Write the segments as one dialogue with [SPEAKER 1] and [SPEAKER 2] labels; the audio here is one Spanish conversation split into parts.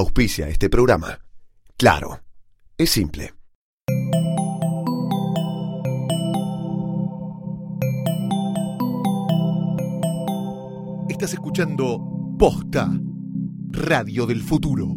[SPEAKER 1] Auspicia este programa. Claro, es simple.
[SPEAKER 2] Estás escuchando Posta, Radio del Futuro.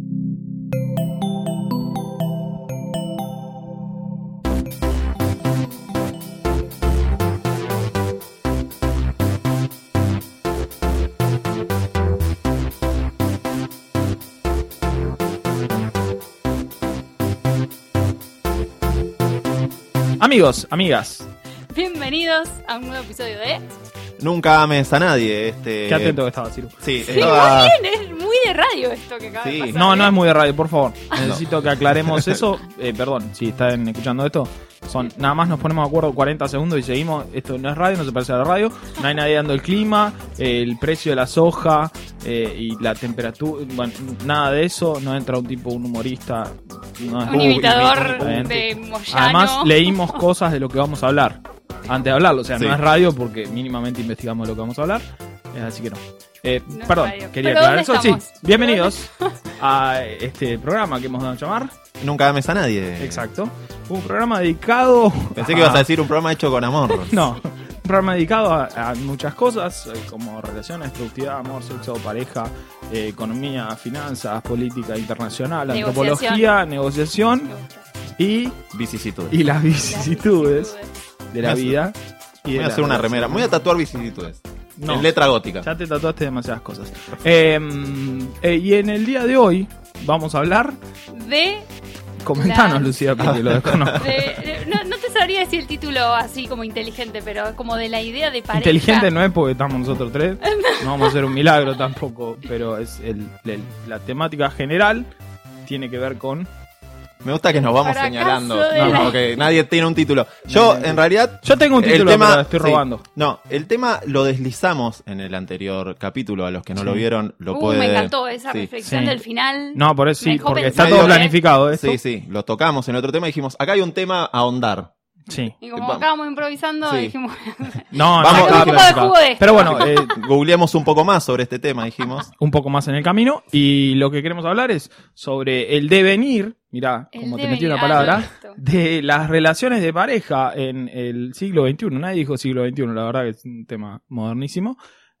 [SPEAKER 3] Amigos, amigas,
[SPEAKER 4] Bienvenidos a un nuevo episodio de.
[SPEAKER 5] Nunca ames a nadie. Este...
[SPEAKER 3] qué atento que estaba, Ciru.
[SPEAKER 5] Sí,
[SPEAKER 4] Sí,
[SPEAKER 5] estaba-
[SPEAKER 4] muy bien, es muy de radio esto que acaba
[SPEAKER 5] Sí.
[SPEAKER 4] de pasar. ¿eh?
[SPEAKER 3] No, no es muy de radio, por favor. Necesito que aclaremos eso. Eh, perdón, si están escuchando esto, son nada más nos ponemos de acuerdo 40 segundos y seguimos. Esto no es radio, no se parece a la radio. No hay nadie dando el clima, eh, el precio de la soja eh, y la temperatura. Bueno, nada de eso. No entra un tipo, un humorista. No
[SPEAKER 4] Un imitador
[SPEAKER 3] Exactamente.
[SPEAKER 4] de Moyano.
[SPEAKER 3] Además, leímos cosas de lo que vamos a hablar antes de hablarlo. O sea,
[SPEAKER 5] Sí.
[SPEAKER 3] no es radio porque mínimamente investigamos lo que vamos a hablar. eh, así que no. Eh,
[SPEAKER 4] No es
[SPEAKER 3] perdón,
[SPEAKER 4] radio.
[SPEAKER 3] quería
[SPEAKER 4] Pero
[SPEAKER 3] aclarar
[SPEAKER 4] ¿dónde
[SPEAKER 3] eso. Sí,
[SPEAKER 4] estamos?
[SPEAKER 3] bienvenidos a este programa que hemos dado a llamar.
[SPEAKER 5] Nunca ames a nadie.
[SPEAKER 3] Exacto. Un programa dedicado.
[SPEAKER 5] Pensé que ibas a decir un programa hecho con amor.
[SPEAKER 3] No, un programa dedicado a, a muchas cosas, eh, como relaciones, productividad, amor, sexo, pareja, eh, economía, finanzas, política internacional,
[SPEAKER 4] Negociación.
[SPEAKER 3] antropología, negociación
[SPEAKER 4] Me gusta.
[SPEAKER 3] y,
[SPEAKER 5] Vicisitud.
[SPEAKER 3] y las
[SPEAKER 4] Las
[SPEAKER 3] vicisitudes de la
[SPEAKER 5] Voy a
[SPEAKER 3] vida. y de
[SPEAKER 5] Voy a
[SPEAKER 3] la
[SPEAKER 5] hacer una
[SPEAKER 3] relación.
[SPEAKER 5] remera. Me voy a tatuar vicisitudes.
[SPEAKER 3] No.
[SPEAKER 5] En letra gótica.
[SPEAKER 3] Ya te tatuaste demasiadas cosas. Eh, eh, y en el día de hoy vamos a hablar.
[SPEAKER 4] De,
[SPEAKER 3] Comentanos,
[SPEAKER 4] Claro.
[SPEAKER 3] Lucía, porque lo desconozco.
[SPEAKER 4] de- de- no, no te sabría decir el título así como inteligente, pero como de la idea de pareja.
[SPEAKER 3] Inteligente no es porque estamos nosotros tres. No vamos a hacer un milagro tampoco. Pero es el- el- la temática general tiene que ver con.
[SPEAKER 5] Me gusta que nos vamos
[SPEAKER 4] Fracaso
[SPEAKER 5] señalando.
[SPEAKER 4] de
[SPEAKER 5] No,
[SPEAKER 3] la-
[SPEAKER 5] como que nadie tiene un título. Yo, en realidad.
[SPEAKER 3] Yo tengo un
[SPEAKER 5] el
[SPEAKER 3] título,
[SPEAKER 5] tema-
[SPEAKER 3] pero lo estoy
[SPEAKER 5] sí.
[SPEAKER 3] robando.
[SPEAKER 5] No, el tema lo deslizamos en el anterior capítulo. A los que no lo vieron, lo
[SPEAKER 4] Uh,
[SPEAKER 5] pueden.
[SPEAKER 4] me encantó esa
[SPEAKER 5] Sí.
[SPEAKER 4] reflexión
[SPEAKER 3] Sí.
[SPEAKER 4] del final.
[SPEAKER 3] No, por eso sí,
[SPEAKER 4] Me dejó
[SPEAKER 3] porque está
[SPEAKER 4] pensando,
[SPEAKER 3] todo
[SPEAKER 5] ¿eh?
[SPEAKER 3] planificado esto.
[SPEAKER 5] Sí,
[SPEAKER 3] Sí.
[SPEAKER 5] sí, lo tocamos en otro tema y dijimos, acá hay un tema a ahondar.
[SPEAKER 4] Y como
[SPEAKER 5] Vamos.
[SPEAKER 4] acábamos improvisando,
[SPEAKER 5] Sí.
[SPEAKER 4] dijimos.
[SPEAKER 3] No,
[SPEAKER 5] Vamos,
[SPEAKER 3] no, estaba
[SPEAKER 5] un poco de
[SPEAKER 3] planificado.
[SPEAKER 4] jugo de esto.
[SPEAKER 3] Pero bueno, eh,
[SPEAKER 5] Googleamos un poco más sobre este tema, dijimos.
[SPEAKER 3] un poco más en el camino. Y lo que queremos hablar es sobre el devenir. Mirá,
[SPEAKER 4] El
[SPEAKER 3] como te
[SPEAKER 4] devenir.
[SPEAKER 3] metí una
[SPEAKER 4] Ah,
[SPEAKER 3] palabra.
[SPEAKER 4] listo.
[SPEAKER 3] de las relaciones de pareja en el siglo XXI. Nadie dijo siglo XXI, la verdad que es un tema modernísimo.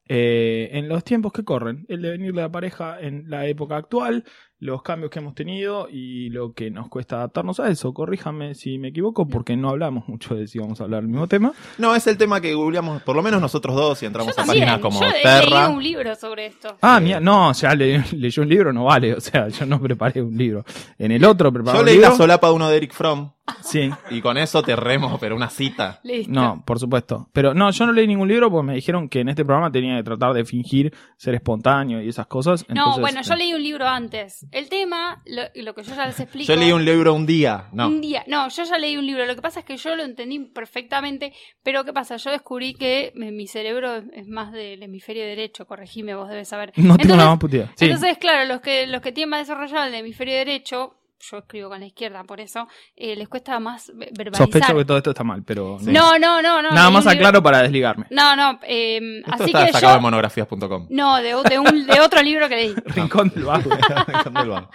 [SPEAKER 3] Eh, en los tiempos que corren, el devenir de la pareja en la época actual, los cambios que hemos tenido y lo que nos cuesta adaptarnos a eso. Corríjame si me equivoco, porque no hablamos mucho de si vamos a hablar del mismo tema.
[SPEAKER 5] No, es el tema que googleamos, por lo menos nosotros dos, y
[SPEAKER 4] Yo
[SPEAKER 5] entramos a
[SPEAKER 4] también.
[SPEAKER 5] páginas como
[SPEAKER 4] Yo he
[SPEAKER 5] Terra.
[SPEAKER 4] leído un libro sobre esto.
[SPEAKER 3] Ah,
[SPEAKER 5] Eh,
[SPEAKER 3] mira, no, o sea, le- leyó un libro, no vale, o sea, yo no preparé un libro. En el otro preparé
[SPEAKER 5] Yo
[SPEAKER 3] un
[SPEAKER 5] leí
[SPEAKER 3] libro.
[SPEAKER 5] la solapa de uno de Eric Fromm,
[SPEAKER 3] Sí.
[SPEAKER 5] y con eso te remo, pero una cita.
[SPEAKER 4] Listo.
[SPEAKER 3] No, por supuesto. Pero no, yo no leí ningún libro porque me dijeron que en este programa tenía que tratar de fingir ser espontáneo y esas cosas.
[SPEAKER 4] No,
[SPEAKER 3] entonces,
[SPEAKER 4] bueno, yo
[SPEAKER 3] eh,
[SPEAKER 4] leí un libro antes. El tema, lo, lo que yo ya les explico.
[SPEAKER 5] Yo leí un libro un día, no.
[SPEAKER 4] Un día. No, yo ya leí un libro. Lo que pasa es que yo lo entendí perfectamente, pero ¿qué pasa? Yo descubrí que mi mi cerebro es- es más del hemisferio derecho, corregime, vos debes saber.
[SPEAKER 3] No tengo
[SPEAKER 4] Entonces-
[SPEAKER 3] la más puta idea. Sí.
[SPEAKER 4] Entonces, claro, los que, los que tienen más desarrollado el hemisferio derecho, yo escribo con la izquierda, por eso, eh, les cuesta más ve- verbalizar.
[SPEAKER 3] Sospecho que todo esto está mal, pero.
[SPEAKER 4] No, no, no, no.
[SPEAKER 3] Nada
[SPEAKER 4] leí
[SPEAKER 3] más
[SPEAKER 4] un libro-
[SPEAKER 3] aclaro para desligarme.
[SPEAKER 4] No, no, eh,
[SPEAKER 5] Esto
[SPEAKER 4] así
[SPEAKER 5] está
[SPEAKER 4] que
[SPEAKER 5] sacado
[SPEAKER 4] yo...
[SPEAKER 5] de monografías.com.
[SPEAKER 4] No, de, de un, de otro libro que leí.
[SPEAKER 3] Rincón del vago.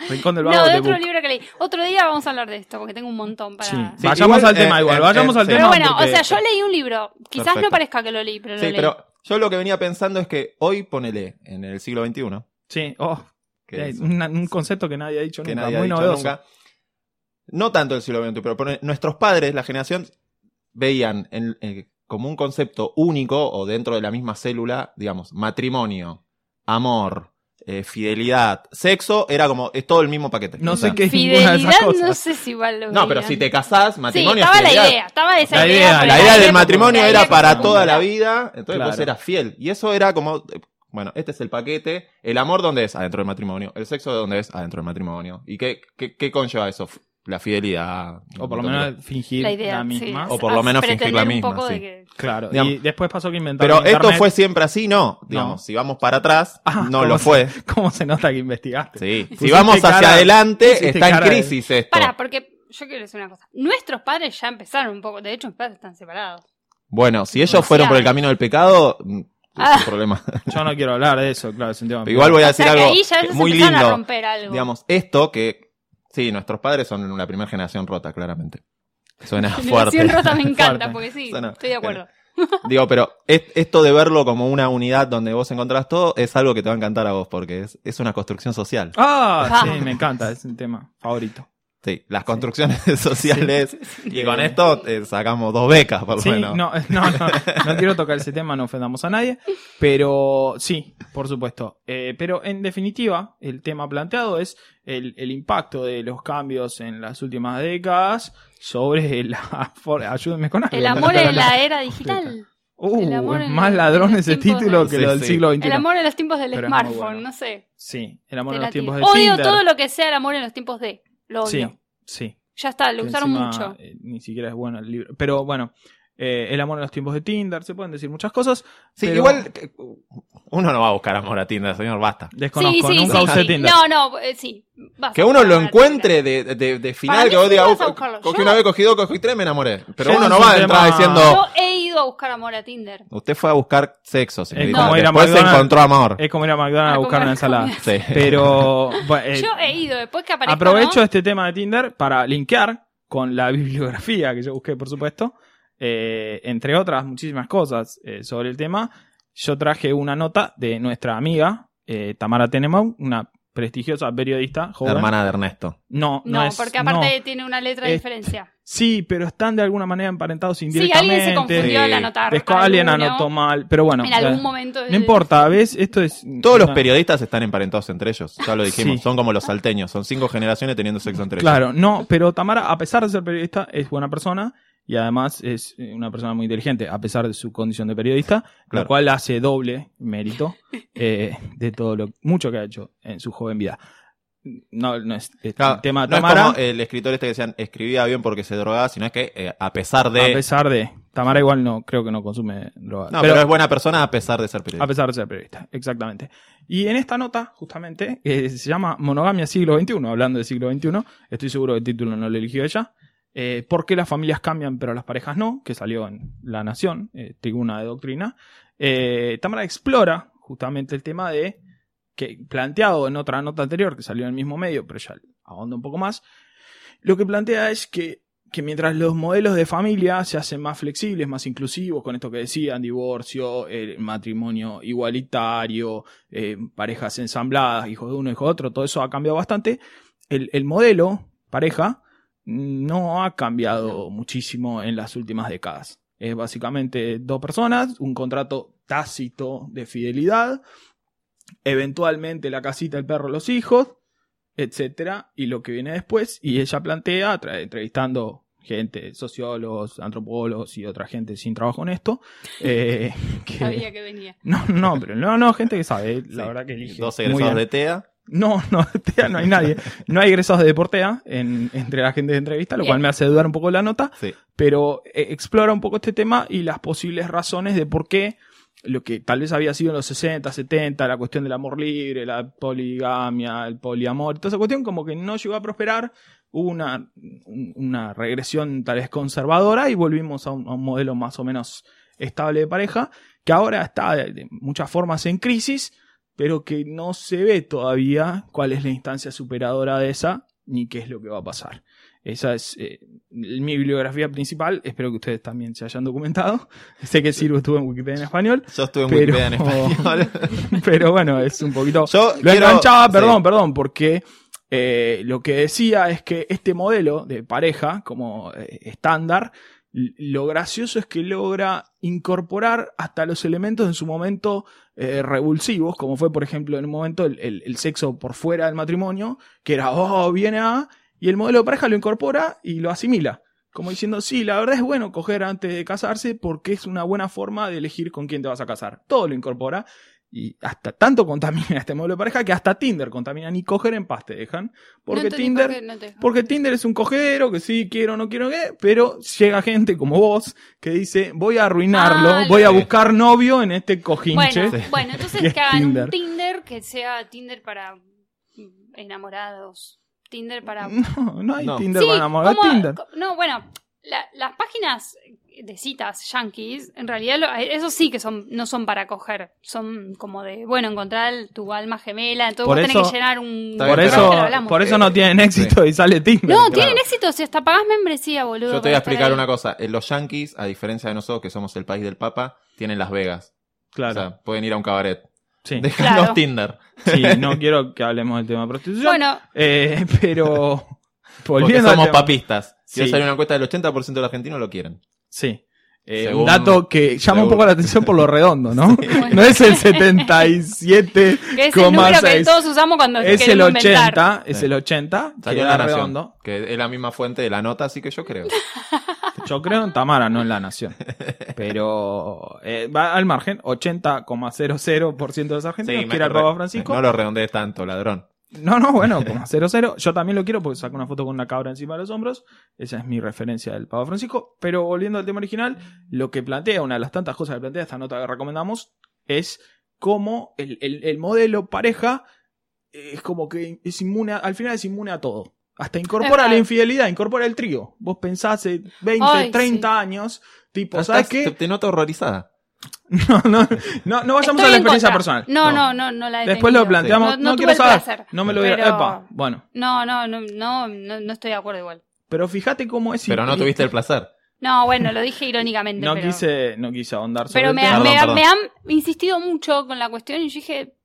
[SPEAKER 3] Rincón del vago
[SPEAKER 4] No,
[SPEAKER 3] de
[SPEAKER 4] de otro
[SPEAKER 3] Book.
[SPEAKER 4] libro que leí. Otro día vamos a hablar de esto, porque tengo un montón para...
[SPEAKER 3] Sí.
[SPEAKER 5] Sí,
[SPEAKER 3] Vayamos
[SPEAKER 5] igual,
[SPEAKER 3] al tema
[SPEAKER 5] eh,
[SPEAKER 3] igual,
[SPEAKER 5] eh,
[SPEAKER 3] vayamos
[SPEAKER 5] eh,
[SPEAKER 3] al
[SPEAKER 5] sí.
[SPEAKER 3] tema.
[SPEAKER 4] Pero bueno,
[SPEAKER 3] porque-
[SPEAKER 4] o sea, yo leí un libro. Quizás no
[SPEAKER 5] Perfecto.
[SPEAKER 4] parezca que lo leí, pero lo
[SPEAKER 5] Sí,
[SPEAKER 4] leí.
[SPEAKER 5] pero yo lo que venía pensando es que hoy, ponele, en el siglo XXI,
[SPEAKER 3] Sí, oh,
[SPEAKER 5] que,
[SPEAKER 3] eh,
[SPEAKER 5] es-
[SPEAKER 3] una- un concepto que nadie ha dicho
[SPEAKER 5] que
[SPEAKER 3] nunca,
[SPEAKER 5] nadie ha
[SPEAKER 3] muy
[SPEAKER 5] dicho
[SPEAKER 3] novedoso.
[SPEAKER 5] nunca, no tanto el siglo XXI, pero ponele, nuestros padres, la generación, veían en- eh, como un concepto único o dentro de la misma célula, digamos, matrimonio, amor, eh, fidelidad, sexo, era como, es todo el mismo paquete.
[SPEAKER 3] No
[SPEAKER 5] O
[SPEAKER 3] sé
[SPEAKER 5] sea,
[SPEAKER 3] qué es ninguna de
[SPEAKER 4] Fidelidad,
[SPEAKER 3] esas cosas.
[SPEAKER 4] no sé si igual lo
[SPEAKER 5] No, pero
[SPEAKER 4] veían.
[SPEAKER 5] si te casás,
[SPEAKER 4] Sí,
[SPEAKER 5] matrimonio es
[SPEAKER 4] estaba la
[SPEAKER 5] fidelidad.
[SPEAKER 4] idea, estaba esa
[SPEAKER 3] La
[SPEAKER 4] idea.
[SPEAKER 3] idea,
[SPEAKER 4] pero
[SPEAKER 5] La idea del matrimonio
[SPEAKER 4] la
[SPEAKER 5] era
[SPEAKER 4] idea que
[SPEAKER 5] para
[SPEAKER 4] se
[SPEAKER 5] toda la
[SPEAKER 4] cumpla.
[SPEAKER 5] vida, entonces vos
[SPEAKER 3] Claro.
[SPEAKER 5] eras fiel. Y eso era como, eh, bueno, este es el paquete. ¿El amor dónde es? Adentro del matrimonio. ¿El sexo dónde es? Adentro del matrimonio. ¿Y qué, qué, qué conlleva eso? F- La fidelidad.
[SPEAKER 3] O por lo menos fingir
[SPEAKER 4] La
[SPEAKER 3] la,
[SPEAKER 4] idea, sí,
[SPEAKER 3] misma.
[SPEAKER 4] es
[SPEAKER 5] O por lo menos
[SPEAKER 4] pretender
[SPEAKER 5] fingir la
[SPEAKER 4] un
[SPEAKER 5] misma,
[SPEAKER 4] poco de
[SPEAKER 5] sí.
[SPEAKER 4] que-
[SPEAKER 3] Claro. y
[SPEAKER 5] Digamos-
[SPEAKER 3] después pasó que inventaron
[SPEAKER 5] Pero esto
[SPEAKER 3] Internet.
[SPEAKER 5] fue siempre así, no. Digamos, si vamos para atrás,
[SPEAKER 3] Ah,
[SPEAKER 5] no
[SPEAKER 3] ¿cómo
[SPEAKER 5] lo
[SPEAKER 3] se-
[SPEAKER 5] fue.
[SPEAKER 3] ¿Cómo se nota que investigaste?
[SPEAKER 5] Sí. Si
[SPEAKER 3] Pusiste
[SPEAKER 5] vamos hacia
[SPEAKER 3] cara-
[SPEAKER 5] adelante,
[SPEAKER 3] pusiste
[SPEAKER 5] está en
[SPEAKER 3] cara de-
[SPEAKER 5] crisis esto.
[SPEAKER 4] Para, porque yo quiero decir una cosa. Nuestros padres ya empezaron un poco. De hecho, mis padres están separados.
[SPEAKER 5] Bueno, si ellos fueron por el camino del pecado, mm,
[SPEAKER 4] Ah.
[SPEAKER 5] un problema.
[SPEAKER 3] Yo no quiero hablar de eso, claro, es un tema.
[SPEAKER 5] Pero igual voy a
[SPEAKER 4] O
[SPEAKER 5] decir
[SPEAKER 4] sea, que
[SPEAKER 5] algo
[SPEAKER 4] ahí ya
[SPEAKER 5] que-
[SPEAKER 4] se
[SPEAKER 5] muy
[SPEAKER 4] empezaron a
[SPEAKER 5] lindo.
[SPEAKER 4] romper algo.
[SPEAKER 5] Digamos, esto que. Sí, nuestros padres son la primera generación rota, claramente. Suena fuerte.
[SPEAKER 4] Generación Rota me
[SPEAKER 3] Fuerte.
[SPEAKER 4] encanta, porque sí,
[SPEAKER 5] Suena-
[SPEAKER 4] estoy de acuerdo.
[SPEAKER 5] Digo, pero es- esto de verlo como una unidad donde vos encontrás todo es algo que te va a encantar a vos, porque es, es una construcción social.
[SPEAKER 3] Ah,
[SPEAKER 4] Vamos.
[SPEAKER 3] sí, me encanta, es un tema favorito.
[SPEAKER 5] Sí, las construcciones sociales. Y con esto eh, sacamos dos becas, por lo
[SPEAKER 3] Sí,
[SPEAKER 5] menos.
[SPEAKER 3] no, no, eh, no, no quiero tocar ese tema, no ofendamos a nadie, pero sí, por supuesto. Eh, pero en definitiva, el tema planteado es el, el impacto de los cambios en las últimas décadas sobre la... for- Ayúdenme con algo.
[SPEAKER 4] El amor en la era digital.
[SPEAKER 3] Uh,
[SPEAKER 4] el amor
[SPEAKER 3] es
[SPEAKER 4] en
[SPEAKER 3] más
[SPEAKER 4] los-
[SPEAKER 3] ladrón
[SPEAKER 4] en los
[SPEAKER 3] ese
[SPEAKER 4] tiempos
[SPEAKER 3] título
[SPEAKER 5] de-
[SPEAKER 3] que
[SPEAKER 5] Sí,
[SPEAKER 3] lo del
[SPEAKER 5] sí.
[SPEAKER 3] siglo XXI.
[SPEAKER 4] El amor en los tiempos del
[SPEAKER 3] Pero es muy
[SPEAKER 4] smartphone,
[SPEAKER 3] bueno.
[SPEAKER 4] no sé.
[SPEAKER 3] Sí, el amor
[SPEAKER 4] te
[SPEAKER 3] en
[SPEAKER 4] la
[SPEAKER 3] los tiempos de
[SPEAKER 4] tiro. Odio
[SPEAKER 3] Tinder.
[SPEAKER 4] todo lo que sea el amor en los tiempos de. Lo odio.
[SPEAKER 3] Sí, sí.
[SPEAKER 4] Ya está, lo
[SPEAKER 3] que
[SPEAKER 4] usaron
[SPEAKER 3] encima,
[SPEAKER 4] mucho.
[SPEAKER 3] eh, ni siquiera es bueno el libro. Pero bueno, eh, el amor en los tiempos de Tinder, se pueden decir muchas cosas.
[SPEAKER 5] Sí,
[SPEAKER 3] pero
[SPEAKER 5] igual que- uno no va a buscar amor a Tinder, señor, basta.
[SPEAKER 4] Sí,
[SPEAKER 3] Desconozco,
[SPEAKER 4] sí,
[SPEAKER 3] nunca
[SPEAKER 4] sí,
[SPEAKER 3] usé
[SPEAKER 4] sí.
[SPEAKER 3] Tinder.
[SPEAKER 4] No, no, eh, sí. vas
[SPEAKER 5] Que
[SPEAKER 4] a
[SPEAKER 5] uno lo
[SPEAKER 4] buscar
[SPEAKER 5] encuentre de, de- de final,
[SPEAKER 4] mí
[SPEAKER 5] que vos
[SPEAKER 4] sí
[SPEAKER 5] digas,
[SPEAKER 4] vas a
[SPEAKER 5] "Oh,
[SPEAKER 4] buscarlo".
[SPEAKER 5] cogí
[SPEAKER 4] Yo-
[SPEAKER 5] una vez, cogí dos, cogí tres, me enamoré. Pero
[SPEAKER 3] Yo
[SPEAKER 5] uno
[SPEAKER 3] es
[SPEAKER 5] no
[SPEAKER 3] un
[SPEAKER 5] va a
[SPEAKER 3] tema-
[SPEAKER 5] entrar
[SPEAKER 4] Tinder.
[SPEAKER 5] diciendo,
[SPEAKER 4] Yo he ido a buscar amor a Tinder.
[SPEAKER 5] usted fue a buscar
[SPEAKER 3] Eh,
[SPEAKER 5] sexo, señorita.
[SPEAKER 4] como
[SPEAKER 3] ir a
[SPEAKER 5] Después se
[SPEAKER 3] McDonald's.
[SPEAKER 5] encontró amor.
[SPEAKER 3] Es como ir a McDonald's a
[SPEAKER 4] A
[SPEAKER 3] buscar
[SPEAKER 4] comer
[SPEAKER 3] una ensalada.
[SPEAKER 4] comida.
[SPEAKER 5] Sí.
[SPEAKER 3] Eh, Pero bueno, eh,
[SPEAKER 4] Yo he ido, después que aparezca.
[SPEAKER 3] aprovecho
[SPEAKER 4] ¿no?
[SPEAKER 3] este tema de Tinder para linkear con la bibliografía que yo busqué, por supuesto, eh, entre otras muchísimas cosas eh, sobre el tema. Yo traje una nota de nuestra amiga eh, Tamara Tenemau, una prestigiosa periodista
[SPEAKER 5] La
[SPEAKER 3] joven.
[SPEAKER 5] hermana de Ernesto.
[SPEAKER 3] No, no,
[SPEAKER 4] No,
[SPEAKER 3] es-
[SPEAKER 4] porque
[SPEAKER 3] no.
[SPEAKER 4] aparte tiene una letra de
[SPEAKER 3] Es-
[SPEAKER 4] diferencia.
[SPEAKER 3] Sí, pero están de alguna manera emparentados
[SPEAKER 4] Sí,
[SPEAKER 3] indirectamente.
[SPEAKER 4] alguien se confundió al
[SPEAKER 5] Sí.
[SPEAKER 4] anotar.
[SPEAKER 3] Desco- alguien
[SPEAKER 4] alguno.
[SPEAKER 3] anotó mal, pero bueno.
[SPEAKER 4] En
[SPEAKER 3] ya-
[SPEAKER 4] algún momento.
[SPEAKER 3] no importa, ¿ves? Esto es.
[SPEAKER 5] Todos los
[SPEAKER 3] una-
[SPEAKER 5] periodistas están emparentados entre ellos, ya lo dijimos.
[SPEAKER 3] Sí.
[SPEAKER 5] Son como los salteños, son cinco generaciones teniendo sexo entre
[SPEAKER 3] Claro, no, pero Tamara, a pesar de ser periodista, es buena persona y además es eh, una persona muy inteligente, a pesar de su condición de periodista,
[SPEAKER 5] Claro.
[SPEAKER 3] lo cual hace doble mérito eh, de todo lo mucho que ha hecho en su joven vida. No, no es, es
[SPEAKER 5] ellos. Claro,
[SPEAKER 3] un tema de
[SPEAKER 5] no
[SPEAKER 3] Tamara,
[SPEAKER 5] es como el escritor este que decían escribía bien porque se drogaba, sino es que eh, a pesar de.
[SPEAKER 3] a pesar de. Tamara igual no, creo que no consume drogas.
[SPEAKER 5] No, pero, es buena persona a pesar de ser periodista.
[SPEAKER 3] A pesar de ser periodista, exactamente. Y en esta nota, justamente, que se llama Monogamia siglo XXI, hablando del siglo XXI, estoy seguro que el título no lo eligió ella, eh, ¿Por qué las familias cambian pero las parejas no? que salió en La Nación, eh, tribuna de doctrina, eh, Tamara explora justamente el tema de, que planteado en otra nota anterior que salió en el mismo medio, pero ya ahonda un poco más, lo que plantea es que, que mientras los modelos de familia se hacen más flexibles, más inclusivos, con esto que decían, divorcio, el matrimonio igualitario, eh, parejas ensambladas, hijos de uno, hijos de otro, todo eso ha cambiado bastante, el, el modelo pareja no ha cambiado muchísimo en las últimas décadas. Es básicamente dos personas, un contrato tácito de fidelidad, eventualmente la casita, el perro, los hijos, etcétera, y lo que viene después. Y ella plantea, tra- entrevistando gente, sociólogos, antropólogos y otra gente sin trabajo en esto, eh, que-
[SPEAKER 4] Sabía que venía.
[SPEAKER 3] no, no, pero no, no, gente que sabe, la
[SPEAKER 5] Sí.
[SPEAKER 3] verdad que elige.
[SPEAKER 5] Dos
[SPEAKER 3] muy bien.
[SPEAKER 5] egresados de TEA.
[SPEAKER 3] No, no, de TEA no hay nadie. No hay egresados de Deportea en, entre la gente de entrevista, lo cual
[SPEAKER 4] Bien.
[SPEAKER 3] me hace dudar un poco la nota,
[SPEAKER 5] Sí.
[SPEAKER 3] pero eh, explora un poco este tema y las posibles razones de por qué lo que tal vez había sido en los 60, 70, la cuestión del amor libre, la poligamia, el poliamor, toda esa cuestión como que no llegó a prosperar, hubo una, un- una regresión tal vez conservadora y volvimos a un- a un modelo más o menos estable de pareja, que ahora está de- de muchas formas en crisis, pero que no se ve todavía cuál es la instancia superadora de esa ni qué es lo que va a pasar. Esa es eh, mi bibliografía principal. Espero que ustedes también se hayan documentado. Sé que Sirvo estuvo en Wikipedia en español,
[SPEAKER 5] Yo estuve en
[SPEAKER 3] Pero-
[SPEAKER 5] Wikipedia en español.
[SPEAKER 3] pero bueno, es un poquito.
[SPEAKER 5] Yo
[SPEAKER 3] Lo
[SPEAKER 5] quiero-
[SPEAKER 3] enganchaba,
[SPEAKER 5] sí.
[SPEAKER 3] perdón, perdón, porque eh, lo que decía es que este modelo de pareja como eh, estándar, l- lo gracioso es que logra incorporar hasta los elementos en su momento eh, revulsivos, como fue por ejemplo en un momento el, el- el sexo por fuera del matrimonio, que era, oh, viene a... Y el modelo de pareja lo incorpora y lo asimila. Como diciendo, sí, la verdad es bueno coger antes de casarse porque es una buena forma de elegir con quién te vas a casar. Todo lo incorpora y hasta tanto contamina este modelo de pareja que hasta Tinder contamina. Ni coger en paz te dejan. Porque Tinder. Porque Tinder es un cogedero, que sí, quiero, no quiero, ¿qué? pero llega gente como vos que dice, voy a arruinarlo,
[SPEAKER 4] Ah,
[SPEAKER 3] voy a
[SPEAKER 5] lo-
[SPEAKER 3] buscar novio en este cojinche.
[SPEAKER 4] Bueno, bueno,
[SPEAKER 3] Que
[SPEAKER 4] entonces
[SPEAKER 3] es
[SPEAKER 4] que hagan
[SPEAKER 3] Tinder.
[SPEAKER 4] un Tinder que sea Tinder para mm, enamorados. Tinder para.
[SPEAKER 3] No, no hay
[SPEAKER 5] No.
[SPEAKER 3] Tinder
[SPEAKER 4] Sí,
[SPEAKER 3] para enamorar
[SPEAKER 4] ¿cómo-
[SPEAKER 3] Tinder.
[SPEAKER 4] co- No, bueno, la- las páginas de citas yankees, en realidad lo- esos sí que son no son para coger, son como de, bueno, encontrar el- tu alma gemela, entonces
[SPEAKER 3] Por
[SPEAKER 4] vos tenés
[SPEAKER 3] eso-
[SPEAKER 4] que llenar un...
[SPEAKER 5] Está
[SPEAKER 3] Por
[SPEAKER 5] bien,
[SPEAKER 4] Creo
[SPEAKER 3] eso,
[SPEAKER 4] que lo hablamos.
[SPEAKER 3] por eso no tienen éxito y sale Tinder.
[SPEAKER 4] No,
[SPEAKER 5] claro.
[SPEAKER 4] tienen éxito si hasta pagás membresía, boludo.
[SPEAKER 5] Yo te voy
[SPEAKER 4] para
[SPEAKER 5] a
[SPEAKER 4] estar
[SPEAKER 5] explicar
[SPEAKER 4] ahí.
[SPEAKER 5] una cosa. Eh, Los yankees, a diferencia de nosotros, que somos el país del Papa, tienen Las Vegas.
[SPEAKER 3] Claro.
[SPEAKER 5] O sea, pueden ir a un cabaret.
[SPEAKER 3] sí.
[SPEAKER 5] Dejan
[SPEAKER 4] Claro.
[SPEAKER 5] los Tinder.
[SPEAKER 3] Sí, no quiero que hablemos del tema de prostitución.
[SPEAKER 4] Bueno,
[SPEAKER 3] Eh, pero.
[SPEAKER 5] Porque
[SPEAKER 3] Volviendo al
[SPEAKER 5] somos
[SPEAKER 3] tema-
[SPEAKER 5] papistas. Si
[SPEAKER 3] Sí.
[SPEAKER 5] sale una encuesta del 80% de los argentinos lo quieren.
[SPEAKER 3] Sí. Eh,
[SPEAKER 5] Según-
[SPEAKER 3] un dato que llama un
[SPEAKER 5] según-
[SPEAKER 3] poco la atención por lo redondo, ¿no? No es el 77,
[SPEAKER 4] que es el número que todos usamos cuando
[SPEAKER 3] es el
[SPEAKER 4] queremos inventar.
[SPEAKER 3] 80, es
[SPEAKER 5] Sí.
[SPEAKER 3] el 80, que
[SPEAKER 5] Salió en La
[SPEAKER 3] era
[SPEAKER 5] Nación,
[SPEAKER 3] redondo.
[SPEAKER 5] que es la misma fuente de la nota, así que yo creo.
[SPEAKER 3] Yo creo en Tamara, no en La Nación. Pero eh, va al margen, 80,00% de los argentinos
[SPEAKER 5] me-
[SPEAKER 3] quiere al Papa Francisco.
[SPEAKER 5] No lo redondees tanto, ladrón.
[SPEAKER 3] No, no, bueno, como 00. Yo también lo quiero porque saco una foto con una cabra encima de los hombros. Esa es mi referencia del Papa Francisco. Pero volviendo al tema original, lo que plantea, una de las tantas cosas que plantea esta nota que recomendamos, es cómo el, el- el modelo pareja eh, es como que es inmune, a- al final es inmune a todo. Hasta
[SPEAKER 4] Es
[SPEAKER 3] incorpora
[SPEAKER 4] verdad.
[SPEAKER 3] la infidelidad, incorpora el trío. Vos pensás hace 20,
[SPEAKER 4] Ay,
[SPEAKER 3] 30 años, tipo, ¿sabes
[SPEAKER 5] Estás- Te,
[SPEAKER 3] qué?
[SPEAKER 5] te noto horrorizada.
[SPEAKER 3] No, no, no, no vayamos
[SPEAKER 4] Estoy
[SPEAKER 3] a la
[SPEAKER 4] en
[SPEAKER 3] experiencia
[SPEAKER 4] contra.
[SPEAKER 3] personal.
[SPEAKER 4] No,
[SPEAKER 5] No.
[SPEAKER 4] no, no, no la he
[SPEAKER 3] Después lo
[SPEAKER 4] tenido.
[SPEAKER 3] planteamos. No,
[SPEAKER 4] No- no tuve
[SPEAKER 3] quiero
[SPEAKER 4] el
[SPEAKER 3] saber.
[SPEAKER 4] placer,
[SPEAKER 3] no me lo voy a-
[SPEAKER 4] pero-
[SPEAKER 3] Epa, bueno.
[SPEAKER 4] No, no, no, no, no, no estoy de acuerdo igual.
[SPEAKER 3] Pero fíjate cómo es.
[SPEAKER 5] pero no
[SPEAKER 3] imperi-
[SPEAKER 5] tuviste el placer.
[SPEAKER 4] No, bueno, lo dije irónicamente.
[SPEAKER 3] No
[SPEAKER 4] pero,
[SPEAKER 3] quise, no quise ahondar sobre
[SPEAKER 4] pero
[SPEAKER 3] el
[SPEAKER 4] me,
[SPEAKER 3] tema.
[SPEAKER 5] Perdón,
[SPEAKER 4] me-
[SPEAKER 5] perdón.
[SPEAKER 4] me han insistido mucho con la cuestión y yo dije,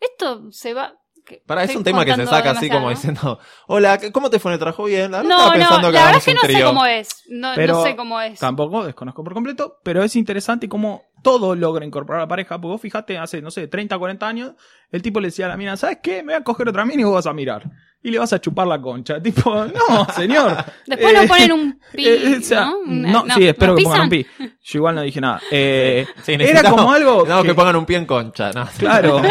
[SPEAKER 4] esto se va... que-
[SPEAKER 5] Para, es
[SPEAKER 4] estoy
[SPEAKER 5] un tema que se
[SPEAKER 4] contando
[SPEAKER 5] saca así
[SPEAKER 4] demasiado,
[SPEAKER 5] como
[SPEAKER 4] ¿no?
[SPEAKER 5] diciendo, hola, ¿qué- ¿cómo te fue en el trabajo? Bien, la verdad
[SPEAKER 4] No, no,
[SPEAKER 5] estaba
[SPEAKER 4] la
[SPEAKER 5] pensando que
[SPEAKER 4] verdad es
[SPEAKER 5] hagamos
[SPEAKER 4] que
[SPEAKER 5] un
[SPEAKER 4] no sé
[SPEAKER 5] trío".
[SPEAKER 4] cómo es. No, no
[SPEAKER 3] Pero
[SPEAKER 4] sé cómo es.
[SPEAKER 3] Tampoco desconozco por completo, pero es interesante cómo todo logra incorporar a la pareja. Porque vos fijate, hace, no sé, 30, 40 años, el tipo le decía a la mina, ¿sabes qué? Me voy a coger otra mina y vos vas a mirar. Y le vas a chupar la concha. Tipo, no, señor.
[SPEAKER 4] Después
[SPEAKER 3] Eh,
[SPEAKER 4] nos ponen un pi,
[SPEAKER 3] eh, o sea,
[SPEAKER 4] ¿no? Una-
[SPEAKER 3] no, sí, espero
[SPEAKER 4] ¿nos
[SPEAKER 3] que pongan un
[SPEAKER 4] pisan?
[SPEAKER 3] pi. Yo igual no dije nada. Eh,
[SPEAKER 5] Sí,
[SPEAKER 3] era
[SPEAKER 5] necesitamos-
[SPEAKER 3] como algo.
[SPEAKER 5] No, que...
[SPEAKER 3] que-
[SPEAKER 5] pongan un pie en concha. No.
[SPEAKER 3] Claro.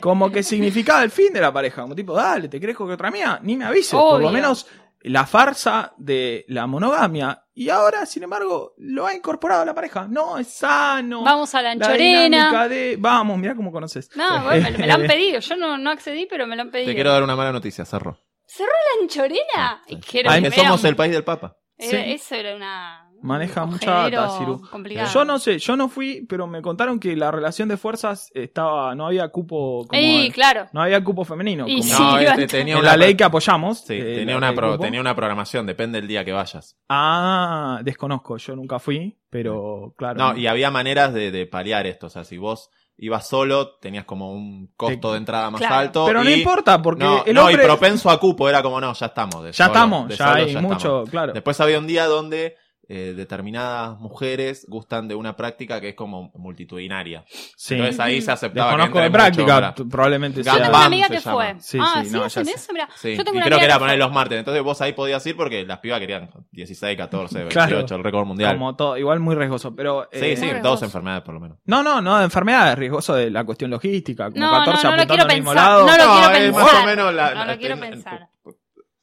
[SPEAKER 3] Como que significaba el fin de la pareja. Como tipo, dale, te crees que otra mía, ni me avises. Por lo
[SPEAKER 4] Obvio.
[SPEAKER 3] menos la farsa de la monogamia. Y ahora, sin embargo, lo ha incorporado a la pareja. No, es sano.
[SPEAKER 4] Vamos a la
[SPEAKER 3] la
[SPEAKER 4] anchorena.
[SPEAKER 3] dinámica de... Vamos, mirá cómo conoces.
[SPEAKER 4] No, bueno, me, me lo han pedido. Yo no, no accedí, pero me lo han pedido.
[SPEAKER 5] Te quiero dar Ah, una mala noticia, Cerro.
[SPEAKER 4] ¿La anchorena? Ah, Y quiero
[SPEAKER 3] Ay,
[SPEAKER 5] Que
[SPEAKER 4] que
[SPEAKER 5] somos
[SPEAKER 4] vean.
[SPEAKER 5] el país del Papa.
[SPEAKER 4] Era-
[SPEAKER 3] Sí.
[SPEAKER 4] Eso era una.
[SPEAKER 3] Maneja
[SPEAKER 4] un
[SPEAKER 3] mucha data,
[SPEAKER 4] cogedero
[SPEAKER 3] Ciru.
[SPEAKER 4] complicado.
[SPEAKER 3] Yo no sé, yo no fui, pero me contaron que la relación de fuerzas estaba, no había cupo, como-
[SPEAKER 4] Ey, claro.
[SPEAKER 3] no había cupo femenino.
[SPEAKER 4] Y
[SPEAKER 3] como-
[SPEAKER 4] sí.
[SPEAKER 5] No,
[SPEAKER 4] Iván.
[SPEAKER 5] este, tenía
[SPEAKER 3] en
[SPEAKER 5] una
[SPEAKER 3] la ley que apoyamos.
[SPEAKER 5] Sí,
[SPEAKER 3] eh,
[SPEAKER 5] tenía,
[SPEAKER 3] la
[SPEAKER 5] una
[SPEAKER 3] ley
[SPEAKER 5] pro-
[SPEAKER 3] cupo.
[SPEAKER 5] tenía una programación, depende del día que vayas.
[SPEAKER 3] Ah, desconozco, yo nunca fui, pero claro.
[SPEAKER 5] No, y había maneras de, de paliar esto. O sea, si vos ibas solo, tenías como un costo de entrada más
[SPEAKER 4] Claro.
[SPEAKER 5] alto.
[SPEAKER 3] Pero no
[SPEAKER 5] y-
[SPEAKER 3] importa, porque
[SPEAKER 5] no,
[SPEAKER 3] el
[SPEAKER 5] no,
[SPEAKER 3] hombre.
[SPEAKER 5] y propenso a cupo era como, no, ya estamos. de
[SPEAKER 3] ya
[SPEAKER 5] solo-
[SPEAKER 3] estamos,
[SPEAKER 5] de
[SPEAKER 3] ya
[SPEAKER 5] solo
[SPEAKER 3] hay
[SPEAKER 5] ya
[SPEAKER 3] mucho,
[SPEAKER 5] estamos.
[SPEAKER 3] claro.
[SPEAKER 5] Después había un día donde eh, determinadas mujeres gustan de una práctica que es como multitudinaria.
[SPEAKER 3] sí.
[SPEAKER 5] Entonces ahí se aceptaba
[SPEAKER 3] Desconozco
[SPEAKER 5] que
[SPEAKER 3] de
[SPEAKER 5] entre
[SPEAKER 3] práctica,
[SPEAKER 5] mucho,
[SPEAKER 3] t- probablemente
[SPEAKER 4] Yo tengo
[SPEAKER 3] sea.
[SPEAKER 5] Gambán
[SPEAKER 4] una amiga
[SPEAKER 5] se
[SPEAKER 4] que
[SPEAKER 5] llama.
[SPEAKER 4] fue.
[SPEAKER 3] Sí,
[SPEAKER 4] ah,
[SPEAKER 3] sí,
[SPEAKER 4] sí,
[SPEAKER 3] no, ya
[SPEAKER 4] hacen
[SPEAKER 3] sé.
[SPEAKER 4] eso, mira.
[SPEAKER 5] Sí,
[SPEAKER 4] Yo tengo
[SPEAKER 5] y
[SPEAKER 4] una
[SPEAKER 5] creo
[SPEAKER 4] amiga
[SPEAKER 5] que era
[SPEAKER 4] que
[SPEAKER 5] poner
[SPEAKER 4] fue.
[SPEAKER 5] los martes. Entonces vos ahí podías ir porque las pibas querían 16, 14, 28,
[SPEAKER 3] Claro.
[SPEAKER 5] el récord mundial.
[SPEAKER 3] Como todo, igual muy riesgoso, pero.
[SPEAKER 5] Sí,
[SPEAKER 3] eh,
[SPEAKER 5] sí,
[SPEAKER 4] Muy
[SPEAKER 5] dos
[SPEAKER 4] hermoso.
[SPEAKER 5] enfermedades por lo menos.
[SPEAKER 3] No, no, no, de enfermedad es riesgoso de la cuestión logística, como
[SPEAKER 4] No,
[SPEAKER 3] 14
[SPEAKER 4] no, no lo
[SPEAKER 3] apuntando
[SPEAKER 4] quiero
[SPEAKER 3] al mismo
[SPEAKER 4] pensar,
[SPEAKER 3] lado.
[SPEAKER 4] no lo quiero
[SPEAKER 5] es
[SPEAKER 4] pensar.
[SPEAKER 5] más o menos la-
[SPEAKER 4] No lo quiero
[SPEAKER 5] ten-
[SPEAKER 4] pensar.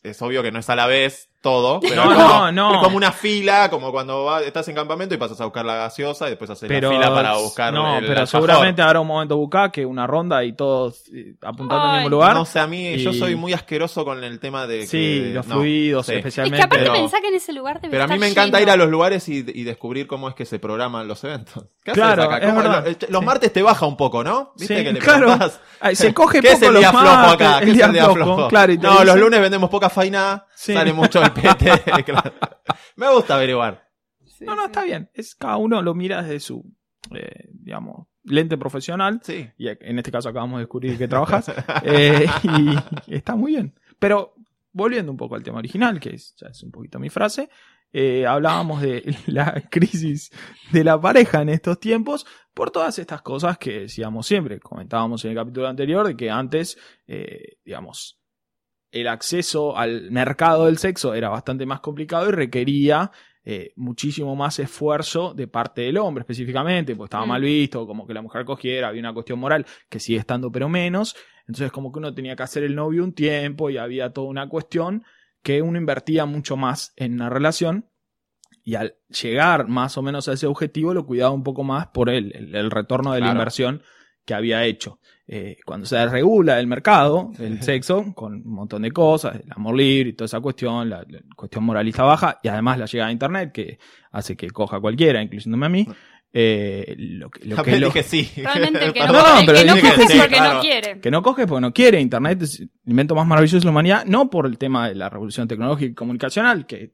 [SPEAKER 5] Es obvio que no es a la vez todo, pero
[SPEAKER 3] No,
[SPEAKER 5] es como-
[SPEAKER 3] no, no.
[SPEAKER 5] es como una fila, como cuando va- estás en campamento y pasas a buscar la gaseosa y después haces
[SPEAKER 3] Pero,
[SPEAKER 5] la fila para buscar
[SPEAKER 3] no,
[SPEAKER 5] el
[SPEAKER 3] pero
[SPEAKER 5] alfajor.
[SPEAKER 3] seguramente habrá un momento bucá que una ronda y todos eh, apuntando al
[SPEAKER 4] Ay,
[SPEAKER 3] mismo lugar.
[SPEAKER 5] No sé, a mí yo
[SPEAKER 3] y-
[SPEAKER 5] soy muy asqueroso con el tema de que-
[SPEAKER 3] sí, los
[SPEAKER 5] no,
[SPEAKER 3] fluidos,
[SPEAKER 5] sí.
[SPEAKER 4] Es
[SPEAKER 3] especialmente.
[SPEAKER 4] que aparte
[SPEAKER 5] Pero-
[SPEAKER 4] pensá que en ese lugar debe
[SPEAKER 5] Pero a mí
[SPEAKER 4] estar
[SPEAKER 5] me encanta
[SPEAKER 4] lleno.
[SPEAKER 5] ir a los lugares y, y descubrir cómo es que se programan los eventos. ¿Qué haces
[SPEAKER 3] Claro,
[SPEAKER 5] acá?
[SPEAKER 3] es
[SPEAKER 5] ¿Cómo-
[SPEAKER 3] verdad.
[SPEAKER 5] Los, los
[SPEAKER 3] Sí.
[SPEAKER 5] martes te baja un poco, ¿no? ¿Viste
[SPEAKER 3] Sí,
[SPEAKER 5] que le
[SPEAKER 3] claro.
[SPEAKER 5] preguntás?
[SPEAKER 3] Ay, se coge
[SPEAKER 5] ¿Qué
[SPEAKER 3] poco
[SPEAKER 5] es el
[SPEAKER 3] los
[SPEAKER 5] día flojo
[SPEAKER 3] martes,
[SPEAKER 5] acá? ¿Qué
[SPEAKER 3] el
[SPEAKER 5] es
[SPEAKER 3] día flojo, claro, y te
[SPEAKER 5] no, los
[SPEAKER 3] dicen-
[SPEAKER 5] lunes vendemos poca faina,
[SPEAKER 3] Sí.
[SPEAKER 5] sale mucho el pete. claro. Me gusta averiguar.
[SPEAKER 4] Sí,
[SPEAKER 3] No, no,
[SPEAKER 4] sí.
[SPEAKER 3] está bien. Es, cada uno lo mira desde su, eh, digamos, lente profesional.
[SPEAKER 5] Sí.
[SPEAKER 3] Y en este caso acabamos de descubrir que trabajas. eh, y está muy bien. Pero volviendo un poco al tema original, que es, ya es un poquito mi frase, eh, hablábamos de la crisis de la pareja en estos tiempos por todas estas cosas que decíamos siempre. Comentábamos en el capítulo anterior de que antes, eh, digamos, el acceso al mercado del sexo era bastante más complicado y requería eh, muchísimo más esfuerzo de parte del hombre específicamente, porque estaba
[SPEAKER 4] Mm.
[SPEAKER 3] mal visto, como que la mujer cogiera, había una cuestión moral que sigue estando pero menos, entonces como que uno tenía que hacer el novio un tiempo y había toda una cuestión que uno invertía mucho más en una relación y al llegar más o menos a ese objetivo lo cuidaba un poco más por el, el, el retorno de
[SPEAKER 5] Claro.
[SPEAKER 3] la inversión que había hecho. Eh, cuando se regula el mercado, el sexo, con un montón de cosas, el amor libre y toda esa cuestión, la, la cuestión moralista baja, y además la llegada a Internet, que hace que coja cualquiera, incluyéndome a mí, eh, lo, que- lo que
[SPEAKER 5] También
[SPEAKER 3] lo-
[SPEAKER 5] dije sí.
[SPEAKER 4] Realmente el que no,
[SPEAKER 3] No,
[SPEAKER 4] coge- el
[SPEAKER 3] pero
[SPEAKER 4] que no
[SPEAKER 3] tiene que
[SPEAKER 4] coge es
[SPEAKER 5] ser,
[SPEAKER 4] porque
[SPEAKER 5] claro.
[SPEAKER 4] no quiere.
[SPEAKER 3] que no coge porque no quiere. Internet es el invento más maravilloso de la humanidad, no por el tema de la revolución tecnológica y comunicacional, que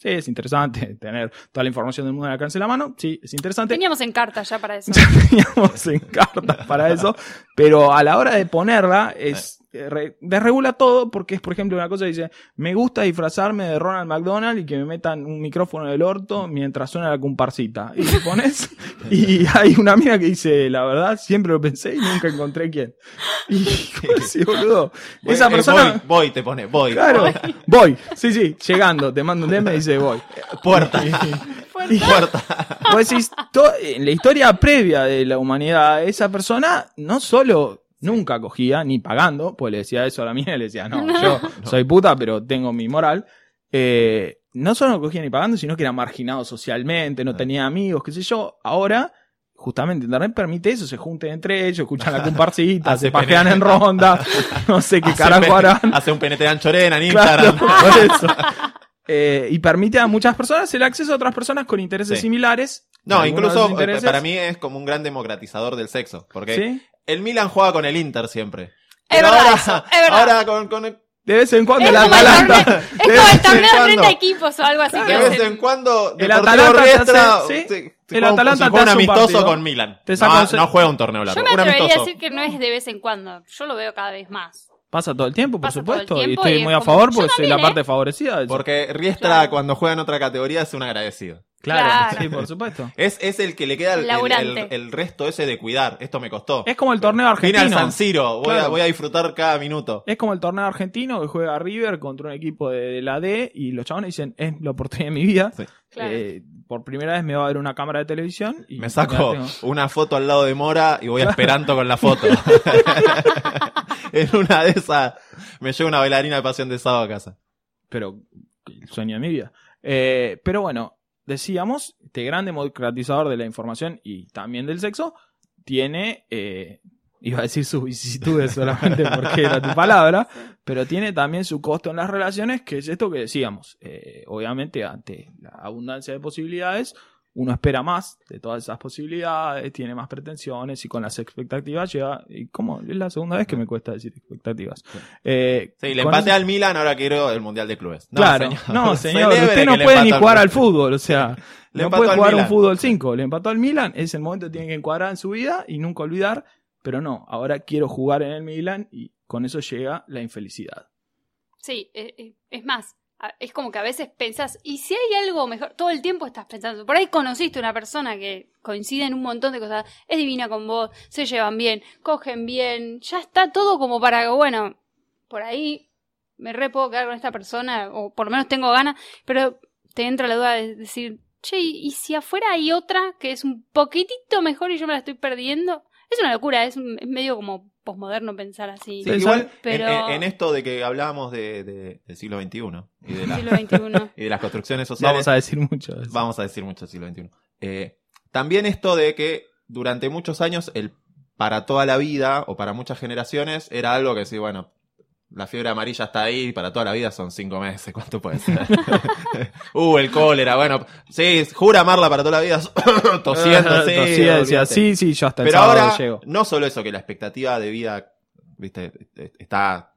[SPEAKER 3] sí es interesante tener toda la información del mundo al alcance de la mano, sí, es interesante.
[SPEAKER 4] Teníamos en carta ya para eso.
[SPEAKER 3] Teníamos en cartas para eso, pero a la hora de ponerla es eh, re- desregula todo porque es, por ejemplo, una cosa que dice, me gusta disfrazarme de Ronald McDonald y que me metan un micrófono en el orto mientras suena la comparcita. Y le pones, y hay una amiga que dice, la verdad, siempre lo pensé y nunca encontré quién. Y sí, boludo. Esa
[SPEAKER 5] Eh, eh,
[SPEAKER 3] persona...
[SPEAKER 5] Voy, voy, te pone, voy.
[SPEAKER 3] Claro, voy, sí, sí, llegando, te mando un DM y dice voy.
[SPEAKER 5] Puerta.
[SPEAKER 4] Fuerte.
[SPEAKER 5] Puerta.
[SPEAKER 3] Vos decís, to- en la historia previa de la humanidad, esa persona no solo nunca cogía, ni pagando, pues le decía eso a la mía, le decía, no, yo soy puta, pero tengo mi moral. eh, no solo no cogía ni pagando, sino que era marginado socialmente, no tenía amigos, qué sé yo. Ahora, justamente, Internet permite eso, se junten entre ellos, escuchan la comparsita,
[SPEAKER 5] Hace
[SPEAKER 3] Ah, se Ah, pajean en
[SPEAKER 5] PNL.
[SPEAKER 3] ronda, no sé qué
[SPEAKER 5] Hace
[SPEAKER 3] carajo
[SPEAKER 5] un pe-
[SPEAKER 3] harán.
[SPEAKER 5] Hace un penete de anchorena en
[SPEAKER 3] Claro,
[SPEAKER 5] Instagram.
[SPEAKER 3] por eso. Eh, y permite a muchas personas el acceso a otras personas con intereses
[SPEAKER 5] Sí.
[SPEAKER 3] similares.
[SPEAKER 5] No,
[SPEAKER 3] Algunos de
[SPEAKER 5] incluso
[SPEAKER 3] esos
[SPEAKER 5] eh,
[SPEAKER 3] intereses-
[SPEAKER 5] para mí es como un gran democratizador del sexo. Porque
[SPEAKER 3] ¿Sí?
[SPEAKER 5] el Milan juega con el Inter siempre.
[SPEAKER 4] Es
[SPEAKER 5] Pero
[SPEAKER 4] verdad
[SPEAKER 5] ahora,
[SPEAKER 4] eso, es verdad.
[SPEAKER 5] ahora con, con el-
[SPEAKER 3] De vez en cuando
[SPEAKER 4] Es
[SPEAKER 3] el
[SPEAKER 4] como el
[SPEAKER 3] Atalanta.
[SPEAKER 4] torneo- Es como el torneo de 30
[SPEAKER 5] cuando.
[SPEAKER 4] equipos o algo así que
[SPEAKER 5] de vez en
[SPEAKER 4] hacen.
[SPEAKER 5] cuando
[SPEAKER 3] El
[SPEAKER 5] Deportivo
[SPEAKER 3] Atalanta te
[SPEAKER 5] Riestra
[SPEAKER 3] hace- sí,
[SPEAKER 5] se- se
[SPEAKER 3] el
[SPEAKER 5] juega un-
[SPEAKER 3] Atalanta
[SPEAKER 5] se
[SPEAKER 3] te
[SPEAKER 5] juega un
[SPEAKER 3] hace un
[SPEAKER 5] amistoso
[SPEAKER 3] partido.
[SPEAKER 5] con Milan.
[SPEAKER 3] Te saca
[SPEAKER 5] no,
[SPEAKER 3] un se-
[SPEAKER 5] no juega un torneo largo.
[SPEAKER 4] Yo me
[SPEAKER 5] un
[SPEAKER 4] atrevería a
[SPEAKER 5] amistoso.
[SPEAKER 4] decir que no es de vez en cuando. Yo lo veo cada vez más.
[SPEAKER 3] Pasa todo el tiempo, por
[SPEAKER 4] Pasa todo el
[SPEAKER 3] supuesto.
[SPEAKER 4] tiempo
[SPEAKER 3] y
[SPEAKER 4] y
[SPEAKER 3] estoy
[SPEAKER 4] es
[SPEAKER 3] muy a
[SPEAKER 4] como-
[SPEAKER 3] favor
[SPEAKER 4] yo
[SPEAKER 3] porque soy la
[SPEAKER 4] también, ¿eh?
[SPEAKER 3] parte favorecida. de eso.
[SPEAKER 5] Porque Riestra
[SPEAKER 4] Claro.
[SPEAKER 5] cuando juega en otra categoría es un agradecido.
[SPEAKER 3] claro,
[SPEAKER 4] Claro.
[SPEAKER 3] sí, por supuesto.
[SPEAKER 5] Es, es el que le queda el, el,
[SPEAKER 4] Laburante.
[SPEAKER 5] el- el resto ese de cuidar. Esto me costó.
[SPEAKER 3] Es como el torneo
[SPEAKER 5] Vine al
[SPEAKER 3] argentino.
[SPEAKER 5] San Siro. Voy, a,
[SPEAKER 3] Claro.
[SPEAKER 5] voy a disfrutar cada minuto.
[SPEAKER 3] Es como el torneo argentino que juega River contra un equipo de, de la D y los chavales dicen, es la oportunidad de mi vida.
[SPEAKER 5] Sí.
[SPEAKER 4] Claro.
[SPEAKER 3] Eh, por primera vez me va a ver una cámara de televisión. Y
[SPEAKER 5] Me
[SPEAKER 3] la
[SPEAKER 5] saco
[SPEAKER 3] tengo.
[SPEAKER 5] una foto al lado de Mora y voy a esperando con la foto. en una de esas me llevo una bailarina de pasión de sábado a casa.
[SPEAKER 3] pero el sueño de mi vida. Eh, pero bueno, decíamos, este gran democratizador de la información y también del sexo, tiene, eh, iba a decir sus vicisitudes solamente porque era tu palabra, pero tiene también su costo en las relaciones, que es esto que decíamos. Eh, obviamente, ante la abundancia de posibilidades, uno espera más de todas esas posibilidades, tiene más pretensiones y con las expectativas llega... y ¿Cómo? Es la segunda vez que me cuesta decir expectativas. Eh,
[SPEAKER 5] Sí, le
[SPEAKER 3] con
[SPEAKER 5] empaté
[SPEAKER 3] eso-
[SPEAKER 5] al Milan, ahora quiero el Mundial de Clubes. No,
[SPEAKER 3] claro,
[SPEAKER 5] señor.
[SPEAKER 3] no, señor,
[SPEAKER 5] Celebre
[SPEAKER 3] usted
[SPEAKER 5] que
[SPEAKER 3] no
[SPEAKER 5] le
[SPEAKER 3] puede ni
[SPEAKER 5] empató al
[SPEAKER 3] jugar al
[SPEAKER 5] Milan.
[SPEAKER 3] fútbol, o sea,
[SPEAKER 5] Le
[SPEAKER 3] no
[SPEAKER 5] empató
[SPEAKER 3] puede
[SPEAKER 5] al
[SPEAKER 3] jugar un
[SPEAKER 5] Milan.
[SPEAKER 3] fútbol 5, le empató al Milan, es el momento que tiene que encuadrar en su vida y nunca olvidar, pero no, ahora quiero jugar en el Milan y con eso llega la infelicidad.
[SPEAKER 4] Sí, eh, eh, es más, a- es como que a veces pensás, y si hay algo mejor, todo el tiempo estás pensando, por ahí conociste una persona que coincide en un montón de cosas, es divina con vos, se llevan bien, cogen bien, ya está todo como para que, bueno, por ahí me re puedo quedar con esta persona, o por lo menos tengo ganas, pero te entra la duda de decir, che, y y si afuera hay otra que es un poquitito mejor y yo me la estoy perdiendo, es una locura, es, un- es medio como posmoderno pensar así.
[SPEAKER 5] Sí,
[SPEAKER 3] Pensá-
[SPEAKER 5] igual en-
[SPEAKER 4] pero-
[SPEAKER 5] en, en esto de que hablábamos de, de- del siglo XXI y de, la-
[SPEAKER 4] Siglo XXI.
[SPEAKER 5] y de las construcciones sociales,
[SPEAKER 3] Vamos a decir mucho de eso.
[SPEAKER 5] vamos a decir mucho del siglo XXI. Eh, también esto de que durante muchos años, el para toda la vida o para muchas generaciones, era algo que sí, bueno, la fiebre amarilla está ahí, para toda la vida son cinco meses, ¿cuánto puede ser? uh, el cólera, bueno, sí, jura amarla para toda la vida, tosiendo, sí,
[SPEAKER 3] Tosía, decía,
[SPEAKER 5] olvídate.
[SPEAKER 3] sí, sí, yo hasta el
[SPEAKER 5] Pero
[SPEAKER 3] sábado
[SPEAKER 5] ahora,
[SPEAKER 3] llego.
[SPEAKER 5] no solo eso, que la expectativa de vida, viste, e-, está.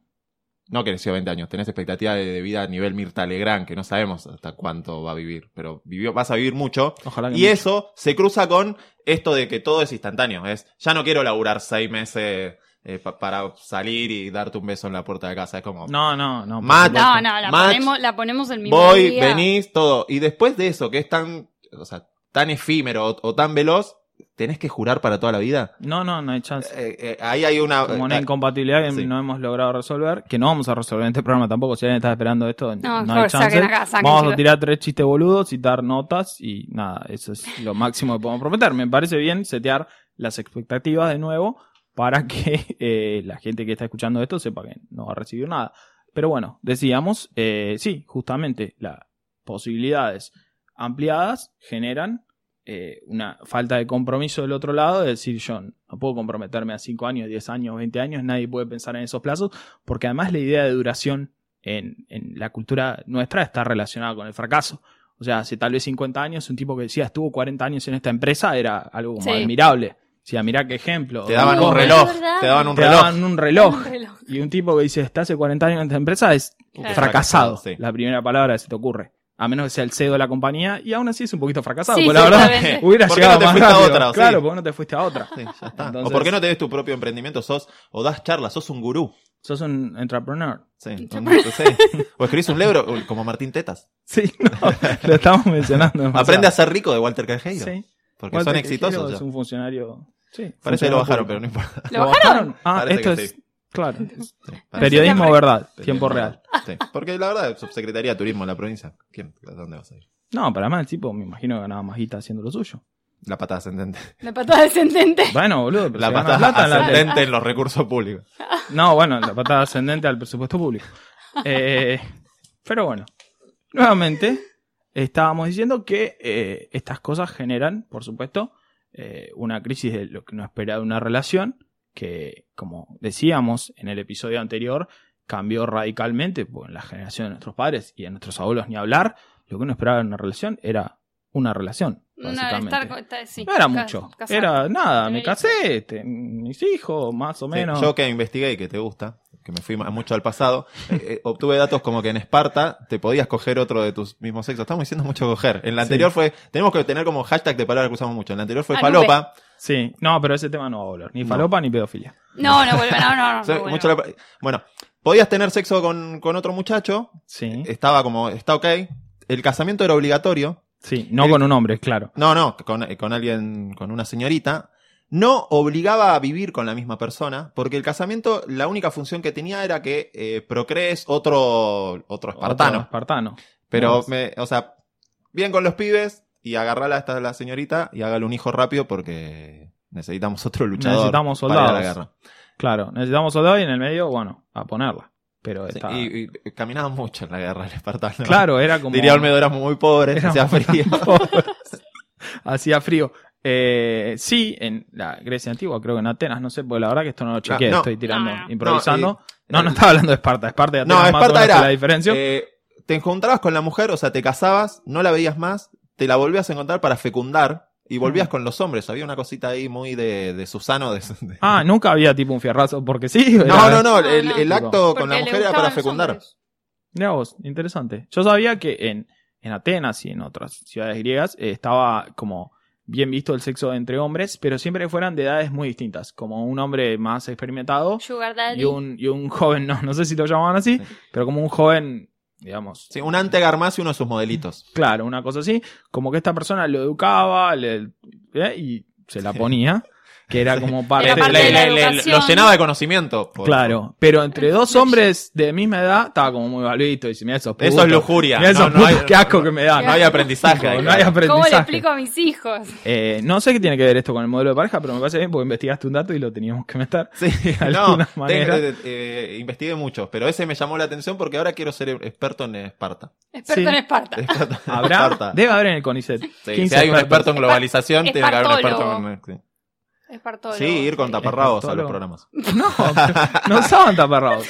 [SPEAKER 5] No creció 20 años, tenés expectativa de, de vida a nivel Mirta Legrand, que no sabemos hasta cuánto va a vivir, pero vivió, vas a vivir mucho.
[SPEAKER 3] Ojalá que
[SPEAKER 5] Y
[SPEAKER 3] no.
[SPEAKER 5] eso se cruza con esto de que todo es instantáneo. Es, ya no quiero laburar seis meses eh, pa- para salir y darte un beso en la puerta de casa. Es como,
[SPEAKER 3] No, no, no. por
[SPEAKER 5] Mata.
[SPEAKER 3] supuesto.
[SPEAKER 4] No, no, la
[SPEAKER 5] Match,
[SPEAKER 4] ponemos, la ponemos el mismo
[SPEAKER 5] voy,
[SPEAKER 4] día.
[SPEAKER 5] venís, todo. Y después de eso, que es tan, o sea, tan efímero o, o tan veloz, tenés que jurar para toda la vida.
[SPEAKER 3] No, no, no hay chance.
[SPEAKER 5] Eh, eh, ahí hay una.
[SPEAKER 3] Como una
[SPEAKER 5] eh,
[SPEAKER 3] incompatibilidad que
[SPEAKER 5] sí.
[SPEAKER 3] no hemos logrado resolver, que no vamos a resolver en este programa tampoco, si alguien está esperando esto, no,
[SPEAKER 4] No,
[SPEAKER 3] hay
[SPEAKER 4] mejor
[SPEAKER 3] chance.
[SPEAKER 4] saquen acá, saquen.
[SPEAKER 3] Vamos a tirar tres chistes boludos, citar notas y nada, eso es lo máximo que podemos prometer. Me parece bien setear las expectativas de nuevo para que eh, la gente que está escuchando esto sepa que no va a recibir nada. Pero bueno, decíamos, eh, sí, justamente las posibilidades ampliadas generan eh, una falta de compromiso del otro lado, de decir yo no puedo comprometerme a 5 años, 10 años, 20 años, nadie puede pensar en esos plazos, porque además la idea de duración en, en la cultura nuestra está relacionada con el fracaso. O sea, hace tal vez 50 años un tipo que decía estuvo 40 años en esta empresa era algo como
[SPEAKER 4] Sí.
[SPEAKER 3] admirable. O sea, mirá qué ejemplo.
[SPEAKER 5] Te daban un
[SPEAKER 4] No,
[SPEAKER 3] Corre,
[SPEAKER 5] reloj.
[SPEAKER 4] es verdad.
[SPEAKER 5] Te daban un
[SPEAKER 3] te
[SPEAKER 5] reloj.
[SPEAKER 3] daban un reloj.
[SPEAKER 4] Un reloj.
[SPEAKER 3] Y un tipo que dice, está hace 40 años en esta empresa, es
[SPEAKER 4] Claro.
[SPEAKER 3] fracasado.
[SPEAKER 5] Sí.
[SPEAKER 3] La primera palabra que se te ocurre. A menos que sea el CEO de la compañía, y aún así es un poquito fracasado.
[SPEAKER 4] Sí,
[SPEAKER 3] porque la verdad,
[SPEAKER 4] totalmente.
[SPEAKER 3] hubiera
[SPEAKER 5] ¿Por qué
[SPEAKER 3] llegado
[SPEAKER 5] no te
[SPEAKER 3] más
[SPEAKER 5] fuiste a
[SPEAKER 3] rápido.
[SPEAKER 5] otra? Sí.
[SPEAKER 3] Claro, porque no te fuiste a otra.
[SPEAKER 5] Sí, ya está.
[SPEAKER 3] Entonces-
[SPEAKER 5] o por qué no tenés tu propio emprendimiento, sos o das charlas, sos un gurú.
[SPEAKER 3] Sos un entrepreneur.
[SPEAKER 5] Sí, un- sí. O escribís un libro o- como Martín Tetas.
[SPEAKER 3] Sí, no, lo estamos mencionando. demasiado.
[SPEAKER 5] Aprende a ser rico de Walter Cajeiro.
[SPEAKER 3] Sí.
[SPEAKER 5] Porque
[SPEAKER 3] Walter
[SPEAKER 5] son
[SPEAKER 3] Tejero
[SPEAKER 5] exitosos. ya.
[SPEAKER 3] Es un funcionario. Sí,
[SPEAKER 5] Parece que
[SPEAKER 3] funcionario
[SPEAKER 5] lo bajaron, pero
[SPEAKER 3] público.
[SPEAKER 5] no importa.
[SPEAKER 4] ¿Lo bajaron?
[SPEAKER 3] Ah,
[SPEAKER 5] Parece
[SPEAKER 3] esto
[SPEAKER 5] que
[SPEAKER 3] es. Claro.
[SPEAKER 5] Sí, parece-
[SPEAKER 3] Periodismo
[SPEAKER 4] Siempre.
[SPEAKER 3] verdad, tiempo real.
[SPEAKER 5] Sí, Porque la verdad, subsecretaría de turismo en la provincia. ¿Quién? ¿A dónde vas a ir?
[SPEAKER 3] No, para más el tipo, me imagino que ganaba más guita haciendo lo suyo.
[SPEAKER 5] La patada ascendente.
[SPEAKER 4] La patada descendente.
[SPEAKER 3] Bueno, boludo, pero
[SPEAKER 5] La
[SPEAKER 3] se gana
[SPEAKER 5] patada
[SPEAKER 3] plata en la tele.
[SPEAKER 5] ascendente en los recursos públicos.
[SPEAKER 3] No, bueno, la patada ascendente al presupuesto público. Eh, pero bueno, nuevamente estábamos diciendo que eh, estas cosas generan, por supuesto, eh, una crisis de lo que no espera de una relación, que como decíamos en el episodio anterior, cambió radicalmente por la generación de nuestros padres y de nuestros abuelos ni hablar. Lo que uno esperaba de una relación era una relación,
[SPEAKER 4] No,
[SPEAKER 3] básicamente.
[SPEAKER 4] estar con- estar- sí,
[SPEAKER 3] No era
[SPEAKER 4] ca-
[SPEAKER 3] mucho.
[SPEAKER 4] casado.
[SPEAKER 3] Era nada,
[SPEAKER 4] Tener
[SPEAKER 3] me casé, te- mis hijos, más o
[SPEAKER 5] Sí,
[SPEAKER 3] menos.
[SPEAKER 5] yo que investigué y que te gusta, que me fui ma- mucho al pasado, eh, eh, obtuve datos como que en Esparta te podías coger otro de tus mismos sexos. Estamos diciendo mucho coger. En la anterior fue, tenemos que tener como hashtag de palabras que usamos mucho. En la anterior fue
[SPEAKER 4] Ah,
[SPEAKER 5] falopa.
[SPEAKER 3] Sí, no, pero ese tema no va a volver. Ni
[SPEAKER 5] No.
[SPEAKER 3] falopa ni pedofilia.
[SPEAKER 4] No, no, vuelve, no, no, no.
[SPEAKER 5] O sea,
[SPEAKER 4] no, vuelve.
[SPEAKER 5] mucho la- bueno. podías tener sexo con, con otro muchacho,
[SPEAKER 3] Sí.
[SPEAKER 5] estaba como, está ok. El casamiento era obligatorio.
[SPEAKER 3] Sí, no
[SPEAKER 5] eh,
[SPEAKER 3] con un hombre, claro.
[SPEAKER 5] No, no, con, eh, con alguien, con una señorita. No obligaba a vivir con la misma persona, porque el casamiento, la única función que tenía era que eh, procrees otro, otro espartano.
[SPEAKER 3] Otro espartano.
[SPEAKER 5] Pero,
[SPEAKER 3] Vamos.
[SPEAKER 5] me, o sea, bien con los pibes y agarrala hasta la señorita y hágale un hijo rápido porque necesitamos otro luchador.
[SPEAKER 3] Necesitamos
[SPEAKER 5] para ir a la
[SPEAKER 3] soldados.
[SPEAKER 5] guerra.
[SPEAKER 3] Claro, necesitamos soldado y en el medio, bueno, a ponerla. Pero
[SPEAKER 5] Sí,
[SPEAKER 3] está.
[SPEAKER 5] y, y caminaba mucho en la guerra el espartano.
[SPEAKER 3] Claro, era como.
[SPEAKER 5] Diría Olmedo, éramos muy pobres,
[SPEAKER 3] Éramos
[SPEAKER 5] hacía frío.
[SPEAKER 3] Hacía frío. Eh, sí, en la Grecia antigua, creo que en Atenas, no sé, porque la verdad que esto no lo chequeé,
[SPEAKER 5] no.
[SPEAKER 3] estoy tirando,
[SPEAKER 4] No, no.
[SPEAKER 3] improvisando. No,
[SPEAKER 5] No, eh,
[SPEAKER 3] no, estaba hablando de Esparta, Esparta y Atenas
[SPEAKER 5] No,
[SPEAKER 3] más o
[SPEAKER 5] Esparta
[SPEAKER 3] menos
[SPEAKER 5] era,
[SPEAKER 3] la diferencia.
[SPEAKER 5] Eh, te encontrabas con la mujer, o sea, te casabas, no la veías más, te la volvías a encontrar para fecundar y volvías
[SPEAKER 3] Mm.
[SPEAKER 5] con los hombres. Había una cosita ahí muy de, de Susano. de- de-
[SPEAKER 3] Ah, nunca había tipo un fierrazo, porque sí.
[SPEAKER 5] no,
[SPEAKER 3] era-
[SPEAKER 5] no, no,
[SPEAKER 4] No,
[SPEAKER 5] el,
[SPEAKER 4] no.
[SPEAKER 5] el acto
[SPEAKER 4] Porque
[SPEAKER 5] con la
[SPEAKER 4] le
[SPEAKER 5] mujer era
[SPEAKER 4] gustaban
[SPEAKER 5] para
[SPEAKER 4] los
[SPEAKER 5] fecundar.
[SPEAKER 4] hombres.
[SPEAKER 3] Mira vos, interesante. Yo sabía que en, en Atenas y en otras ciudades griegas eh, estaba como bien visto el sexo entre hombres, pero siempre fueran de edades muy distintas, como un hombre más experimentado
[SPEAKER 4] Sugar Daddy.
[SPEAKER 3] y un, y un joven, no, no sé si lo llamaban así,
[SPEAKER 5] Sí.
[SPEAKER 3] pero como un joven, digamos,
[SPEAKER 5] Sí, un ante Garmaz y uno de sus modelitos.
[SPEAKER 3] claro, una cosa así, como que esta persona lo educaba le- eh, y se la ponía, que era como parte,
[SPEAKER 4] Era parte
[SPEAKER 3] de la-
[SPEAKER 4] de la educación.
[SPEAKER 5] lo llenaba de conocimiento. por-
[SPEAKER 3] Claro, pero entre dos hombres de misma edad estaba como muy validito y si mira esos
[SPEAKER 5] Eso
[SPEAKER 3] putos,
[SPEAKER 5] es lujuria.
[SPEAKER 3] mirá esos
[SPEAKER 5] no, no
[SPEAKER 3] putos,
[SPEAKER 5] hay,
[SPEAKER 3] qué asco que me dan.
[SPEAKER 5] no hay aprendizaje. ahí.
[SPEAKER 3] No hay
[SPEAKER 4] ¿Cómo le
[SPEAKER 3] aprendizaje.
[SPEAKER 4] explico a mis hijos?
[SPEAKER 3] Eh, no sé qué tiene que ver esto con el modelo de pareja, pero me parece bien porque investigaste un dato y lo teníamos que meter.
[SPEAKER 5] Sí,
[SPEAKER 3] de
[SPEAKER 5] no,
[SPEAKER 3] alguna manera.
[SPEAKER 5] tengo- eh, eh, investigué mucho, pero ese me llamó la atención porque ahora quiero ser experto en Esparta.
[SPEAKER 4] Experto
[SPEAKER 3] Sí.
[SPEAKER 4] en Esparta.
[SPEAKER 5] Experto en
[SPEAKER 3] Habrá,
[SPEAKER 5] Esparta.
[SPEAKER 3] debe haber en el CONICET. 15
[SPEAKER 5] Sí, si hay un
[SPEAKER 3] expertos.
[SPEAKER 5] experto en globalización,
[SPEAKER 4] Espar-
[SPEAKER 5] tiene que haber un experto
[SPEAKER 4] espartólogo.
[SPEAKER 5] en... sí.
[SPEAKER 4] Espartólogo.
[SPEAKER 5] Sí, ir con taparrabos a los
[SPEAKER 3] Espartólogo.
[SPEAKER 5] programas.
[SPEAKER 3] No, no usaban taparrabos.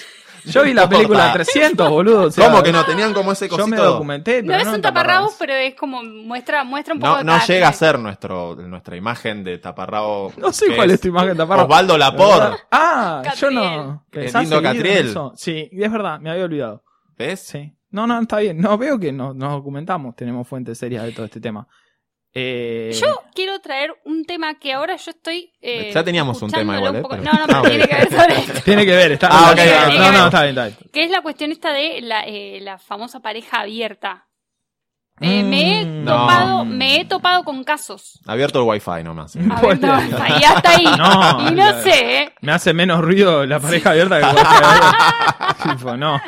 [SPEAKER 3] Yo vi la película
[SPEAKER 5] Importa.
[SPEAKER 3] 300, boludo. o sea,
[SPEAKER 5] ¿Cómo que no? Tenían como ese
[SPEAKER 3] Yo
[SPEAKER 5] cosito.
[SPEAKER 3] me documenté,
[SPEAKER 4] No
[SPEAKER 3] pero no,
[SPEAKER 4] es un
[SPEAKER 3] en
[SPEAKER 4] taparrabos, pero es como muestra, muestra un poco
[SPEAKER 5] No,
[SPEAKER 4] de
[SPEAKER 5] no
[SPEAKER 4] tarde.
[SPEAKER 5] llega a ser nuestro, nuestra imagen de taparrabo.
[SPEAKER 3] No sé
[SPEAKER 5] que
[SPEAKER 3] cuál es,
[SPEAKER 5] es
[SPEAKER 3] tu imagen de taparrabos.
[SPEAKER 5] Osvaldo Lapor.
[SPEAKER 3] Ah,
[SPEAKER 4] Catriel.
[SPEAKER 3] yo no.
[SPEAKER 5] El
[SPEAKER 3] Pensás
[SPEAKER 5] lindo
[SPEAKER 3] seguido en
[SPEAKER 5] Catriel.
[SPEAKER 3] eso. Sí, y es verdad, me había olvidado.
[SPEAKER 5] ¿Ves?
[SPEAKER 3] Sí. No, no, está bien. No, veo que no- nos documentamos, tenemos fuentes serias de todo este tema. Eh,
[SPEAKER 4] Yo quiero traer un tema que ahora yo estoy. eh,
[SPEAKER 5] Ya teníamos un tema
[SPEAKER 4] escuchándolo
[SPEAKER 5] igual, ¿eh?
[SPEAKER 4] poco-
[SPEAKER 5] Pero-
[SPEAKER 4] No, no, pero tiene
[SPEAKER 5] Ah,
[SPEAKER 4] que
[SPEAKER 5] ok.
[SPEAKER 4] ver sobre esto.
[SPEAKER 3] Tiene que ver, está
[SPEAKER 5] Ah, ok,
[SPEAKER 3] no,
[SPEAKER 5] ok,
[SPEAKER 3] no,
[SPEAKER 5] ok.
[SPEAKER 3] no, está bien, está bien.
[SPEAKER 4] Que es la cuestión esta de la, eh, la famosa pareja abierta. Eh, me he
[SPEAKER 3] Mm.
[SPEAKER 4] topado,
[SPEAKER 5] No.
[SPEAKER 4] me he topado con casos.
[SPEAKER 5] Abierto el wifi nomás.
[SPEAKER 3] Mm.
[SPEAKER 4] A ver, no,
[SPEAKER 3] Bueno.
[SPEAKER 4] hasta ahí, hasta ahí.
[SPEAKER 3] No,
[SPEAKER 4] y no
[SPEAKER 3] la-
[SPEAKER 4] sé, ¿eh?
[SPEAKER 3] Mm. Me hace menos ruido la pareja abierta que cualquier otra. Tipo, no.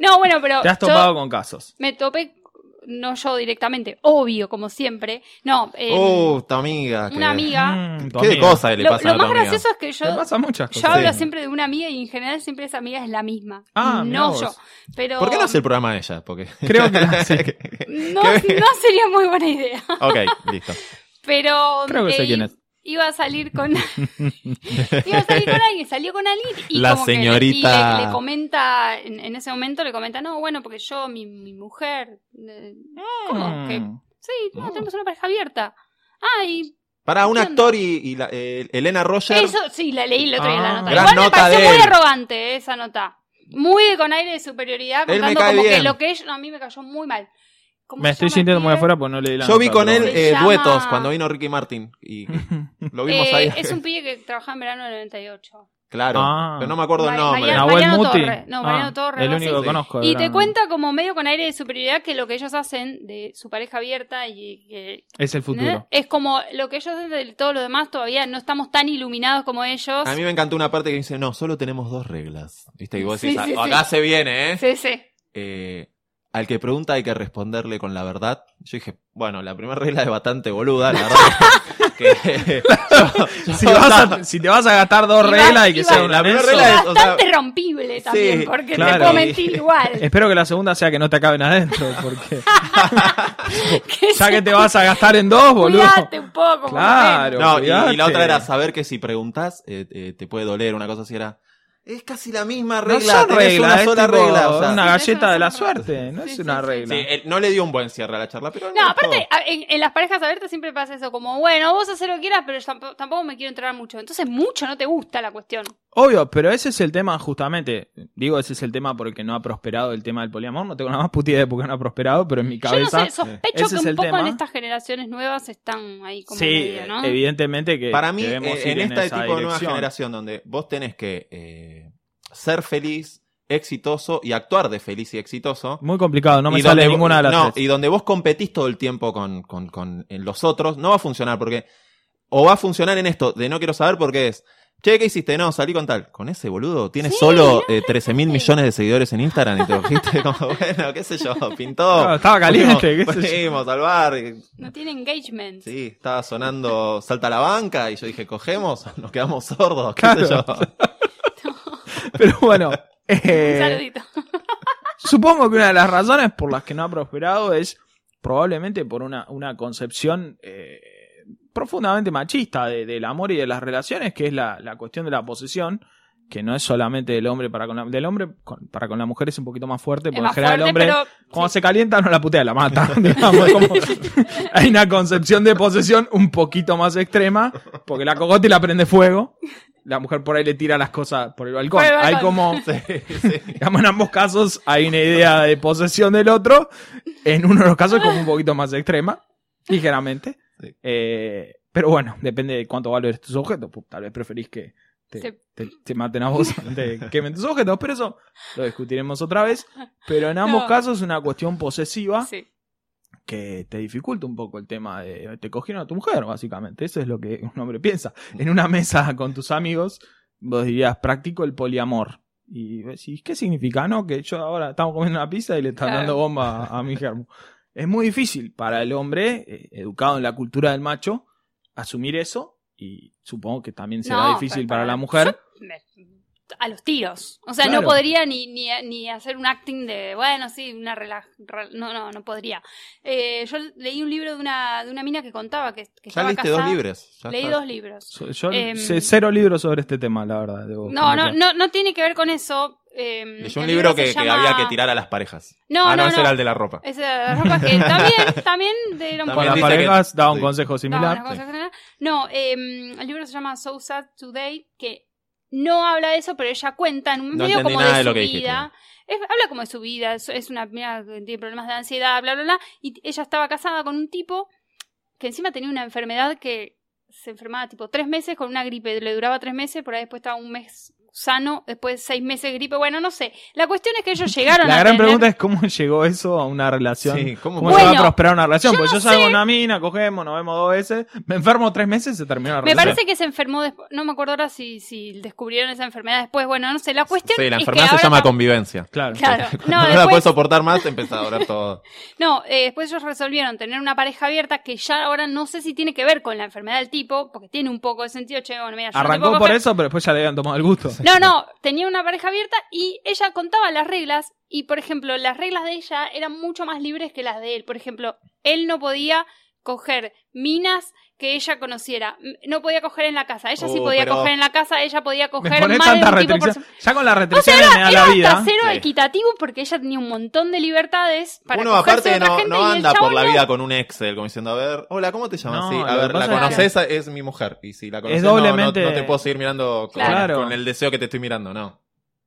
[SPEAKER 4] No, bueno, pero
[SPEAKER 3] Te has
[SPEAKER 4] yo
[SPEAKER 3] topado con casos.
[SPEAKER 4] me topé no yo directamente, obvio, como siempre. No, eh,
[SPEAKER 5] Uh, tu amiga. que-
[SPEAKER 4] una amiga.
[SPEAKER 3] Mm, tu
[SPEAKER 5] ¿Qué de
[SPEAKER 3] amiga.
[SPEAKER 5] cosas le
[SPEAKER 4] Lo,
[SPEAKER 5] pasan
[SPEAKER 4] lo
[SPEAKER 5] a tu
[SPEAKER 4] más
[SPEAKER 5] amiga?
[SPEAKER 4] gracioso es que yo,
[SPEAKER 3] Te pasa muchas
[SPEAKER 4] yo
[SPEAKER 3] cosas.
[SPEAKER 4] hablo
[SPEAKER 5] Sí.
[SPEAKER 4] siempre de una amiga y en general siempre esa amiga es la misma.
[SPEAKER 3] Ah, mirá
[SPEAKER 4] no
[SPEAKER 3] vos.
[SPEAKER 4] yo. Pero
[SPEAKER 5] ¿Por qué no hace el programa de ella? Porque...
[SPEAKER 3] Creo que la- sí.
[SPEAKER 4] no, no sería muy buena idea.
[SPEAKER 5] ok, listo.
[SPEAKER 4] Pero
[SPEAKER 3] Creo que sé
[SPEAKER 4] eh,
[SPEAKER 3] quién es.
[SPEAKER 4] iba a salir con iba a salir con alguien, salió con alguien y
[SPEAKER 5] La
[SPEAKER 4] como que le- y
[SPEAKER 5] señorita-
[SPEAKER 4] le, le comenta en, en ese momento le comenta, "No, bueno, porque yo mi, mi mujer eh, ¿Cómo? ¿Qué?
[SPEAKER 3] Mm.
[SPEAKER 4] sí, no, tenemos una pareja abierta." Ah, y
[SPEAKER 5] Para un
[SPEAKER 4] ¿Qué
[SPEAKER 5] actor y, y la- eh, Elena Roger.
[SPEAKER 4] eso sí la leí el otro día
[SPEAKER 3] Ah.
[SPEAKER 4] la nota.
[SPEAKER 5] Gran
[SPEAKER 4] Igual me
[SPEAKER 5] nota
[SPEAKER 4] pareció
[SPEAKER 5] de él.
[SPEAKER 4] muy arrogante eh, esa nota. Muy con aire de superioridad,
[SPEAKER 5] Él me
[SPEAKER 4] contando
[SPEAKER 5] cae
[SPEAKER 4] como que
[SPEAKER 5] bien.
[SPEAKER 4] lo que es, no, a mí me cayó muy mal. ¿Cómo
[SPEAKER 3] Me
[SPEAKER 4] se
[SPEAKER 3] estoy
[SPEAKER 4] llama
[SPEAKER 3] sintiendo
[SPEAKER 4] el
[SPEAKER 3] muy
[SPEAKER 4] pibe?
[SPEAKER 3] afuera porque no leí la
[SPEAKER 5] Yo vi
[SPEAKER 3] nota,
[SPEAKER 5] con él
[SPEAKER 3] pero-
[SPEAKER 4] Se
[SPEAKER 5] eh,
[SPEAKER 4] llama-
[SPEAKER 5] duetos cuando vino Ricky Martin. Y lo vimos
[SPEAKER 4] Eh,
[SPEAKER 5] ahí.
[SPEAKER 4] Es un pibe que trabajaba en verano del 98.
[SPEAKER 5] Claro.
[SPEAKER 3] Ah.
[SPEAKER 5] Pero no me acuerdo el
[SPEAKER 4] Mari-
[SPEAKER 5] nombre.
[SPEAKER 4] Mariano-
[SPEAKER 3] Nahuel
[SPEAKER 4] Mariano
[SPEAKER 3] Muti.
[SPEAKER 4] Torre. No, Mariano
[SPEAKER 3] Ah,
[SPEAKER 4] Torre,
[SPEAKER 3] El
[SPEAKER 4] algo
[SPEAKER 3] único
[SPEAKER 5] así.
[SPEAKER 3] que conozco. eh, de
[SPEAKER 4] Y te
[SPEAKER 3] verano.
[SPEAKER 4] cuenta como medio con aire de superioridad que lo que ellos hacen de su pareja abierta y que
[SPEAKER 3] Es el
[SPEAKER 4] ¿eh?
[SPEAKER 3] futuro.
[SPEAKER 4] es como lo que ellos hacen de todo lo demás todavía no estamos tan iluminados como ellos.
[SPEAKER 5] A mí me encantó una parte que dice, no, solo tenemos dos reglas. ¿Viste? Y vos
[SPEAKER 4] Sí,
[SPEAKER 5] decís,
[SPEAKER 4] sí,
[SPEAKER 5] "Ah,
[SPEAKER 4] sí.
[SPEAKER 5] acá se viene, ¿eh?
[SPEAKER 4] Sí, sí.
[SPEAKER 5] Eh, Al que pregunta hay que responderle con la verdad. Yo dije, bueno, la primera regla es bastante boluda, la verdad. que- yo-
[SPEAKER 3] Si,
[SPEAKER 5] yo-
[SPEAKER 3] vas a- si te vas a gastar dos
[SPEAKER 4] Y va-
[SPEAKER 3] reglas y que
[SPEAKER 4] y
[SPEAKER 3] sea
[SPEAKER 4] va-
[SPEAKER 3] una
[SPEAKER 5] La primera
[SPEAKER 3] de
[SPEAKER 5] regla
[SPEAKER 3] esas.
[SPEAKER 5] es- o sea,
[SPEAKER 4] Bastante rompible también,
[SPEAKER 5] sí,
[SPEAKER 4] porque te
[SPEAKER 3] claro.
[SPEAKER 4] puedo mentir igual.
[SPEAKER 3] Espero que la segunda sea que no te acaben adentro, porque ya que te vas a gastar en dos, boludo.
[SPEAKER 4] Cuidate un poco. por lo
[SPEAKER 3] Claro.
[SPEAKER 5] No, y, y
[SPEAKER 3] Olvidate.
[SPEAKER 5] la otra era saber que si preguntás eh, eh, te puede doler, una cosa así era. Es casi la misma
[SPEAKER 3] No
[SPEAKER 5] regla,
[SPEAKER 3] son
[SPEAKER 5] tenés
[SPEAKER 3] reglas,
[SPEAKER 5] una
[SPEAKER 3] es
[SPEAKER 5] sola
[SPEAKER 3] tipo
[SPEAKER 5] regla. o sea.
[SPEAKER 3] una
[SPEAKER 4] Sí,
[SPEAKER 3] galleta
[SPEAKER 4] eso
[SPEAKER 3] de la
[SPEAKER 4] es una regla.
[SPEAKER 3] suerte, no
[SPEAKER 4] Sí,
[SPEAKER 3] es
[SPEAKER 4] sí,
[SPEAKER 3] una
[SPEAKER 4] sí.
[SPEAKER 3] regla.
[SPEAKER 5] Sí, eh. él no le dio un buen cierre a la charla, pero
[SPEAKER 4] menos. No,
[SPEAKER 5] me
[SPEAKER 4] aparte,
[SPEAKER 5] gustó.
[SPEAKER 4] a- en, en las parejas abiertas siempre pasa eso, como, bueno, vos haces lo que quieras, pero yo tampoco, tampoco me quiero entrar mucho. Entonces, mucho no te gusta la cuestión.
[SPEAKER 3] Obvio, pero ese es el tema justamente. Digo, ese es el tema porque no ha prosperado el tema del poliamor. No tengo nada más puta idea de por qué no ha prosperado, pero en mi
[SPEAKER 4] Yo no
[SPEAKER 3] cabeza...
[SPEAKER 4] sé, sospecho
[SPEAKER 3] Ese
[SPEAKER 4] que
[SPEAKER 3] es
[SPEAKER 4] un
[SPEAKER 3] el
[SPEAKER 4] poco en
[SPEAKER 3] tema.
[SPEAKER 4] estas generaciones nuevas están ahí como
[SPEAKER 3] sí, eh,
[SPEAKER 4] medio, ¿no?
[SPEAKER 3] evidentemente que...
[SPEAKER 5] Para mí,
[SPEAKER 3] debemos
[SPEAKER 5] eh, en
[SPEAKER 3] ir
[SPEAKER 5] esta
[SPEAKER 3] esa
[SPEAKER 5] tipo de nueva
[SPEAKER 3] dirección.
[SPEAKER 5] generación donde vos tenés que eh, ser feliz, exitoso y actuar de feliz y exitoso.
[SPEAKER 3] Muy complicado, no me
[SPEAKER 5] y
[SPEAKER 3] sale
[SPEAKER 5] donde vos-
[SPEAKER 3] ninguna de las
[SPEAKER 5] no,
[SPEAKER 3] tres.
[SPEAKER 5] y donde vos competís todo el tiempo con, con- con los otros, no va a funcionar porque. O va a funcionar en esto, de no quiero saber por qué es. Che, ¿qué hiciste? No, salí con tal. Con ese boludo, tiene
[SPEAKER 4] Sí,
[SPEAKER 5] solo
[SPEAKER 4] no,
[SPEAKER 5] 13 mil millones de seguidores en Instagram y te cogiste como, bueno, qué sé yo, pintó.
[SPEAKER 3] Claro, estaba caliente,
[SPEAKER 5] Fuimos,
[SPEAKER 3] qué sé yo.
[SPEAKER 5] fuimos al bar, y-
[SPEAKER 4] No tiene engagement.
[SPEAKER 5] sí, estaba sonando Salta a la banca y yo dije, ¿cogemos? o Nos quedamos sordos, qué sé yo.
[SPEAKER 3] Claro. Pero bueno,
[SPEAKER 4] Un
[SPEAKER 3] eh,
[SPEAKER 4] saludito.
[SPEAKER 3] Supongo que una de las razones por las que no ha prosperado es probablemente por una, una concepción eh, profundamente machista de- del amor y de las relaciones, que es la, la cuestión de la posesión, que no es solamente del hombre para con la, del hombre con- para con la mujer es un poquito más fuerte, porque
[SPEAKER 4] Es
[SPEAKER 3] en
[SPEAKER 4] más
[SPEAKER 3] general
[SPEAKER 4] fuerte,
[SPEAKER 3] el hombre
[SPEAKER 4] pero.
[SPEAKER 3] cuando se calienta no la putea, la mata. digamos, es como- hay una concepción de posesión un poquito más extrema, porque la cogote la prende fuego, la mujer por ahí le tira las cosas por el balcón.
[SPEAKER 4] Por el
[SPEAKER 3] Hay
[SPEAKER 4] balcón.
[SPEAKER 3] como...
[SPEAKER 5] Sí, sí.
[SPEAKER 3] Digamos, en ambos casos hay una idea de posesión del otro. En uno de los casos es como un poquito más extrema, ligeramente.
[SPEAKER 5] Sí.
[SPEAKER 3] Eh, pero bueno, depende de cuánto valen tus objetos. Pues, tal vez preferís que te,
[SPEAKER 4] Sí.
[SPEAKER 3] te- te maten a vos, te quemen tus objetos. Pero eso lo discutiremos otra vez. Pero en ambos
[SPEAKER 4] No.
[SPEAKER 3] casos es una cuestión posesiva
[SPEAKER 4] Sí.
[SPEAKER 3] que te dificulta un poco el tema de te cogieron a tu mujer, básicamente. Eso es lo que un hombre piensa. En una mesa con tus amigos, vos dirías, practico el poliamor. Y vos decís, ¿qué significa? No, que yo ahora estamos comiendo una pizza y le están
[SPEAKER 4] Claro.
[SPEAKER 3] dando bomba a, a mi germo. Es muy difícil para el hombre, eh, educado en la cultura del macho, asumir eso. Y supongo que también será
[SPEAKER 4] No,
[SPEAKER 3] difícil
[SPEAKER 4] pero
[SPEAKER 3] para
[SPEAKER 4] para-
[SPEAKER 3] la mujer.
[SPEAKER 4] Me- A los tiros. O sea,
[SPEAKER 3] Claro.
[SPEAKER 4] no podría ni, ni, ni hacer un acting de, bueno, sí, una relaja. No, no, no podría. Eh, yo leí un libro de una, de una mina que contaba que, que
[SPEAKER 5] Ya
[SPEAKER 4] estaba
[SPEAKER 5] leíste
[SPEAKER 4] casada.
[SPEAKER 5] dos libres. ya
[SPEAKER 4] Leí
[SPEAKER 5] está.
[SPEAKER 4] dos libros.
[SPEAKER 3] So- Yo
[SPEAKER 4] Em,
[SPEAKER 3] sé cero libros sobre este tema, la verdad. debo
[SPEAKER 4] No, no,
[SPEAKER 3] confesar.
[SPEAKER 4] no, no tiene que ver con eso. Eh,
[SPEAKER 5] Leyó
[SPEAKER 4] el
[SPEAKER 5] un libro
[SPEAKER 4] se
[SPEAKER 5] que, que
[SPEAKER 4] llama-
[SPEAKER 5] había que tirar a las parejas.
[SPEAKER 4] No,
[SPEAKER 5] ah, no,
[SPEAKER 4] no,
[SPEAKER 5] ese
[SPEAKER 4] no.
[SPEAKER 5] era el de la ropa.
[SPEAKER 4] Ese de la ropa que también, también de un
[SPEAKER 5] También
[SPEAKER 3] Para
[SPEAKER 5] dice
[SPEAKER 3] parejas
[SPEAKER 5] que-
[SPEAKER 3] da un
[SPEAKER 5] sí.
[SPEAKER 3] consejo similar.
[SPEAKER 4] No, una cosa general. No, eh, el libro se llama So Sad Today, que no habla de eso, pero ella cuenta en un
[SPEAKER 5] No
[SPEAKER 4] medio
[SPEAKER 5] entendí
[SPEAKER 4] como
[SPEAKER 5] nada
[SPEAKER 4] de
[SPEAKER 5] de
[SPEAKER 4] su
[SPEAKER 5] lo que dijiste.
[SPEAKER 4] vida. Es- habla como de su vida, es, es una mina que tiene problemas de ansiedad, bla, bla, bla. Y ella estaba casada con un tipo que encima tenía una enfermedad que se enfermaba tipo tres meses con una gripe, le duraba tres meses, por ahí después estaba un mes sano, después de seis meses de gripe, bueno, no sé. La cuestión es que ellos llegaron
[SPEAKER 3] La
[SPEAKER 4] a
[SPEAKER 3] gran
[SPEAKER 4] tener-
[SPEAKER 3] pregunta es cómo llegó eso a una relación.
[SPEAKER 5] Sí, ¿cómo-
[SPEAKER 3] ¿Cómo
[SPEAKER 4] Bueno,
[SPEAKER 3] se va a prosperar una relación?
[SPEAKER 4] yo
[SPEAKER 3] Porque
[SPEAKER 4] no
[SPEAKER 3] yo salgo
[SPEAKER 4] sé.
[SPEAKER 3] con una mina, cogemos, nos vemos dos veces, me enfermo tres meses, se terminó la
[SPEAKER 4] Me
[SPEAKER 3] relación.
[SPEAKER 4] parece que se enfermó después, no me acuerdo ahora si, si descubrieron esa enfermedad después, bueno, no sé, la cuestión
[SPEAKER 5] Sí, la
[SPEAKER 4] es que
[SPEAKER 5] enfermedad se
[SPEAKER 4] ahora
[SPEAKER 5] llama
[SPEAKER 4] tam-
[SPEAKER 5] convivencia.
[SPEAKER 3] Claro.
[SPEAKER 4] Claro,
[SPEAKER 5] No,
[SPEAKER 4] no,
[SPEAKER 5] la puedes
[SPEAKER 4] después,
[SPEAKER 5] soportar más, te empieza a doler todo.
[SPEAKER 4] no eh, después ellos resolvieron tener una pareja abierta que ya ahora no sé si tiene que ver con la enfermedad del tipo, porque tiene un poco de sentido, che, bueno, mira, yo no te
[SPEAKER 3] Arrancó
[SPEAKER 4] puedo
[SPEAKER 3] por
[SPEAKER 4] coger-
[SPEAKER 3] eso, pero después ya le habían tomado el gusto.
[SPEAKER 4] No, no, tenía una pareja abierta y ella contaba las reglas y, por ejemplo, las reglas de ella eran mucho más libres que las de él. Por ejemplo, él no podía coger minas que ella conociera, M- no podía coger en la casa, ella sí
[SPEAKER 5] Uh,
[SPEAKER 4] podía
[SPEAKER 5] pero-
[SPEAKER 4] coger en la casa, ella podía
[SPEAKER 3] Me
[SPEAKER 4] coger
[SPEAKER 3] pones
[SPEAKER 4] más de
[SPEAKER 3] tantas
[SPEAKER 4] un tipo por
[SPEAKER 3] restricciones.
[SPEAKER 4] semana.
[SPEAKER 3] Ya con las restricciones me da
[SPEAKER 4] Era
[SPEAKER 3] la
[SPEAKER 4] hasta
[SPEAKER 3] vida.
[SPEAKER 4] cero
[SPEAKER 5] Sí.
[SPEAKER 4] equitativo porque ella tenía un montón de libertades para
[SPEAKER 5] Uno
[SPEAKER 4] cogerse a
[SPEAKER 5] aparte
[SPEAKER 4] otra
[SPEAKER 5] no,
[SPEAKER 4] gente
[SPEAKER 5] no
[SPEAKER 4] y el
[SPEAKER 5] anda por
[SPEAKER 4] chabón
[SPEAKER 5] la
[SPEAKER 4] no.
[SPEAKER 5] vida con un Excel, como diciendo, a ver, hola, ¿cómo te llamas?
[SPEAKER 3] No,
[SPEAKER 5] sí,
[SPEAKER 3] lo
[SPEAKER 5] a
[SPEAKER 3] que
[SPEAKER 5] ver, la
[SPEAKER 3] pasa es que-
[SPEAKER 5] conoces, esa es mi mujer. Y si la conoces, no,
[SPEAKER 3] doblemente-
[SPEAKER 5] no, no te puedo seguir mirando con,
[SPEAKER 3] Claro.
[SPEAKER 5] con el deseo que te estoy mirando, no.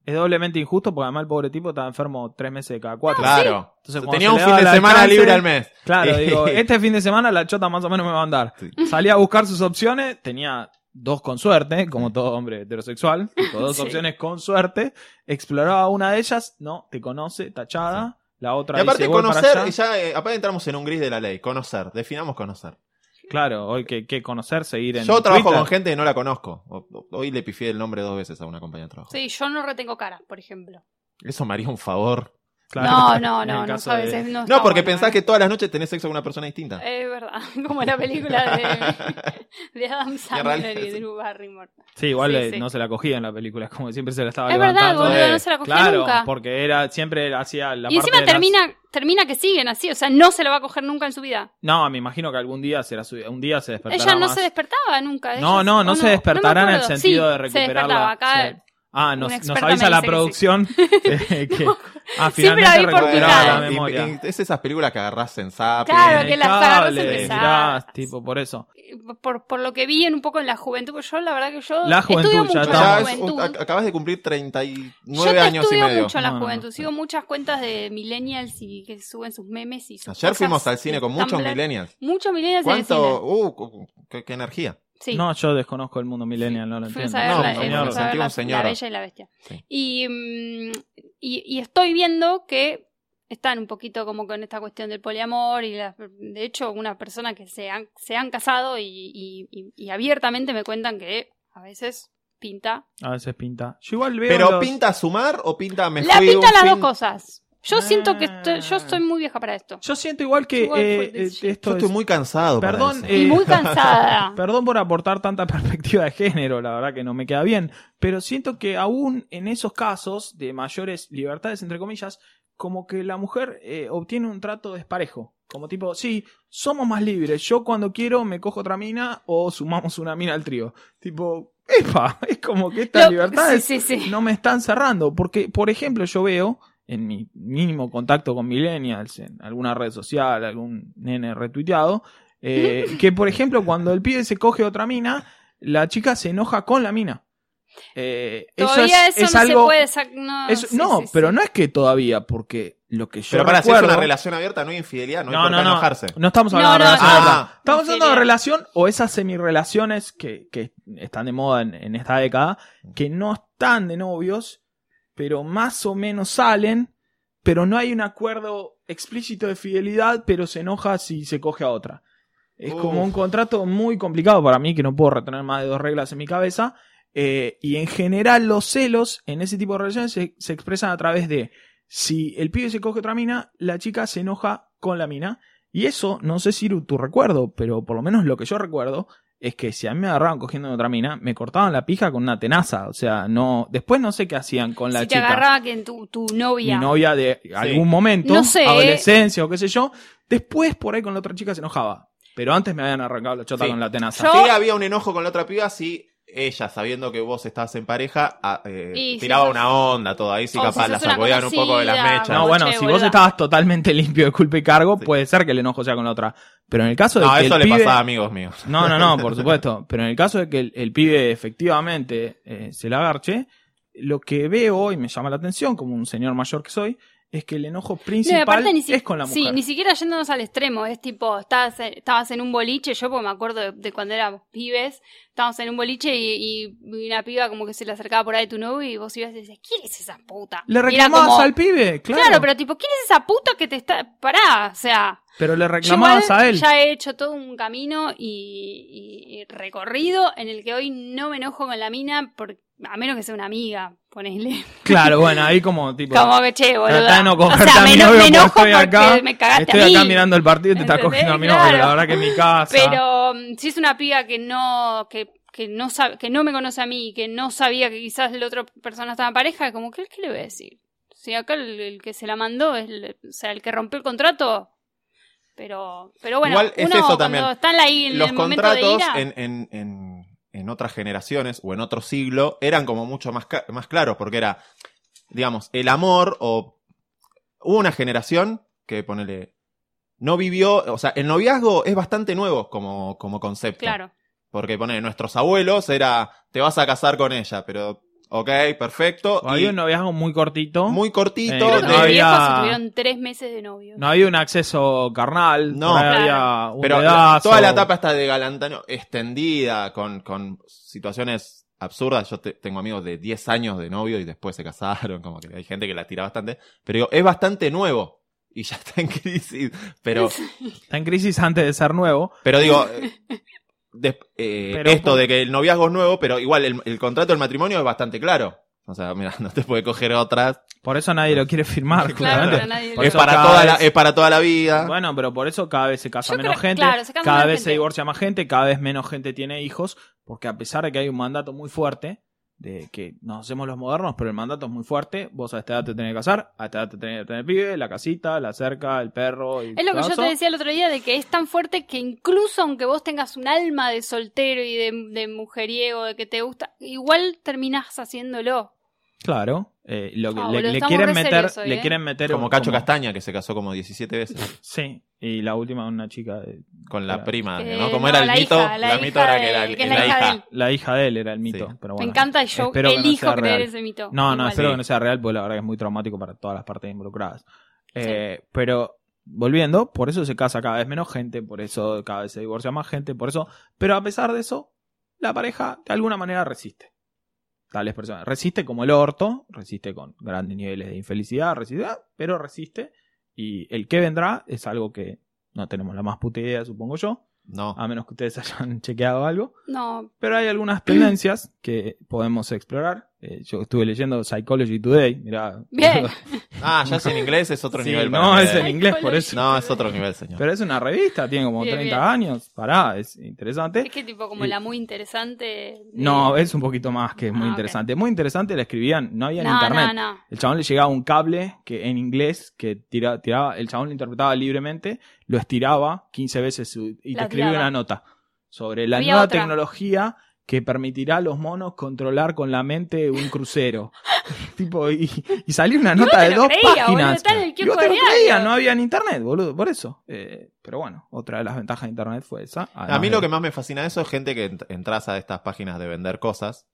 [SPEAKER 3] Es doblemente injusto porque además el pobre tipo estaba enfermo tres meses de cada cuatro.
[SPEAKER 5] claro.
[SPEAKER 3] Entonces, cuando
[SPEAKER 5] Tenía
[SPEAKER 3] se le
[SPEAKER 5] un fin
[SPEAKER 3] daba
[SPEAKER 5] de
[SPEAKER 3] la
[SPEAKER 5] semana
[SPEAKER 3] chance-
[SPEAKER 5] libre al mes.
[SPEAKER 3] Claro,
[SPEAKER 5] Y-
[SPEAKER 3] digo, este fin de semana la chota más o menos me va a andar.
[SPEAKER 5] Sí.
[SPEAKER 3] Salí a buscar sus opciones, tenía dos con suerte, como todo hombre heterosexual, tipo, dos
[SPEAKER 4] Sí.
[SPEAKER 3] opciones con suerte, exploraba una de ellas, no, te conoce, tachada, la otra
[SPEAKER 5] Y aparte
[SPEAKER 3] dice, "Voy para
[SPEAKER 5] conocer,
[SPEAKER 3] allá".
[SPEAKER 5] y ya, eh, aparte entramos en un gris de la ley, conocer, definamos conocer.
[SPEAKER 3] Claro, hoy que, que conocer, seguir en
[SPEAKER 5] Yo trabajo
[SPEAKER 3] Twitter.
[SPEAKER 5] con gente que no la conozco. O- o- Hoy le pifié el nombre dos veces a una compañía de trabajo.
[SPEAKER 4] Sí, yo no retengo cara, por ejemplo.
[SPEAKER 5] Eso me haría un favor.
[SPEAKER 3] Claro.
[SPEAKER 4] No,
[SPEAKER 3] En
[SPEAKER 4] no, no,
[SPEAKER 3] el
[SPEAKER 4] no,
[SPEAKER 3] caso
[SPEAKER 4] sabes,
[SPEAKER 3] de-
[SPEAKER 4] es- no está
[SPEAKER 5] No, porque
[SPEAKER 4] bueno,
[SPEAKER 5] pensás
[SPEAKER 4] eh.
[SPEAKER 5] que todas las noches tenés sexo con una persona distinta.
[SPEAKER 4] Es verdad, como la película de, de Adam Sandler y
[SPEAKER 5] realidad, sí.
[SPEAKER 4] Drew Barrymore.
[SPEAKER 3] Sí, igual
[SPEAKER 4] Sí,
[SPEAKER 3] le-
[SPEAKER 4] sí.
[SPEAKER 3] no se la cogía en la película, es como siempre se la estaba
[SPEAKER 4] Es verdad,
[SPEAKER 3] levantando.
[SPEAKER 4] boludo,
[SPEAKER 5] eh,
[SPEAKER 4] no se la cogió
[SPEAKER 3] claro,
[SPEAKER 4] nunca.
[SPEAKER 3] porque era siempre hacía la parte
[SPEAKER 4] Y encima
[SPEAKER 3] de las-
[SPEAKER 4] termina, termina que siguen así, o sea, no se la va a coger nunca en su vida.
[SPEAKER 3] No, me imagino que algún día será su- un día se despertará
[SPEAKER 4] Ella no
[SPEAKER 3] más.
[SPEAKER 4] se despertaba nunca. ella
[SPEAKER 3] No,
[SPEAKER 4] se-
[SPEAKER 3] no,
[SPEAKER 4] o
[SPEAKER 3] no se despertará en el
[SPEAKER 4] me acuerdo.
[SPEAKER 3] sentido
[SPEAKER 4] Sí,
[SPEAKER 3] de
[SPEAKER 4] Se despertaba
[SPEAKER 3] recuperarla.
[SPEAKER 4] acá.
[SPEAKER 3] Sí. Ah,
[SPEAKER 4] un
[SPEAKER 3] nos, nos
[SPEAKER 4] experto
[SPEAKER 3] avisa
[SPEAKER 4] me
[SPEAKER 3] la
[SPEAKER 4] dice que sí.
[SPEAKER 3] producción eh, que ah,
[SPEAKER 4] Siempre la
[SPEAKER 3] finalmente
[SPEAKER 4] vi por
[SPEAKER 3] recuperaba la
[SPEAKER 4] picada.
[SPEAKER 5] Y-
[SPEAKER 3] memoria.
[SPEAKER 5] y- es esas películas que agarrás en Zapping.
[SPEAKER 4] Claro, que las agarras
[SPEAKER 3] Inevitable,
[SPEAKER 4] empezadas.
[SPEAKER 3] mirás, tipo, por eso.
[SPEAKER 4] eh, Por, por lo que vi en un poco en la juventud, porque yo la verdad que yo
[SPEAKER 3] La juventud,
[SPEAKER 4] estudio
[SPEAKER 3] ya
[SPEAKER 4] mucho
[SPEAKER 3] estamos.
[SPEAKER 4] la
[SPEAKER 5] Ya es un-
[SPEAKER 4] juventud.
[SPEAKER 5] ac- acabas de cumplir 39
[SPEAKER 4] yo te
[SPEAKER 5] años y
[SPEAKER 4] estudio
[SPEAKER 5] medio.
[SPEAKER 4] mucho la
[SPEAKER 3] No, no,
[SPEAKER 4] juventud,
[SPEAKER 3] no.
[SPEAKER 4] sigo muchas cuentas de millennials y que suben sus memes y sus
[SPEAKER 5] Ayer
[SPEAKER 4] cosas
[SPEAKER 5] fuimos al cine
[SPEAKER 4] de
[SPEAKER 5] con muchos
[SPEAKER 4] Tumblr.
[SPEAKER 5] millennials.
[SPEAKER 4] Muchos millennials en el
[SPEAKER 5] ¿Cuánto?
[SPEAKER 4] cine.
[SPEAKER 5] Uh, cu- qué, qué energía.
[SPEAKER 4] Sí.
[SPEAKER 3] No, yo desconozco el mundo millennial, no lo
[SPEAKER 4] Fuimos
[SPEAKER 3] entiendo.
[SPEAKER 4] a ver,
[SPEAKER 5] No,
[SPEAKER 4] la, eh,
[SPEAKER 5] señor,
[SPEAKER 4] fuimos a ver
[SPEAKER 5] sentí
[SPEAKER 4] la-
[SPEAKER 5] un señor.
[SPEAKER 4] La Bella y la Bestia.
[SPEAKER 5] Sí.
[SPEAKER 4] Y, mm, y, y estoy viendo que están un poquito como con esta cuestión del poliamor y la- de hecho una persona que se han, se han casado y, y- y- y abiertamente me cuentan que a veces pinta.
[SPEAKER 3] A veces pinta. Yo igual veo.
[SPEAKER 5] ¿Pero
[SPEAKER 3] los-
[SPEAKER 5] pinta a sumar o pinta me
[SPEAKER 4] La
[SPEAKER 5] fui
[SPEAKER 4] pinta
[SPEAKER 5] un
[SPEAKER 4] las
[SPEAKER 5] fin-
[SPEAKER 4] dos cosas. Yo
[SPEAKER 3] Ah.
[SPEAKER 4] siento que estoy, yo estoy muy vieja para esto.
[SPEAKER 3] Yo siento igual que
[SPEAKER 4] Igual fue
[SPEAKER 3] eh, eh,
[SPEAKER 4] decisión.
[SPEAKER 5] Yo
[SPEAKER 3] esto
[SPEAKER 5] estoy
[SPEAKER 3] es-
[SPEAKER 5] muy cansado. para
[SPEAKER 3] Perdón,
[SPEAKER 5] eso.
[SPEAKER 3] eh,
[SPEAKER 4] Y muy cansada.
[SPEAKER 3] Perdón por aportar tanta perspectiva de género, la verdad que no me queda bien, pero siento que aún en esos casos de mayores libertades, entre comillas, como que la mujer eh, obtiene un trato desparejo. Como tipo, sí, somos más libres, yo cuando quiero me cojo otra mina o sumamos una mina al trío. Tipo, epa, es como que estas
[SPEAKER 4] Lo-
[SPEAKER 3] libertades
[SPEAKER 4] sí, sí, sí.
[SPEAKER 3] no me están cerrando. Porque, por ejemplo, yo veo en mi mínimo contacto con millennials, en alguna red social, algún nene retuiteado, eh, que, por ejemplo, cuando el pibe se coge otra mina, la chica se enoja con la mina. Eh,
[SPEAKER 4] Todavía eso, no
[SPEAKER 3] algo-
[SPEAKER 4] se puede sac- No,
[SPEAKER 3] eso-
[SPEAKER 4] sí,
[SPEAKER 3] no,
[SPEAKER 4] sí, sí.
[SPEAKER 3] pero no es que todavía, porque lo que yo
[SPEAKER 5] Pero para hacer
[SPEAKER 3] recuerdo...
[SPEAKER 5] una relación abierta no hay infidelidad, no, hay
[SPEAKER 3] No,
[SPEAKER 5] por
[SPEAKER 3] no,
[SPEAKER 5] qué
[SPEAKER 3] no.
[SPEAKER 5] enojarse.
[SPEAKER 3] No estamos hablando
[SPEAKER 4] No,
[SPEAKER 3] de
[SPEAKER 4] no,
[SPEAKER 3] relación.
[SPEAKER 5] no.
[SPEAKER 3] abierta.
[SPEAKER 5] Ah.
[SPEAKER 3] Estamos hablando de
[SPEAKER 4] Infidelidad.
[SPEAKER 3] relación o esas semirrelaciones que, que están de moda en, en esta década, que no están de novios, pero más o menos salen, pero no hay un acuerdo explícito de fidelidad, pero se enoja si se coge a otra. Es
[SPEAKER 5] Uf.
[SPEAKER 3] como un contrato muy complicado para mí, que no puedo retener más de dos reglas en mi cabeza. Eh, y en general los celos en ese tipo de relaciones se, se expresan a través de si el pibe se coge otra mina, la chica se enoja con la mina. Y eso, no sé si tu recuerdo, pero por lo menos lo que yo recuerdo es que si a mí me agarraban cogiendo otra mina, me cortaban la pija con una tenaza. O sea, no. Después no sé qué hacían con la
[SPEAKER 4] si te
[SPEAKER 3] chica.
[SPEAKER 4] agarraba que en tu, tu
[SPEAKER 3] mi
[SPEAKER 4] novia.
[SPEAKER 3] novia de algún momento,
[SPEAKER 4] No sé,
[SPEAKER 3] adolescencia o qué sé yo. Después por ahí con la otra chica se enojaba. Pero antes me habían arrancado la chota
[SPEAKER 5] Sí.
[SPEAKER 3] con la tenaza.
[SPEAKER 4] Yo-
[SPEAKER 5] Sí, había un enojo con la otra piba si ella, sabiendo que vos estabas en pareja, a- eh,
[SPEAKER 4] Y si
[SPEAKER 5] tiraba
[SPEAKER 4] sos-
[SPEAKER 5] una onda todo ahí, sí
[SPEAKER 4] o si
[SPEAKER 5] capaz
[SPEAKER 4] sos
[SPEAKER 5] la
[SPEAKER 4] una
[SPEAKER 5] sacudían un poco de las
[SPEAKER 4] conocida,
[SPEAKER 5] mechas.
[SPEAKER 3] No,
[SPEAKER 4] Che,
[SPEAKER 3] bueno, si
[SPEAKER 4] boluda.
[SPEAKER 3] vos estabas totalmente limpio de culpa y cargo,
[SPEAKER 5] Sí.
[SPEAKER 3] puede ser que el enojo sea con la otra. Pero en el caso de
[SPEAKER 5] No,
[SPEAKER 3] que
[SPEAKER 5] eso
[SPEAKER 3] el
[SPEAKER 5] le
[SPEAKER 3] pibe-
[SPEAKER 5] pasaba a amigos míos.
[SPEAKER 3] No, no, no, por supuesto. Pero en el caso de que el, el pibe efectivamente eh, se la agarche, lo que veo y me llama la atención, como un señor mayor que soy, es que el enojo
[SPEAKER 4] No, y
[SPEAKER 3] principal
[SPEAKER 4] aparte ni si-
[SPEAKER 3] es con la mujer.
[SPEAKER 4] Sí, ni siquiera yéndonos al extremo, es tipo, estabas, estabas en un boliche, yo porque me acuerdo de, de cuando éramos pibes, estábamos en un boliche y, y una piba como que se le acercaba por ahí tu novio y vos ibas y decías, ¿quién es esa puta?
[SPEAKER 3] ¿Le
[SPEAKER 4] Y era
[SPEAKER 3] reclamabas
[SPEAKER 4] como,
[SPEAKER 3] al pibe? Claro,
[SPEAKER 4] Claro. pero tipo, ¿quién es esa puta que te está...? Pará, o sea...
[SPEAKER 3] pero le
[SPEAKER 4] yo
[SPEAKER 3] reclamabas
[SPEAKER 4] igual
[SPEAKER 3] a él.
[SPEAKER 4] Ya he hecho todo un camino y, y- y recorrido en el que hoy no me enojo con la mina, por- a menos que sea una amiga, ponele.
[SPEAKER 3] Claro, bueno, ahí como tipo...
[SPEAKER 4] Como que che, boludo.
[SPEAKER 3] Tratá de no
[SPEAKER 4] o
[SPEAKER 3] cogerte
[SPEAKER 4] sea,
[SPEAKER 3] a mi
[SPEAKER 4] me, eno-
[SPEAKER 3] novio
[SPEAKER 4] me
[SPEAKER 3] porque
[SPEAKER 4] enojo
[SPEAKER 3] estoy
[SPEAKER 4] porque
[SPEAKER 3] acá,
[SPEAKER 4] me cagaste
[SPEAKER 3] Estoy
[SPEAKER 4] a mí.
[SPEAKER 3] acá mirando el partido y te estás
[SPEAKER 4] ¿Entendés?
[SPEAKER 3] cogiendo a mí, no,
[SPEAKER 4] Claro.
[SPEAKER 3] pero la verdad que en mi casa...
[SPEAKER 4] Pero mm, si es una piba que no, que, que no sabe, que no me conoce a mí, que no sabía que quizás la otra persona estaba en pareja, como que ¿qué le voy a decir? Si acá el, el que se la mandó es el, o sea, el que rompió el contrato. Pero, pero bueno,
[SPEAKER 5] Igual es
[SPEAKER 4] uno
[SPEAKER 5] eso
[SPEAKER 4] cuando
[SPEAKER 5] también.
[SPEAKER 4] está en, la i- en
[SPEAKER 5] los
[SPEAKER 4] el momento de
[SPEAKER 5] contratos
[SPEAKER 4] ira,
[SPEAKER 5] en, en- en- en otras generaciones o en otro siglo eran como mucho más, ca- más claros, porque era, digamos, el amor o hubo una generación que ponele, no vivió, o sea, el noviazgo es bastante nuevo como, como concepto.
[SPEAKER 4] claro.
[SPEAKER 5] Porque ponele, nuestros abuelos era, te vas a casar con ella, pero, ok, perfecto. y
[SPEAKER 3] Había un noviazgo muy cortito.
[SPEAKER 5] muy cortito.
[SPEAKER 3] Eh,
[SPEAKER 4] Creo
[SPEAKER 5] de-
[SPEAKER 4] que
[SPEAKER 3] no
[SPEAKER 4] mis
[SPEAKER 3] había-
[SPEAKER 4] viejos estuvieron tres meses de novio.
[SPEAKER 3] No había un acceso carnal.
[SPEAKER 5] No.
[SPEAKER 3] No.
[SPEAKER 4] Claro.
[SPEAKER 3] había un
[SPEAKER 5] Pero
[SPEAKER 3] pedazo.
[SPEAKER 5] toda la etapa está de galantaneo extendida, con, con situaciones absurdas. Yo te- tengo amigos de 10 años de novio y después se casaron, como que hay gente que la tira bastante. Pero digo, es bastante nuevo y ya está en crisis. Pero,
[SPEAKER 3] Está en crisis antes de ser nuevo.
[SPEAKER 5] pero digo, eh, des- eh,
[SPEAKER 3] Pero-
[SPEAKER 5] esto de que el noviazgo es nuevo, pero igual el, el contrato del matrimonio es bastante claro. O sea, mira, no te puede coger otras.
[SPEAKER 3] Por eso nadie lo quiere firmar,
[SPEAKER 4] Claro,
[SPEAKER 3] claramente.
[SPEAKER 4] pero nadie
[SPEAKER 3] Por
[SPEAKER 4] lo-
[SPEAKER 5] Es
[SPEAKER 3] eso
[SPEAKER 5] para,
[SPEAKER 3] cada
[SPEAKER 5] toda la,
[SPEAKER 3] vez-
[SPEAKER 5] es para toda la vida.
[SPEAKER 3] Bueno, pero por eso cada vez se casa
[SPEAKER 4] Yo
[SPEAKER 3] menos
[SPEAKER 4] creo-
[SPEAKER 3] gente,
[SPEAKER 4] claro, se casa
[SPEAKER 3] cada
[SPEAKER 4] menos
[SPEAKER 3] vez se
[SPEAKER 4] gente.
[SPEAKER 3] divorcia más gente, cada vez menos gente tiene hijos, porque a pesar de que hay un mandato muy fuerte, de que nos hacemos los modernos, pero el mandato es muy fuerte, vos a esta edad te tenés que casar, a esta edad te tenés que tener pibe, la casita, la cerca, el perro. y
[SPEAKER 4] Es lo que
[SPEAKER 3] todo
[SPEAKER 4] yo
[SPEAKER 3] eso.
[SPEAKER 4] te decía el otro día de que es tan fuerte que incluso aunque vos tengas un alma de soltero y de, de mujeriego, de que te gusta, igual terminás haciéndolo.
[SPEAKER 3] Claro. eh, lo que
[SPEAKER 4] Ah,
[SPEAKER 3] le-
[SPEAKER 4] boludo,
[SPEAKER 3] le,
[SPEAKER 4] estamos
[SPEAKER 3] quieren
[SPEAKER 4] re
[SPEAKER 3] meter,
[SPEAKER 4] serios hoy,
[SPEAKER 3] le
[SPEAKER 4] ¿eh?
[SPEAKER 3] quieren meter
[SPEAKER 5] Como
[SPEAKER 3] un-
[SPEAKER 5] Cacho Castaña, que se casó como 17 veces
[SPEAKER 3] Sí, y la última una chica, de-
[SPEAKER 5] con la
[SPEAKER 3] Claro.
[SPEAKER 5] prima,
[SPEAKER 4] Eh,
[SPEAKER 5] ¿no?
[SPEAKER 4] no,
[SPEAKER 5] Como era el
[SPEAKER 4] la
[SPEAKER 5] mito,
[SPEAKER 4] hija, la
[SPEAKER 5] la mito
[SPEAKER 4] hija
[SPEAKER 5] era
[SPEAKER 4] de-
[SPEAKER 5] que era el-
[SPEAKER 4] que es
[SPEAKER 5] la hija.
[SPEAKER 4] de él.
[SPEAKER 3] la hija de él era el mito,
[SPEAKER 5] Sí.
[SPEAKER 3] pero bueno.
[SPEAKER 4] Me encanta y yo
[SPEAKER 3] espero que no
[SPEAKER 4] elijo
[SPEAKER 3] sea
[SPEAKER 4] creer
[SPEAKER 3] real.
[SPEAKER 4] ese mito.
[SPEAKER 3] No, no,
[SPEAKER 4] Igual.
[SPEAKER 3] espero
[SPEAKER 5] Sí.
[SPEAKER 3] que no sea real, porque la verdad que es muy traumático para todas las partes involucradas. Eh, Pero, volviendo, por eso se casa cada vez menos gente, por eso cada vez se divorcia más gente, por eso. Pero a pesar de eso, la pareja de alguna manera resiste. Tales personas. Resiste como el orto, resiste con grandes niveles de infelicidad, resiste, ah, pero resiste. Y el que vendrá es algo que no tenemos la más puta idea, supongo yo,
[SPEAKER 5] No.
[SPEAKER 3] a menos que ustedes hayan chequeado algo.
[SPEAKER 4] No,
[SPEAKER 3] Pero hay algunas tendencias que podemos explorar. Eh, yo estuve leyendo Psychology Today, mirá.
[SPEAKER 4] Bien.
[SPEAKER 5] Ah, ya es en inglés, es otro
[SPEAKER 3] Sí,
[SPEAKER 5] nivel. para
[SPEAKER 3] no,
[SPEAKER 5] mí.
[SPEAKER 3] es en inglés, por eso.
[SPEAKER 5] No, es otro nivel, señor.
[SPEAKER 3] Pero es una revista, tiene como
[SPEAKER 4] Bien,
[SPEAKER 3] 30
[SPEAKER 4] bien.
[SPEAKER 3] años. Pará, es interesante.
[SPEAKER 4] es que tipo como
[SPEAKER 3] Y-
[SPEAKER 4] la muy interesante. de-
[SPEAKER 3] No, es un poquito más que es muy
[SPEAKER 4] Ah, ok.
[SPEAKER 3] interesante. Muy interesante la escribían, no había en
[SPEAKER 4] No,
[SPEAKER 3] internet.
[SPEAKER 4] no, no.
[SPEAKER 3] El chabón le llegaba un cable que en inglés que tira- tiraba, el chabón lo interpretaba libremente, lo estiraba 15 veces su- y te
[SPEAKER 4] La
[SPEAKER 3] escribía
[SPEAKER 4] tiraba.
[SPEAKER 3] una nota sobre la
[SPEAKER 4] Había
[SPEAKER 3] nueva
[SPEAKER 4] otra.
[SPEAKER 3] tecnología que permitirá a los monos controlar con la mente un crucero. tipo, y, y salió una
[SPEAKER 4] Y vos
[SPEAKER 3] nota
[SPEAKER 4] te
[SPEAKER 3] de
[SPEAKER 4] lo
[SPEAKER 3] dos
[SPEAKER 4] creías, boludo,
[SPEAKER 3] páginas.
[SPEAKER 4] está en el
[SPEAKER 3] y vos
[SPEAKER 4] kiosco
[SPEAKER 3] te lo
[SPEAKER 4] diario.
[SPEAKER 3] creías, no había en internet, boludo, por eso. Eh, pero bueno, otra de las ventajas de internet fue esa.
[SPEAKER 5] A mí
[SPEAKER 3] además
[SPEAKER 5] lo
[SPEAKER 3] de-
[SPEAKER 5] que más me fascina de eso es gente que ent- entras a estas páginas de vender cosas.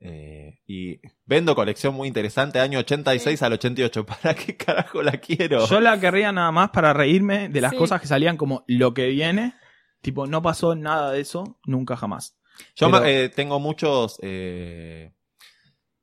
[SPEAKER 5] eh, y vendo colección muy interesante, año 86 al 88. ¿Para qué carajo la quiero?
[SPEAKER 3] Yo la querría nada más para reírme de las
[SPEAKER 4] Sí.
[SPEAKER 3] cosas que salían como lo que viene. Tipo, no pasó nada de eso, nunca jamás.
[SPEAKER 5] Yo
[SPEAKER 3] Pero-
[SPEAKER 5] ma- eh, tengo muchos. eh,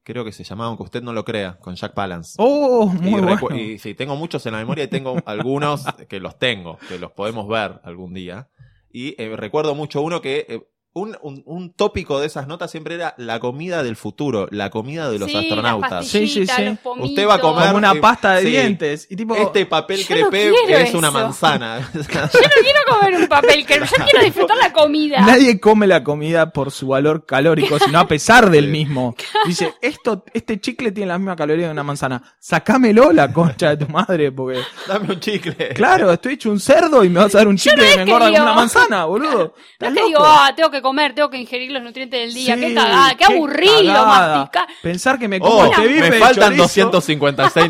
[SPEAKER 5] creo que se llamaban, aunque usted no lo crea, con Jack Palance.
[SPEAKER 3] Oh,
[SPEAKER 5] Y
[SPEAKER 3] muy
[SPEAKER 5] recu-
[SPEAKER 3] bueno.
[SPEAKER 5] y sí, tengo muchos en la memoria y tengo algunos que los tengo, que los podemos ver algún día. Y eh, recuerdo mucho uno que eh, un, un- un tópico de esas notas siempre era la comida del futuro, la comida de los
[SPEAKER 4] Sí, las
[SPEAKER 5] astronautas.
[SPEAKER 3] Sí, sí,
[SPEAKER 4] pastillitas,
[SPEAKER 3] sí.
[SPEAKER 4] los pomitos.
[SPEAKER 5] Usted va a comer-
[SPEAKER 3] Como una
[SPEAKER 5] eh,
[SPEAKER 3] pasta de
[SPEAKER 5] sí.
[SPEAKER 3] dientes. Y tipo,
[SPEAKER 5] Este papel
[SPEAKER 4] Yo no
[SPEAKER 5] crepé
[SPEAKER 4] quiero
[SPEAKER 5] es una
[SPEAKER 4] eso.
[SPEAKER 5] manzana.
[SPEAKER 4] Quiero comer un papel, que yo quiero disfrutar la comida.
[SPEAKER 3] nadie come la comida por su valor calórico, sino a pesar del
[SPEAKER 5] Sí.
[SPEAKER 3] mismo. Dice, esto, este chicle tiene la misma caloría de una manzana. Sacámelo la concha de tu madre, porque,
[SPEAKER 5] Dame un chicle.
[SPEAKER 3] claro, estoy hecho un cerdo y me vas a dar un chicle que me engorda como
[SPEAKER 4] digo-
[SPEAKER 3] una manzana, boludo.
[SPEAKER 4] No
[SPEAKER 3] ¿Estás
[SPEAKER 4] te
[SPEAKER 3] loco?
[SPEAKER 4] digo, ah, tengo que comer, tengo que ingerir los nutrientes del día.
[SPEAKER 3] Sí,
[SPEAKER 4] qué cagada, qué, aburrido
[SPEAKER 3] cagada.
[SPEAKER 4] masticar.
[SPEAKER 3] Pensar que me como
[SPEAKER 5] Oh,
[SPEAKER 3] este bife
[SPEAKER 5] me
[SPEAKER 3] de
[SPEAKER 5] faltan
[SPEAKER 3] chorizo.
[SPEAKER 5] 256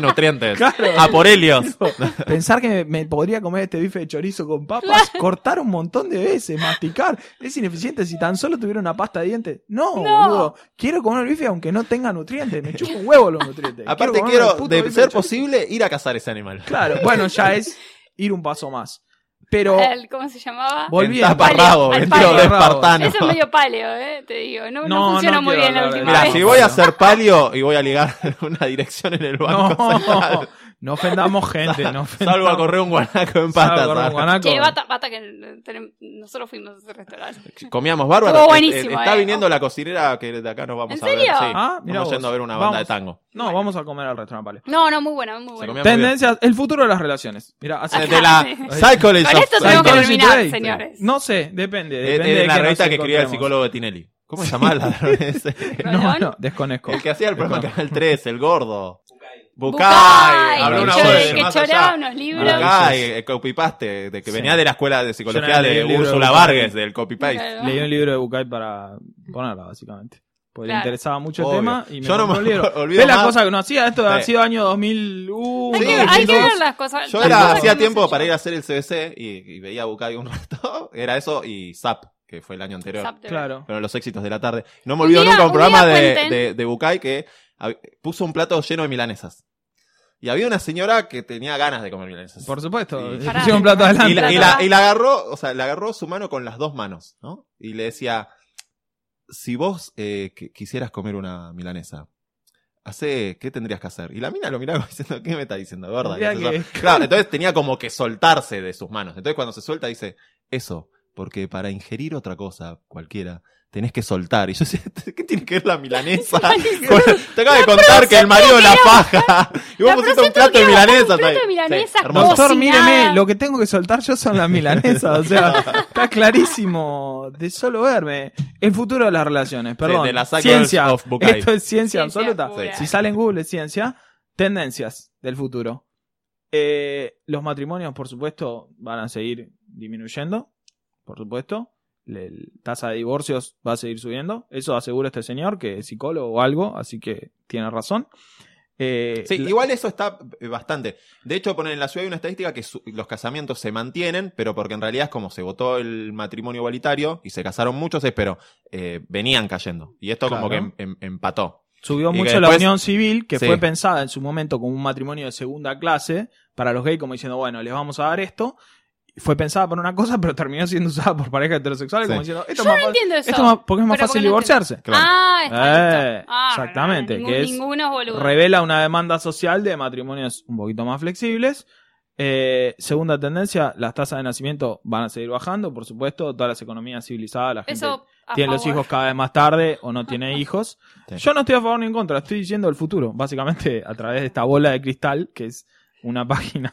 [SPEAKER 5] nutrientes.
[SPEAKER 3] Claro.
[SPEAKER 5] A por Helios.
[SPEAKER 3] Pensar que me, me podría comer este bife de chorizo con papas, cortar un montón de veces, masticar. Es ineficiente si tan solo tuviera una pasta de dientes. No,
[SPEAKER 4] No.
[SPEAKER 3] boludo. Quiero comer el bife aunque no tenga nutrientes. Me chupo un huevo los nutrientes.
[SPEAKER 5] Aparte
[SPEAKER 3] comerme el
[SPEAKER 5] quiero,
[SPEAKER 3] puto
[SPEAKER 5] de
[SPEAKER 3] bife
[SPEAKER 5] ser
[SPEAKER 3] chorizo.
[SPEAKER 5] posible, ir a cazar ese animal.
[SPEAKER 3] Claro, bueno, ya es ir un paso más. Pero
[SPEAKER 4] Al- ¿Cómo se llamaba?
[SPEAKER 3] volviendo.
[SPEAKER 5] En taparrabo,
[SPEAKER 4] Al
[SPEAKER 5] vestido
[SPEAKER 4] palio.
[SPEAKER 5] de espartano.
[SPEAKER 4] Eso es medio paleo, eh, te digo. No, no
[SPEAKER 3] No, no
[SPEAKER 4] funciona muy
[SPEAKER 3] quiero
[SPEAKER 4] bien la
[SPEAKER 3] hablar de
[SPEAKER 4] última
[SPEAKER 3] eso.
[SPEAKER 5] Mira,
[SPEAKER 4] vez.
[SPEAKER 5] si voy a ser palio y voy a ligar una dirección en el banco,
[SPEAKER 3] No, no ofendamos gente. No ofendamos,
[SPEAKER 5] salgo a correr un guanaco
[SPEAKER 3] salgo a
[SPEAKER 5] en patas.
[SPEAKER 3] correr un
[SPEAKER 5] ¿sabes?
[SPEAKER 3] guanaco.
[SPEAKER 4] Che, bata, bata que eh, tenem- nosotros fuimos a ese restaurante.
[SPEAKER 5] Comíamos bárbaro.
[SPEAKER 4] Estuvo
[SPEAKER 5] Eh, eh,
[SPEAKER 4] buenísimo,
[SPEAKER 5] Está
[SPEAKER 4] eh.
[SPEAKER 5] viniendo la cocinera que de acá nos vamos
[SPEAKER 4] ¿En
[SPEAKER 5] a ver.
[SPEAKER 4] serio?
[SPEAKER 5] sí.
[SPEAKER 3] Ah, mirá
[SPEAKER 5] Vamos
[SPEAKER 3] vos.
[SPEAKER 5] yendo a ver una banda
[SPEAKER 3] Vamos.
[SPEAKER 5] de tango.
[SPEAKER 3] No, vamos a comer al restaurante, vale.
[SPEAKER 4] No, no, muy buena, muy
[SPEAKER 5] Se
[SPEAKER 4] buena.
[SPEAKER 5] comía muy bien. Eh,
[SPEAKER 3] Tendencias, el futuro de las relaciones. Mira, así
[SPEAKER 5] De la Psychology
[SPEAKER 4] Con esto
[SPEAKER 5] of-
[SPEAKER 4] Ah, tenemos que
[SPEAKER 3] Psychology
[SPEAKER 4] terminar,
[SPEAKER 3] Today.
[SPEAKER 4] señores.
[SPEAKER 3] No sé, depende.
[SPEAKER 5] Eh,
[SPEAKER 3] depende
[SPEAKER 5] eh,
[SPEAKER 3] de
[SPEAKER 5] la
[SPEAKER 3] qué nos
[SPEAKER 5] revista que escribía el
[SPEAKER 3] encontremos.
[SPEAKER 5] psicólogo de Tinelli. ¿Cómo se llamaba la revista?
[SPEAKER 3] No, no, desconozco.
[SPEAKER 5] El que hacía el programa en Canal 3, el gordo.
[SPEAKER 4] Bucay,
[SPEAKER 5] Bucay.
[SPEAKER 4] que
[SPEAKER 5] Habló una
[SPEAKER 4] cho-
[SPEAKER 5] voz de
[SPEAKER 4] que
[SPEAKER 5] más
[SPEAKER 4] choraba
[SPEAKER 5] allá.
[SPEAKER 4] unos libros.
[SPEAKER 5] Bucay, el Ah, eh, copypaste, de que
[SPEAKER 3] Sí.
[SPEAKER 5] venía de la escuela de
[SPEAKER 3] Yo
[SPEAKER 5] psicología
[SPEAKER 3] no leí
[SPEAKER 5] de
[SPEAKER 3] el libro de
[SPEAKER 5] Úrsula
[SPEAKER 3] Bucay.
[SPEAKER 5] Vargas, del copy-paste.
[SPEAKER 4] Claro.
[SPEAKER 3] Leí un libro de Bucay para ponerla, básicamente. Porque le
[SPEAKER 4] Claro.
[SPEAKER 3] interesaba mucho
[SPEAKER 5] Obvio.
[SPEAKER 3] el tema y me
[SPEAKER 5] Yo no
[SPEAKER 3] compró el
[SPEAKER 5] me
[SPEAKER 3] libro.
[SPEAKER 5] olvido
[SPEAKER 3] Ve la
[SPEAKER 5] más.
[SPEAKER 3] cosa que no hacía, esto ha
[SPEAKER 5] Sí.
[SPEAKER 3] sido año 2001.
[SPEAKER 4] Hay que,
[SPEAKER 5] Sí,
[SPEAKER 4] hay que
[SPEAKER 5] chicos.
[SPEAKER 4] ver las cosas.
[SPEAKER 5] Yo
[SPEAKER 4] las
[SPEAKER 5] era,
[SPEAKER 4] cosas que
[SPEAKER 5] hacía
[SPEAKER 4] hemos
[SPEAKER 5] tiempo
[SPEAKER 4] hecho.
[SPEAKER 5] para ir a hacer el CBC y, y veía a Bucay un rato. Era eso y Zap, que fue el año anterior.
[SPEAKER 4] Zapter.
[SPEAKER 3] Claro.
[SPEAKER 5] Pero los éxitos de la tarde. No me
[SPEAKER 4] Un
[SPEAKER 5] olvido
[SPEAKER 4] día-
[SPEAKER 5] nunca un
[SPEAKER 4] un
[SPEAKER 5] programa
[SPEAKER 4] día
[SPEAKER 5] de,
[SPEAKER 4] cuenten.
[SPEAKER 5] de, de Bucay que hab- puso un plato lleno de milanesas. Y había una señora que tenía ganas de comer milanesas.
[SPEAKER 3] Por supuesto.
[SPEAKER 5] Sí.
[SPEAKER 3] le
[SPEAKER 4] Pará.
[SPEAKER 3] pusieron plato adelante.
[SPEAKER 5] y, la, y,
[SPEAKER 4] Plata.
[SPEAKER 5] la, y la agarró, o sea, le agarró su mano con las dos manos, ¿no? Y le decía, si vos eh, qui- quisieras comer una milanesa, hace, ¿qué tendrías que hacer? Y la mina lo miraba como diciendo, ¿qué me está diciendo, gorda?
[SPEAKER 3] Tendría
[SPEAKER 5] ¿Qué es
[SPEAKER 3] que-
[SPEAKER 5] eso?". Claro, entonces tenía como que soltarse de sus manos. Entonces cuando se suelta dice, eso, porque para ingerir otra cosa, cualquiera, tenés que soltar. Y yo decía, ¿qué tiene que ver la milanesa? Con- Te acabo de contar que el marido la faja. Y vos
[SPEAKER 4] La
[SPEAKER 5] pusiste
[SPEAKER 4] proceto
[SPEAKER 5] un plato de
[SPEAKER 4] que era un
[SPEAKER 5] milanesa.
[SPEAKER 4] plato de milanesas,
[SPEAKER 5] hermoso.
[SPEAKER 4] cosa.
[SPEAKER 3] Doctor,
[SPEAKER 4] Cocinada.
[SPEAKER 3] míreme, lo que tengo que soltar yo son las milanesas. O sea, está clarísimo de solo verme. El futuro de las relaciones, perdón.
[SPEAKER 5] de las cycles
[SPEAKER 3] ciencia.
[SPEAKER 5] of Bucay.
[SPEAKER 3] Esto es
[SPEAKER 4] Ciencia
[SPEAKER 3] ciencia absoluta.
[SPEAKER 4] pura.
[SPEAKER 3] Si sale en Google es ciencia, tendencias del futuro. Eh, los matrimonios, por supuesto, van a seguir disminuyendo. Por supuesto. La tasa de divorcios va a seguir subiendo. Eso asegura este señor, que es psicólogo o algo, así que tiene razón. Eh,
[SPEAKER 5] Sí,
[SPEAKER 3] la-
[SPEAKER 5] igual eso está eh, bastante. De hecho, ponen en la ciudad hay una estadística que su- los casamientos se mantienen, pero porque en realidad es como se votó el matrimonio igualitario y se casaron muchos, es, pero eh, venían cayendo. Y esto como
[SPEAKER 3] Claro.
[SPEAKER 5] que em- em- empató.
[SPEAKER 3] Subió
[SPEAKER 5] Y que
[SPEAKER 3] mucho la
[SPEAKER 5] después-
[SPEAKER 3] unión civil, que
[SPEAKER 5] Sí.
[SPEAKER 3] fue pensada en su momento como un matrimonio de segunda clase para los gays, como diciendo, bueno, les vamos a dar esto. Fue pensada para una cosa, pero terminó siendo usada por parejas heterosexuales,
[SPEAKER 5] Sí.
[SPEAKER 3] como diciendo, esto
[SPEAKER 4] Yo
[SPEAKER 3] es más
[SPEAKER 4] no
[SPEAKER 3] fa-
[SPEAKER 4] entiendo eso.
[SPEAKER 3] esto es más- porque es más
[SPEAKER 4] Pero porque
[SPEAKER 3] fácil
[SPEAKER 4] no
[SPEAKER 3] divorciarse.
[SPEAKER 5] Claro.
[SPEAKER 4] Ah, está
[SPEAKER 3] Eh,
[SPEAKER 4] listo. Ah,
[SPEAKER 3] exactamente,
[SPEAKER 4] ningún-
[SPEAKER 3] que es
[SPEAKER 4] Ninguno es boludo.
[SPEAKER 3] Revela una demanda social de matrimonios un poquito más flexibles. Eh, segunda tendencia, las tasas de nacimiento van a seguir bajando, por supuesto, todas las economías civilizadas, la gente
[SPEAKER 4] Eso a
[SPEAKER 3] tiene los
[SPEAKER 4] favor.
[SPEAKER 3] hijos cada vez más tarde o no tiene hijos.
[SPEAKER 5] Sí.
[SPEAKER 3] Yo no estoy a favor ni en contra, estoy diciendo el futuro, básicamente a través de esta bola de cristal que es una página.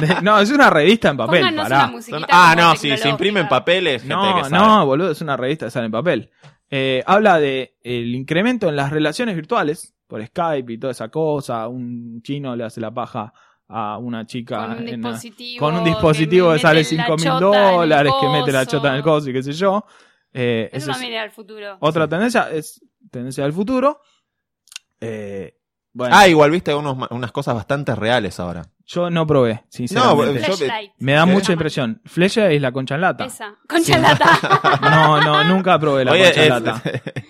[SPEAKER 3] de- no, es una revista en papel.
[SPEAKER 4] Pónganos
[SPEAKER 3] pará.
[SPEAKER 4] una musiquita
[SPEAKER 5] Son- ah,
[SPEAKER 4] como
[SPEAKER 5] no, si se
[SPEAKER 4] tecnológica.
[SPEAKER 5] imprimen papeles, gente
[SPEAKER 3] No,
[SPEAKER 5] que sabe.
[SPEAKER 3] no, boludo, es una revista que sale en papel. Eh, habla de el incremento en las relaciones virtuales por Skype y toda esa cosa. Un chino le hace la paja a una chica
[SPEAKER 4] Con un
[SPEAKER 3] en una-
[SPEAKER 4] dispositivo.
[SPEAKER 3] ah, con un dispositivo que,
[SPEAKER 4] mete
[SPEAKER 3] sale
[SPEAKER 4] la
[SPEAKER 3] 5 mil
[SPEAKER 4] chota en el
[SPEAKER 3] dólares, que mete la
[SPEAKER 4] coso.
[SPEAKER 3] chota en el coso y qué sé yo. Eh,
[SPEAKER 4] Eso
[SPEAKER 3] eso es-
[SPEAKER 4] también era el futuro.
[SPEAKER 3] otra tendencia es tendencia del futuro. Eh, bueno,
[SPEAKER 5] Ah, igual viste unos ma- unas cosas bastante reales ahora.
[SPEAKER 3] yo no probé,
[SPEAKER 5] No,
[SPEAKER 3] sinceramente.
[SPEAKER 5] yo-
[SPEAKER 4] Flashlight.
[SPEAKER 3] Me da
[SPEAKER 5] ¿Qué?
[SPEAKER 3] mucha impresión. Flecha es la concha en lata.
[SPEAKER 4] Esa. Concha lata.
[SPEAKER 3] No, no, nunca probé la
[SPEAKER 5] Oye,
[SPEAKER 3] concha en
[SPEAKER 5] es-
[SPEAKER 3] lata.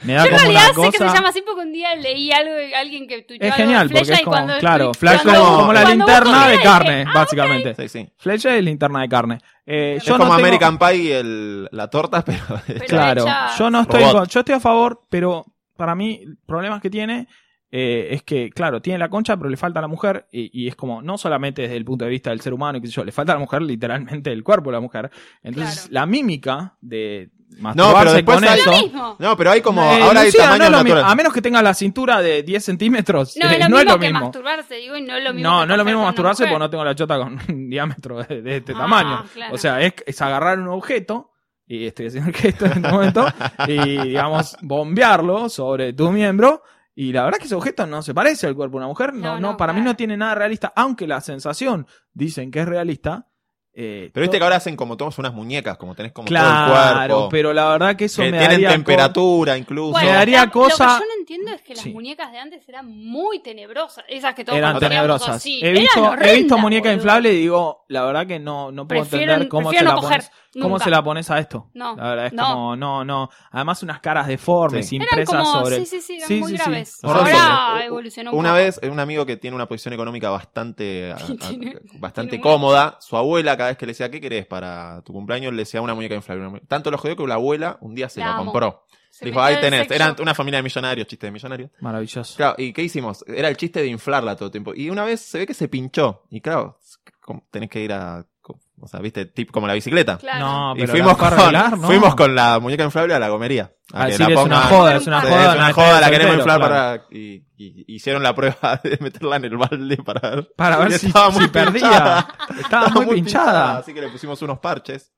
[SPEAKER 3] Me
[SPEAKER 4] Yo
[SPEAKER 3] da
[SPEAKER 4] en
[SPEAKER 3] como
[SPEAKER 4] realidad
[SPEAKER 3] una
[SPEAKER 4] sé que se llama
[SPEAKER 3] cosa.
[SPEAKER 4] así porque un día leí algo de alguien que tuiteó
[SPEAKER 3] Es
[SPEAKER 4] algo de
[SPEAKER 3] genial, porque
[SPEAKER 4] Flashlight
[SPEAKER 3] es como,
[SPEAKER 4] cuando-
[SPEAKER 3] claro, Flash
[SPEAKER 4] cuando-
[SPEAKER 3] como,
[SPEAKER 5] vos-
[SPEAKER 3] como la
[SPEAKER 4] cuando vos
[SPEAKER 3] linterna de
[SPEAKER 4] googleás,
[SPEAKER 3] carne,
[SPEAKER 4] ah,
[SPEAKER 3] básicamente.
[SPEAKER 5] Sí, sí.
[SPEAKER 3] Flecha es linterna de carne. Eh,
[SPEAKER 5] Es
[SPEAKER 3] yo
[SPEAKER 5] como
[SPEAKER 3] no tengo-
[SPEAKER 5] American Pie el- la torta, pero, este,
[SPEAKER 4] Pero
[SPEAKER 3] Claro,
[SPEAKER 4] hecha-
[SPEAKER 3] yo no estoy
[SPEAKER 5] Robot.
[SPEAKER 3] con- yo estoy a favor, pero para mí el problema que tiene eh, es que, claro, tiene la concha, pero le falta a la mujer y, y es como, no solamente desde el punto de vista del ser humano, y qué sé yo, le falta a la mujer literalmente el cuerpo de la mujer. Entonces,
[SPEAKER 4] Claro.
[SPEAKER 3] la mímica de masturbarse
[SPEAKER 5] después
[SPEAKER 3] con
[SPEAKER 5] hay-
[SPEAKER 3] eso...
[SPEAKER 4] Lo mismo.
[SPEAKER 5] No, pero hay como
[SPEAKER 3] eh,
[SPEAKER 5] ahora hay
[SPEAKER 3] Lucía, no
[SPEAKER 5] tamaños
[SPEAKER 3] es lo mi-
[SPEAKER 5] naturales.
[SPEAKER 3] a menos que tenga la cintura de 10 centímetros,
[SPEAKER 4] No
[SPEAKER 3] eh,
[SPEAKER 4] es lo mismo que
[SPEAKER 3] mismo.
[SPEAKER 4] masturbarse, digo, y no es lo mismo.
[SPEAKER 3] No,
[SPEAKER 4] que
[SPEAKER 3] no es lo mismo
[SPEAKER 4] coger con una
[SPEAKER 3] masturbarse
[SPEAKER 4] mujer.
[SPEAKER 3] porque no tengo la chota con un diámetro de, de este
[SPEAKER 4] Ah,
[SPEAKER 3] tamaño.
[SPEAKER 4] claro.
[SPEAKER 3] O sea, es, es agarrar un objeto, y estoy haciendo el gesto en este momento, y digamos, bombearlo sobre tu miembro. Y la verdad es que ese objeto no se parece al cuerpo de una mujer. No,
[SPEAKER 4] No,
[SPEAKER 3] no,
[SPEAKER 4] no,
[SPEAKER 3] para mí
[SPEAKER 4] claro.
[SPEAKER 3] no tiene nada realista, aunque la sensación dicen que es realista. eh,
[SPEAKER 5] Pero viste
[SPEAKER 3] to-
[SPEAKER 5] que ahora hacen como todos unas muñecas, como tenés como todo el
[SPEAKER 3] Claro,
[SPEAKER 5] cuerpo.
[SPEAKER 3] pero la verdad que eso
[SPEAKER 5] que
[SPEAKER 3] me
[SPEAKER 5] tienen
[SPEAKER 3] daría co-
[SPEAKER 5] temperatura incluso.
[SPEAKER 3] Me daría
[SPEAKER 4] lo-
[SPEAKER 3] cosa-
[SPEAKER 4] Lo que yo no entiendo es que las
[SPEAKER 3] Sí.
[SPEAKER 4] muñecas de antes eran muy tenebrosas. Esas que todos
[SPEAKER 3] eran
[SPEAKER 4] cuando teníamos
[SPEAKER 3] tenebrosas.
[SPEAKER 4] así,
[SPEAKER 3] He
[SPEAKER 4] eran
[SPEAKER 3] visto, he visto
[SPEAKER 4] horrendas,
[SPEAKER 3] muñeca
[SPEAKER 4] boludo.
[SPEAKER 3] inflable y digo, la verdad que no, no puedo
[SPEAKER 4] Prefiero-
[SPEAKER 3] entender cómo se,
[SPEAKER 4] prefiero
[SPEAKER 3] la
[SPEAKER 4] no coger
[SPEAKER 3] pones, cómo
[SPEAKER 4] nunca.
[SPEAKER 3] se la pones a esto.
[SPEAKER 4] No,
[SPEAKER 3] La verdad es
[SPEAKER 4] no.
[SPEAKER 3] como, no, no. Además, unas caras deformes
[SPEAKER 5] Sí.
[SPEAKER 4] Eran
[SPEAKER 3] impresas
[SPEAKER 4] como,
[SPEAKER 3] sobre.
[SPEAKER 4] sí, sí, sí, eran
[SPEAKER 3] Sí,
[SPEAKER 4] muy
[SPEAKER 3] sí, sí.
[SPEAKER 4] graves.
[SPEAKER 5] Nosotros-
[SPEAKER 4] Ahora
[SPEAKER 5] u- u-
[SPEAKER 4] evolucionó un
[SPEAKER 5] Una
[SPEAKER 4] poco.
[SPEAKER 5] vez, eh, un amigo que tiene una posición económica bastante, a- a-
[SPEAKER 4] Tiene-
[SPEAKER 5] bastante
[SPEAKER 4] tiene una-
[SPEAKER 5] cómoda, su abuela cada vez que le decía, ¿qué querés para tu cumpleaños? Le decía una muñeca inflable. una mu- Tanto lo jodió que la abuela un día se
[SPEAKER 4] La
[SPEAKER 5] la,
[SPEAKER 4] amo.
[SPEAKER 5] compró.
[SPEAKER 4] Se
[SPEAKER 5] Dijo,
[SPEAKER 4] metió en
[SPEAKER 5] ahí
[SPEAKER 4] el
[SPEAKER 5] tenés.
[SPEAKER 4] sex
[SPEAKER 5] Eran
[SPEAKER 4] shop.
[SPEAKER 5] una familia de millonarios, chiste de millonarios.
[SPEAKER 3] Maravilloso.
[SPEAKER 5] Claro, ¿y qué hicimos? Era el chiste de inflarla todo el tiempo. Y una vez se ve que se pinchó. Y claro, s- como- tenés que ir a... co- O sea, viste, tip como la bicicleta.
[SPEAKER 4] Claro.
[SPEAKER 3] No,
[SPEAKER 5] y
[SPEAKER 3] pero
[SPEAKER 5] fuimos
[SPEAKER 3] la fue a
[SPEAKER 5] con,
[SPEAKER 3] arreglar, ¿no?
[SPEAKER 5] fuimos con la muñeca inflable a la gomería.
[SPEAKER 3] A
[SPEAKER 5] A que
[SPEAKER 3] decir,
[SPEAKER 5] la
[SPEAKER 3] Ah, es una
[SPEAKER 5] pongan-
[SPEAKER 3] joda, es una
[SPEAKER 5] Sí,
[SPEAKER 3] joda.
[SPEAKER 5] es
[SPEAKER 3] no
[SPEAKER 5] una
[SPEAKER 3] me
[SPEAKER 5] joda,
[SPEAKER 3] pegues
[SPEAKER 5] la
[SPEAKER 3] el
[SPEAKER 5] queremos
[SPEAKER 3] pelo,
[SPEAKER 5] inflar
[SPEAKER 3] claro.
[SPEAKER 5] para. Y, y- hicieron la prueba de meterla en el balde para ver.
[SPEAKER 3] Para ver
[SPEAKER 5] Y
[SPEAKER 3] si,
[SPEAKER 5] estaba muy
[SPEAKER 3] si perdía.
[SPEAKER 5] pinchada.
[SPEAKER 3] Estaba, muy pinchada.
[SPEAKER 5] Así que le pusimos unos parches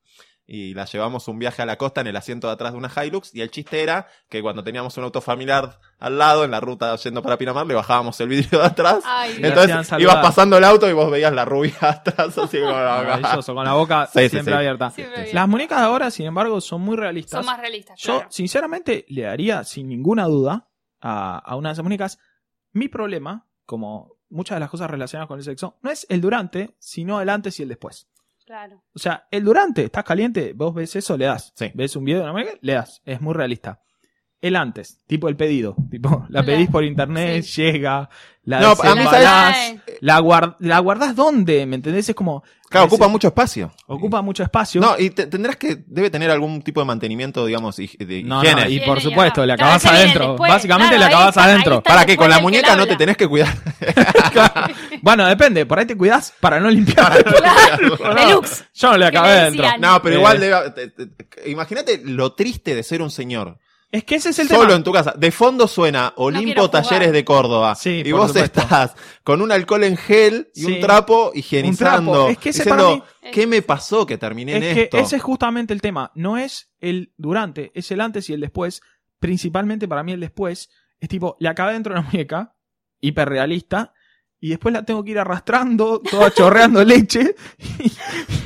[SPEAKER 5] y la llevamos un viaje a la costa en el asiento de atrás de una Hilux. Y el chiste era que cuando teníamos un auto familiar al lado, en la ruta yendo para Pinamar, le bajábamos el vidrio de atrás.
[SPEAKER 4] Ay,
[SPEAKER 3] la
[SPEAKER 5] Entonces
[SPEAKER 3] Ah, hacían saludar.
[SPEAKER 5] ibas pasando el auto y vos veías la rubia atrás, así como
[SPEAKER 3] Maravilloso, con la boca
[SPEAKER 5] Sí, sí,
[SPEAKER 3] siempre
[SPEAKER 5] sí.
[SPEAKER 3] abierta.
[SPEAKER 4] siempre bien.
[SPEAKER 3] Las muñecas de ahora, sin embargo, son muy realistas.
[SPEAKER 4] son más realistas.
[SPEAKER 3] Yo,
[SPEAKER 4] claro.
[SPEAKER 3] sinceramente, le daría sin ninguna duda a, a una de esas muñecas. Mi problema, como muchas de las cosas relacionadas con el sexo, no es el durante, sino el antes y el después.
[SPEAKER 4] claro.
[SPEAKER 3] O sea, el durante, estás caliente, vos ves eso, le das.
[SPEAKER 5] Sí.
[SPEAKER 3] Ves un video de una muñeca, le das. Es muy realista. El antes, tipo el pedido. Tipo, la
[SPEAKER 4] La-
[SPEAKER 3] pedís por internet,
[SPEAKER 4] sí.
[SPEAKER 3] llega, la
[SPEAKER 5] No, a mí,
[SPEAKER 3] desembalás,
[SPEAKER 4] ¿sabes?
[SPEAKER 3] la, guard- la guardás dónde, ¿me entendés? Es como...
[SPEAKER 5] Claro,
[SPEAKER 3] es-
[SPEAKER 5] ocupa mucho espacio.
[SPEAKER 3] ocupa mucho espacio.
[SPEAKER 5] No, y te- tendrás que, debe tener algún tipo de mantenimiento, digamos, hij- de
[SPEAKER 3] No,
[SPEAKER 5] higiene.
[SPEAKER 3] no, y
[SPEAKER 4] Viene
[SPEAKER 3] por
[SPEAKER 4] y
[SPEAKER 3] supuesto,
[SPEAKER 4] acá.
[SPEAKER 3] la
[SPEAKER 4] Claro,
[SPEAKER 3] acabás
[SPEAKER 4] ese viene
[SPEAKER 3] adentro.
[SPEAKER 4] después.
[SPEAKER 3] Básicamente
[SPEAKER 4] Claro,
[SPEAKER 3] la
[SPEAKER 4] ahí
[SPEAKER 3] acabás
[SPEAKER 4] está- ahí
[SPEAKER 3] adentro.
[SPEAKER 4] está
[SPEAKER 5] Para
[SPEAKER 4] después
[SPEAKER 5] que con la
[SPEAKER 4] del que
[SPEAKER 5] muñeca no
[SPEAKER 4] habla.
[SPEAKER 5] te tenés que cuidar.
[SPEAKER 3] Bueno, depende, por ahí te cuidás para no limpiar.
[SPEAKER 4] Deluxe.
[SPEAKER 3] Yo no le
[SPEAKER 4] Que
[SPEAKER 3] acabé
[SPEAKER 4] le
[SPEAKER 3] adentro.
[SPEAKER 4] decían.
[SPEAKER 5] No, pero
[SPEAKER 3] Eh.
[SPEAKER 5] igual debe- te- te- te- Imagínate lo triste de ser un señor.
[SPEAKER 3] Es que ese es el
[SPEAKER 5] solo
[SPEAKER 3] tema.
[SPEAKER 5] en tu casa. De fondo suena Olimpo
[SPEAKER 4] quiero jugar.
[SPEAKER 5] Talleres de Córdoba.
[SPEAKER 3] Sí,
[SPEAKER 5] y
[SPEAKER 3] por
[SPEAKER 5] vos
[SPEAKER 3] supuesto.
[SPEAKER 5] estás con un alcohol en gel y
[SPEAKER 3] Sí.
[SPEAKER 5] un trapo higienizando.
[SPEAKER 3] Un trapo. Es que ese
[SPEAKER 5] diciendo,
[SPEAKER 3] para
[SPEAKER 4] mí-
[SPEAKER 5] ¿qué me pasó que terminé
[SPEAKER 3] Es
[SPEAKER 5] en
[SPEAKER 3] que
[SPEAKER 5] esto?
[SPEAKER 3] ese es justamente el tema. No es el durante, es el antes y el después. Principalmente para mí el después es tipo, le acabé dentro de una muñeca, hiperrealista, y después la tengo que ir arrastrando, toda chorreando leche, y,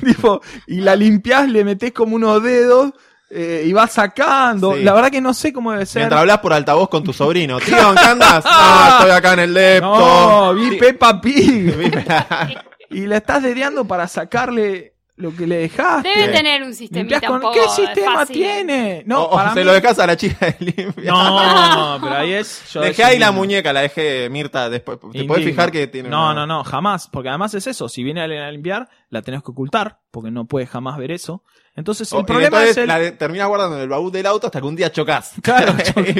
[SPEAKER 3] tipo, y la limpiás, le metés como unos dedos, eh, y vas sacando.
[SPEAKER 5] Sí.
[SPEAKER 3] La verdad que no sé cómo debe ser.
[SPEAKER 5] Mientras hablas por altavoz con tu sobrino. Tío, ¿en ¿qué andás? No, estoy acá en el lepto.
[SPEAKER 3] No, vi Peppa Pig. y la estás dedeando para sacarle lo que le dejaste.
[SPEAKER 4] Debe
[SPEAKER 5] Sí.
[SPEAKER 4] tener un
[SPEAKER 3] Limpiás
[SPEAKER 4] sistemita
[SPEAKER 3] con...
[SPEAKER 4] un poco
[SPEAKER 3] ¿Qué sistema
[SPEAKER 4] fácil.
[SPEAKER 3] tiene? No,
[SPEAKER 5] o, o
[SPEAKER 3] para
[SPEAKER 5] Oh, se
[SPEAKER 3] mí-
[SPEAKER 5] lo dejas a la chica de limpia.
[SPEAKER 3] No, pero ahí es. yo
[SPEAKER 5] Dejé
[SPEAKER 3] es
[SPEAKER 5] ahí la
[SPEAKER 3] indigno.
[SPEAKER 5] muñeca, la dejé Mirta después. Te podés
[SPEAKER 3] Indigno.
[SPEAKER 5] fijar que tiene
[SPEAKER 3] No, no,
[SPEAKER 5] una-
[SPEAKER 3] no, jamás. Porque además es eso. Si viene alguien a limpiar, la tenés que ocultar. Porque no puedes jamás ver eso. Entonces,
[SPEAKER 5] O-
[SPEAKER 3] el
[SPEAKER 5] Oh, y
[SPEAKER 3] problema
[SPEAKER 5] entonces
[SPEAKER 3] es el.
[SPEAKER 5] la de- terminás guardando en el baúl del auto hasta que un día chocas.
[SPEAKER 3] Claro, chocás.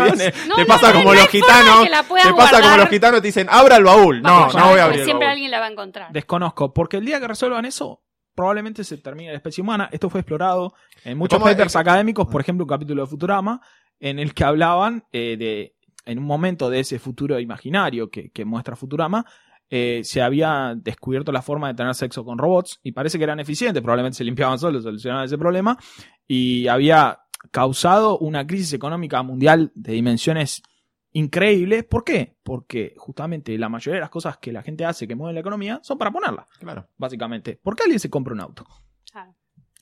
[SPEAKER 4] No,
[SPEAKER 5] te
[SPEAKER 4] no,
[SPEAKER 5] pasa
[SPEAKER 4] no,
[SPEAKER 5] como
[SPEAKER 4] no
[SPEAKER 5] los
[SPEAKER 4] hay forma
[SPEAKER 5] gitanos.
[SPEAKER 4] que la
[SPEAKER 5] Te
[SPEAKER 4] puedas
[SPEAKER 5] pasa como
[SPEAKER 4] guardar.
[SPEAKER 5] los gitanos te dicen, abra el baúl. No,
[SPEAKER 4] Vamos,
[SPEAKER 5] no voy a abrir.
[SPEAKER 4] porque
[SPEAKER 5] el
[SPEAKER 4] Siempre
[SPEAKER 5] baúl.
[SPEAKER 4] alguien la va a encontrar.
[SPEAKER 3] Desconozco. Porque el día que resuelvan eso, probablemente se termine la especie humana. Esto fue explorado en muchos
[SPEAKER 5] Vamos a- Ah.
[SPEAKER 3] papers académicos. Por ejemplo, un capítulo de Futurama. En el que hablaban eh, de. En un momento de ese futuro imaginario que, que muestra Futurama. eh, se había descubierto la forma de tener sexo con robots y parece que eran eficientes, probablemente se limpiaban solos, solucionaban ese problema y había causado una crisis económica mundial de dimensiones increíbles. ¿Por qué? Porque justamente la mayoría de las cosas que la gente hace que mueven la economía son para ponerla,
[SPEAKER 5] Claro.
[SPEAKER 3] básicamente. ¿Por qué alguien se compra un auto?
[SPEAKER 4] Claro.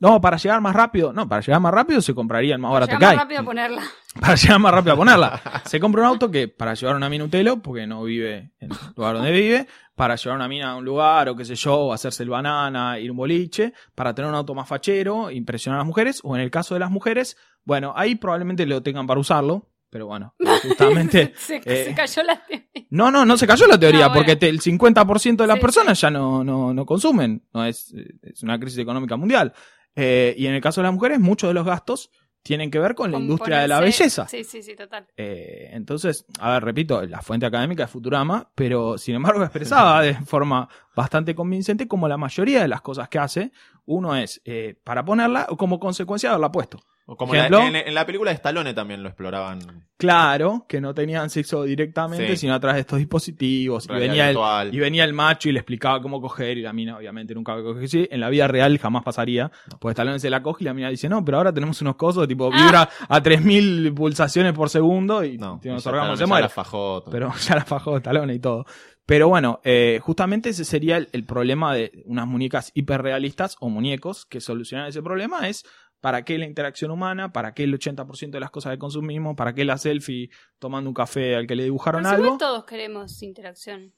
[SPEAKER 3] No, para llegar más rápido. No, para llegar más rápido se compraría el más barato
[SPEAKER 4] Llega
[SPEAKER 3] que
[SPEAKER 4] más
[SPEAKER 3] hay.
[SPEAKER 4] rápido a ponerla.
[SPEAKER 3] Para llegar más rápido a ponerla. Se compra un auto que para llevar una mina a un telo, porque no vive en el lugar donde vive, para llevar una mina a un lugar o qué sé yo, o hacerse el banana, ir a un boliche, para tener un auto más fachero, impresionar a las mujeres, o en el caso de las mujeres, bueno, ahí probablemente lo tengan para usarlo, pero bueno, justamente...
[SPEAKER 4] se,
[SPEAKER 3] eh,
[SPEAKER 4] se cayó la.
[SPEAKER 3] No, no, no se cayó la teoría,
[SPEAKER 4] No, Ah, bueno.
[SPEAKER 3] porque te- el 50% de las
[SPEAKER 4] Sí,
[SPEAKER 3] personas ya no, no, no consumen. No es, eh, es una crisis económica mundial. Eh, y en el caso de las mujeres, muchos de los gastos tienen que ver con la
[SPEAKER 4] con
[SPEAKER 3] industria de la
[SPEAKER 4] ponerse-
[SPEAKER 3] belleza.
[SPEAKER 4] Sí, sí, sí, total.
[SPEAKER 3] Eh, entonces, a ver, repito, la fuente académica es Futurama, pero sin embargo expresaba de forma bastante convincente como la mayoría de las cosas que hace, uno es eh, para ponerla o como consecuencia de haberla puesto.
[SPEAKER 5] O Como en
[SPEAKER 3] Ejemplo.
[SPEAKER 5] la, en- en la película de Stallone también lo exploraban.
[SPEAKER 3] Claro, que no tenían sexo directamente,
[SPEAKER 5] Sí.
[SPEAKER 3] sino a través de estos dispositivos. Y
[SPEAKER 5] realidad
[SPEAKER 3] venía, el,
[SPEAKER 5] virtual.
[SPEAKER 3] y venía el macho y le explicaba cómo coger, y la mina obviamente nunca va a coger. Sí, en la vida real jamás pasaría, porque Stallone se la coge y la mina dice, no, pero ahora tenemos unos cosos, tipo,
[SPEAKER 4] Ah.
[SPEAKER 3] vibra a 3.000 pulsaciones por segundo y
[SPEAKER 5] No,
[SPEAKER 3] tiene unos
[SPEAKER 5] ya
[SPEAKER 3] orgasmos,
[SPEAKER 5] Stallone
[SPEAKER 3] se
[SPEAKER 5] ya
[SPEAKER 3] muere.
[SPEAKER 5] la fajó.
[SPEAKER 3] Pero ya la fajó Stallone y todo. Pero bueno, eh, justamente ese sería el, el problema de unas muñecas hiperrealistas o muñecos que solucionan ese problema es para qué la interacción humana, para qué el 80% de las cosas que consumimos, para qué la selfie tomando un café al que le dibujaron
[SPEAKER 4] Pero
[SPEAKER 3] algo.
[SPEAKER 4] seguro todos queremos interacción.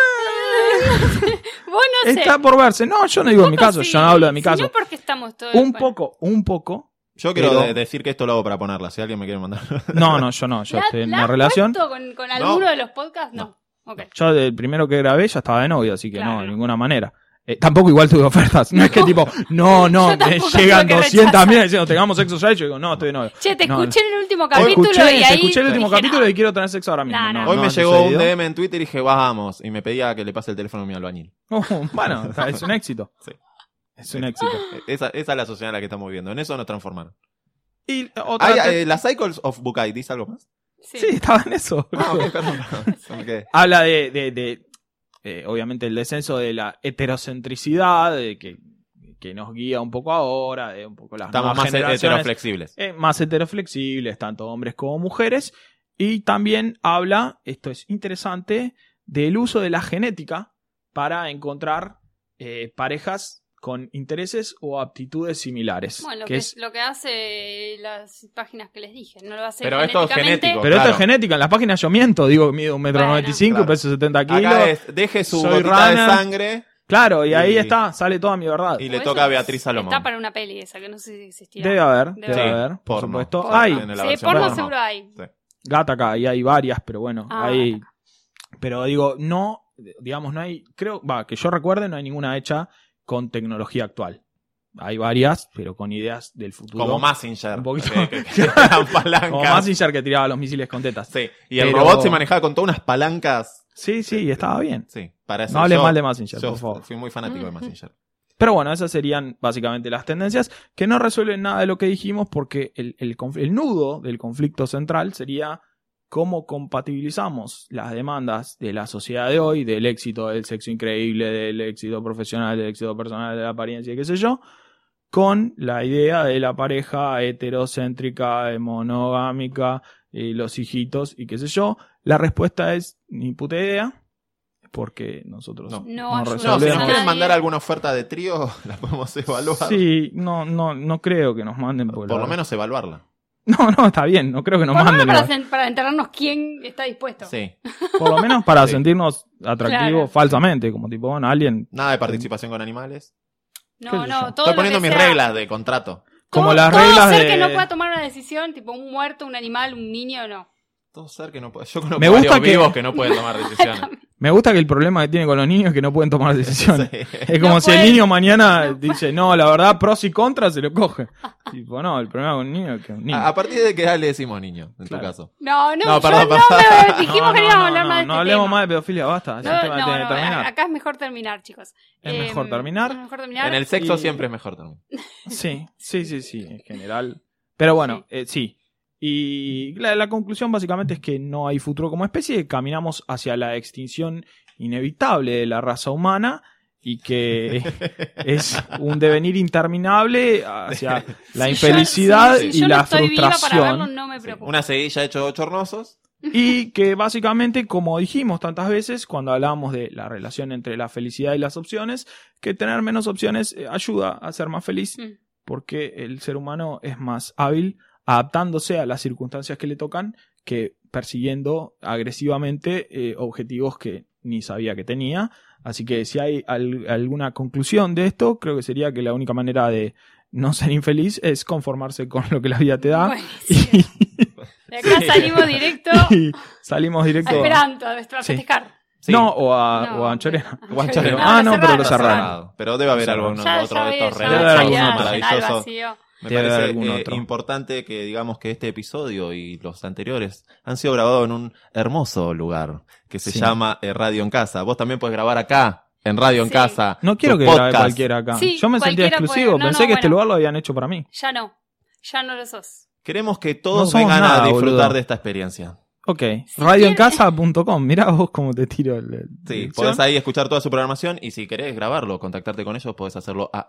[SPEAKER 4] Vos no sé.
[SPEAKER 3] Ah. Está por verse. No, yo no digo en mi caso, yo no hablo de mi caso.
[SPEAKER 4] No porque estamos todos.
[SPEAKER 3] Un
[SPEAKER 4] bueno.
[SPEAKER 3] poco, un poco.
[SPEAKER 5] Yo quiero
[SPEAKER 3] Pero-
[SPEAKER 5] de- decir que esto lo hago para ponerla, si alguien me quiere mandar.
[SPEAKER 3] No, no, yo no, yo
[SPEAKER 4] ¿La-
[SPEAKER 3] estoy en
[SPEAKER 4] la
[SPEAKER 3] una
[SPEAKER 4] has
[SPEAKER 3] relación.
[SPEAKER 4] puesto con, con alguno de los podcasts? No. Ok.
[SPEAKER 3] Yo el primero que grabé ya estaba de novio, así que no,
[SPEAKER 4] Claro.
[SPEAKER 3] de ninguna manera. Eh, tampoco igual tuve ofertas. No es que tipo, no, no, me
[SPEAKER 4] Yo tampoco
[SPEAKER 3] llegan
[SPEAKER 4] tuve que
[SPEAKER 3] 200
[SPEAKER 4] rechazar.
[SPEAKER 3] mil diciendo, tengamos sexo ya. Y yo digo, no, estoy de novio.
[SPEAKER 4] Che, te
[SPEAKER 3] No,
[SPEAKER 4] escuché en el último
[SPEAKER 3] Hoy
[SPEAKER 4] capítulo
[SPEAKER 3] escuché,
[SPEAKER 4] y
[SPEAKER 3] te
[SPEAKER 4] ahí.
[SPEAKER 3] escuché el último
[SPEAKER 4] dije, "Ah,
[SPEAKER 3] capítulo
[SPEAKER 4] no.
[SPEAKER 3] y quiero tener sexo ahora mismo.
[SPEAKER 4] No, no.
[SPEAKER 3] No,
[SPEAKER 5] Hoy
[SPEAKER 3] no
[SPEAKER 5] me
[SPEAKER 3] ha
[SPEAKER 5] llegó un
[SPEAKER 3] sucedido.
[SPEAKER 5] DM en Twitter y dije, vamos. Y me pedía que le pase el teléfono a mi albañil.
[SPEAKER 3] Oh, bueno, está- es un éxito.
[SPEAKER 5] Sí.
[SPEAKER 3] Es un éxito.
[SPEAKER 5] E, Esa, esa es la sociedad en la que estamos viviendo. En eso nos transformaron.
[SPEAKER 3] Y otra.
[SPEAKER 5] Ay,
[SPEAKER 3] te-
[SPEAKER 5] eh, las Cycles of Bukai, ¿dice algo más?
[SPEAKER 4] Sí.
[SPEAKER 3] sí, estaba en eso.
[SPEAKER 5] Ah, ok, perdón. Ok.
[SPEAKER 3] Habla de, de- de, eh, obviamente, el descenso de la heterocentricidad, de que, que nos guía un poco ahora, de un poco las
[SPEAKER 5] Estamos
[SPEAKER 3] nuevas
[SPEAKER 5] más e- eh,
[SPEAKER 3] generaciones.
[SPEAKER 5] heteroflexibles.
[SPEAKER 3] eh, más heteroflexibles, tanto hombres como mujeres. Y también habla, esto es interesante, del uso de la genética para encontrar eh, parejas con intereses o aptitudes similares.
[SPEAKER 4] Bueno, lo
[SPEAKER 3] que
[SPEAKER 4] que,
[SPEAKER 3] es-
[SPEAKER 4] lo que hace las páginas que les dije. No lo hace
[SPEAKER 5] Pero esto es
[SPEAKER 4] genéticamente.
[SPEAKER 5] genético.
[SPEAKER 3] Pero esto
[SPEAKER 5] claro.
[SPEAKER 3] es genética, en las páginas yo miento, digo, mido 1,95
[SPEAKER 4] Bueno.
[SPEAKER 3] m,
[SPEAKER 5] Claro.
[SPEAKER 3] peso 70 kilos.
[SPEAKER 5] Acá es, deje su
[SPEAKER 3] soy
[SPEAKER 5] gotita de
[SPEAKER 3] runner.
[SPEAKER 5] sangre
[SPEAKER 3] Claro, y ahí
[SPEAKER 5] Y-
[SPEAKER 3] está, sale toda mi verdad.
[SPEAKER 5] y
[SPEAKER 4] O
[SPEAKER 5] le
[SPEAKER 4] eso
[SPEAKER 5] toca a Beatriz Salomón.
[SPEAKER 4] Está para una peli esa que no sé si existirá.
[SPEAKER 3] Debe haber,
[SPEAKER 4] Debe
[SPEAKER 3] debe
[SPEAKER 4] haber.
[SPEAKER 3] haber, por
[SPEAKER 5] porno.
[SPEAKER 3] supuesto.
[SPEAKER 5] Sí,
[SPEAKER 3] Hay
[SPEAKER 5] en la
[SPEAKER 4] sí,
[SPEAKER 5] versión
[SPEAKER 4] porno
[SPEAKER 5] porno.
[SPEAKER 4] seguro hay.
[SPEAKER 3] gata acá y hay varias, pero bueno,
[SPEAKER 4] Ah,
[SPEAKER 3] hay. Pero digo, no, digamos, no hay, creo, va, que yo recuerde, no hay ninguna hecha con tecnología actual. Hay varias, pero con ideas del futuro.
[SPEAKER 5] Como Massinger.
[SPEAKER 3] Un poquito.
[SPEAKER 5] Que, que- que eran palancas.
[SPEAKER 3] Como Mazinger que tiraba los misiles con tetas.
[SPEAKER 5] Sí. Y el
[SPEAKER 3] Pero-
[SPEAKER 5] robot se manejaba con todas unas palancas.
[SPEAKER 3] Sí, sí, y estaba bien.
[SPEAKER 5] Sí. Para eso
[SPEAKER 3] No hable
[SPEAKER 5] yo-
[SPEAKER 3] mal de Mazinger,
[SPEAKER 5] yo
[SPEAKER 3] por favor.
[SPEAKER 5] Fui muy fanático de Massinger.
[SPEAKER 3] Pero bueno, esas serían básicamente las tendencias que no resuelven nada de lo que dijimos porque el, el conf- el nudo del conflicto central sería cómo compatibilizamos las demandas de la sociedad de hoy, del éxito, del sexo increíble, del éxito profesional, del éxito personal, de la apariencia, y qué sé yo, con la idea de la pareja heterocéntrica, eh, monogámica, y los hijitos y qué sé yo. La respuesta es ni puta idea, porque nosotros
[SPEAKER 5] No.
[SPEAKER 4] No ayuda.
[SPEAKER 5] No, si
[SPEAKER 3] resolvemos.
[SPEAKER 5] nos quieren
[SPEAKER 4] Nadie.
[SPEAKER 5] mandar alguna oferta de trío, la podemos evaluar.
[SPEAKER 3] Sí, no, no, no creo que nos manden. porque
[SPEAKER 5] Por
[SPEAKER 3] la
[SPEAKER 5] lo
[SPEAKER 3] verdad-
[SPEAKER 5] menos evaluarla.
[SPEAKER 3] No, no, está bien, no creo que nos
[SPEAKER 4] Por lo
[SPEAKER 3] manden.
[SPEAKER 4] menos para,
[SPEAKER 3] igual.
[SPEAKER 4] sen- para enterarnos quién está dispuesto.
[SPEAKER 5] Sí.
[SPEAKER 3] Por lo menos para
[SPEAKER 5] Sí.
[SPEAKER 3] sentirnos atractivos
[SPEAKER 4] Claro.
[SPEAKER 3] falsamente, como tipo, bueno, alguien.
[SPEAKER 5] Nada de participación con animales.
[SPEAKER 3] qué
[SPEAKER 4] No,
[SPEAKER 3] sé yo.
[SPEAKER 4] no, todo
[SPEAKER 5] Estoy
[SPEAKER 4] lo
[SPEAKER 5] poniendo
[SPEAKER 4] que
[SPEAKER 5] mis
[SPEAKER 4] sea-
[SPEAKER 5] reglas de contrato.
[SPEAKER 3] Como
[SPEAKER 4] todo-
[SPEAKER 3] las
[SPEAKER 4] todo
[SPEAKER 3] reglas
[SPEAKER 4] ser
[SPEAKER 3] de-
[SPEAKER 4] que no pueda tomar una decisión, tipo un muerto, un animal, un niño, no.
[SPEAKER 5] Todo ser que no puede. Yo conozco
[SPEAKER 3] Me gusta
[SPEAKER 5] varios
[SPEAKER 3] que-
[SPEAKER 5] vivos que no pueden tomar decisiones.
[SPEAKER 3] Me gusta que el problema que tiene con los niños es que no pueden tomar decisiones.
[SPEAKER 5] Sí.
[SPEAKER 3] Es como
[SPEAKER 4] No
[SPEAKER 3] si el
[SPEAKER 4] pueden.
[SPEAKER 3] niño mañana
[SPEAKER 4] No
[SPEAKER 3] dice, no, la verdad, pros y contras, se lo coge. tipo, no, el problema con un niño es que un niño.
[SPEAKER 5] A, a partir de que edad le decimos niño, en
[SPEAKER 3] Claro.
[SPEAKER 5] tu caso.
[SPEAKER 4] No, no,
[SPEAKER 5] No,
[SPEAKER 4] yo
[SPEAKER 5] perdón,
[SPEAKER 4] no,
[SPEAKER 5] perdón.
[SPEAKER 4] pero dijimos
[SPEAKER 3] No,
[SPEAKER 4] que
[SPEAKER 3] no,
[SPEAKER 4] no íbamos a
[SPEAKER 3] no,
[SPEAKER 4] hablar
[SPEAKER 3] no,
[SPEAKER 4] más de
[SPEAKER 3] no
[SPEAKER 4] este
[SPEAKER 3] hablemos
[SPEAKER 4] tema.
[SPEAKER 3] más de pedofilia, basta. es un
[SPEAKER 4] No,
[SPEAKER 3] tema que
[SPEAKER 4] no, eh,
[SPEAKER 3] tiene que
[SPEAKER 4] no,
[SPEAKER 3] terminar.
[SPEAKER 4] acá es mejor terminar, chicos.
[SPEAKER 3] Es
[SPEAKER 4] Eh,
[SPEAKER 3] mejor terminar.
[SPEAKER 4] es mejor terminar.
[SPEAKER 5] En el sexo
[SPEAKER 3] Y-
[SPEAKER 5] siempre es mejor también.
[SPEAKER 3] Sí, sí, sí, sí, en general. Pero bueno, eh, sí. Y la, la conclusión básicamente es que no hay futuro como especie, caminamos hacia la extinción inevitable de la raza humana y que es un devenir interminable hacia la
[SPEAKER 4] Si yo-
[SPEAKER 3] infelicidad
[SPEAKER 4] si- si
[SPEAKER 3] y
[SPEAKER 4] yo
[SPEAKER 3] la
[SPEAKER 4] no estoy viva
[SPEAKER 3] frustración.
[SPEAKER 4] para verlo, no me
[SPEAKER 5] Sí.
[SPEAKER 4] preocupo.
[SPEAKER 5] Una seguilla hecho ocho hornosos.
[SPEAKER 3] Y que básicamente, como dijimos tantas veces cuando hablábamos de la relación entre la felicidad y las opciones, que tener menos opciones eh, ayuda a ser más feliz
[SPEAKER 4] Mm.
[SPEAKER 3] porque el ser humano es más hábil adaptándose a las circunstancias que le tocan que persiguiendo agresivamente eh, objetivos que ni sabía que tenía. Así que si hay al- alguna conclusión de esto, creo que sería que la única manera de no ser infeliz es conformarse con lo que la vida te da.
[SPEAKER 4] Buenísimo. De acá
[SPEAKER 5] Sí.
[SPEAKER 4] salimos directo
[SPEAKER 3] Y salimos
[SPEAKER 4] a
[SPEAKER 3] directo.
[SPEAKER 4] Esperanto, a nuestra- a
[SPEAKER 3] Sí.
[SPEAKER 4] festejar.
[SPEAKER 5] Sí.
[SPEAKER 3] No, o a,
[SPEAKER 4] No,
[SPEAKER 3] o a
[SPEAKER 4] ok.
[SPEAKER 3] Anchorena.
[SPEAKER 4] Ah,
[SPEAKER 5] Guanchorena.
[SPEAKER 3] Ah, no, pero lo
[SPEAKER 5] Está
[SPEAKER 3] cerraron.
[SPEAKER 5] Pero debe haber
[SPEAKER 3] Lo
[SPEAKER 5] algo,
[SPEAKER 3] cerraron.
[SPEAKER 4] Ya,
[SPEAKER 5] otro
[SPEAKER 4] ya
[SPEAKER 5] de estos
[SPEAKER 4] ve- ya
[SPEAKER 3] redes
[SPEAKER 4] ve-
[SPEAKER 5] relatos
[SPEAKER 3] alguno
[SPEAKER 4] ya
[SPEAKER 5] maravillosos.
[SPEAKER 4] al vacío.
[SPEAKER 5] Me
[SPEAKER 3] Debe haber
[SPEAKER 5] parece
[SPEAKER 3] algún
[SPEAKER 5] eh,
[SPEAKER 3] otro.
[SPEAKER 5] importante que digamos que este episodio y los anteriores han sido grabados en un hermoso lugar que se
[SPEAKER 3] Sí.
[SPEAKER 5] llama eh, Radio en Casa. Vos también puedes grabar acá, en Radio en
[SPEAKER 4] Sí.
[SPEAKER 5] Casa.
[SPEAKER 3] No quiero
[SPEAKER 5] tu
[SPEAKER 3] que grabe
[SPEAKER 5] podcast.
[SPEAKER 3] cualquiera acá.
[SPEAKER 4] Sí,
[SPEAKER 3] Yo me sentía
[SPEAKER 4] cualquiera puede.
[SPEAKER 3] exclusivo.
[SPEAKER 4] No,
[SPEAKER 3] Pensé
[SPEAKER 4] no,
[SPEAKER 3] que este
[SPEAKER 4] bueno.
[SPEAKER 3] lugar lo habían hecho para mí.
[SPEAKER 4] Ya no. ya no lo sos.
[SPEAKER 5] Queremos que todos
[SPEAKER 3] somos
[SPEAKER 5] vengan
[SPEAKER 3] nada,
[SPEAKER 5] a disfrutar
[SPEAKER 3] boludo.
[SPEAKER 5] de esta experiencia.
[SPEAKER 3] Ok,
[SPEAKER 4] Si
[SPEAKER 3] radioencasa.com. Mirá vos cómo te tiro el. el-
[SPEAKER 5] Sí,
[SPEAKER 3] dirección.
[SPEAKER 5] podés ahí escuchar toda su programación y si querés grabarlo, contactarte con ellos, podés hacerlo a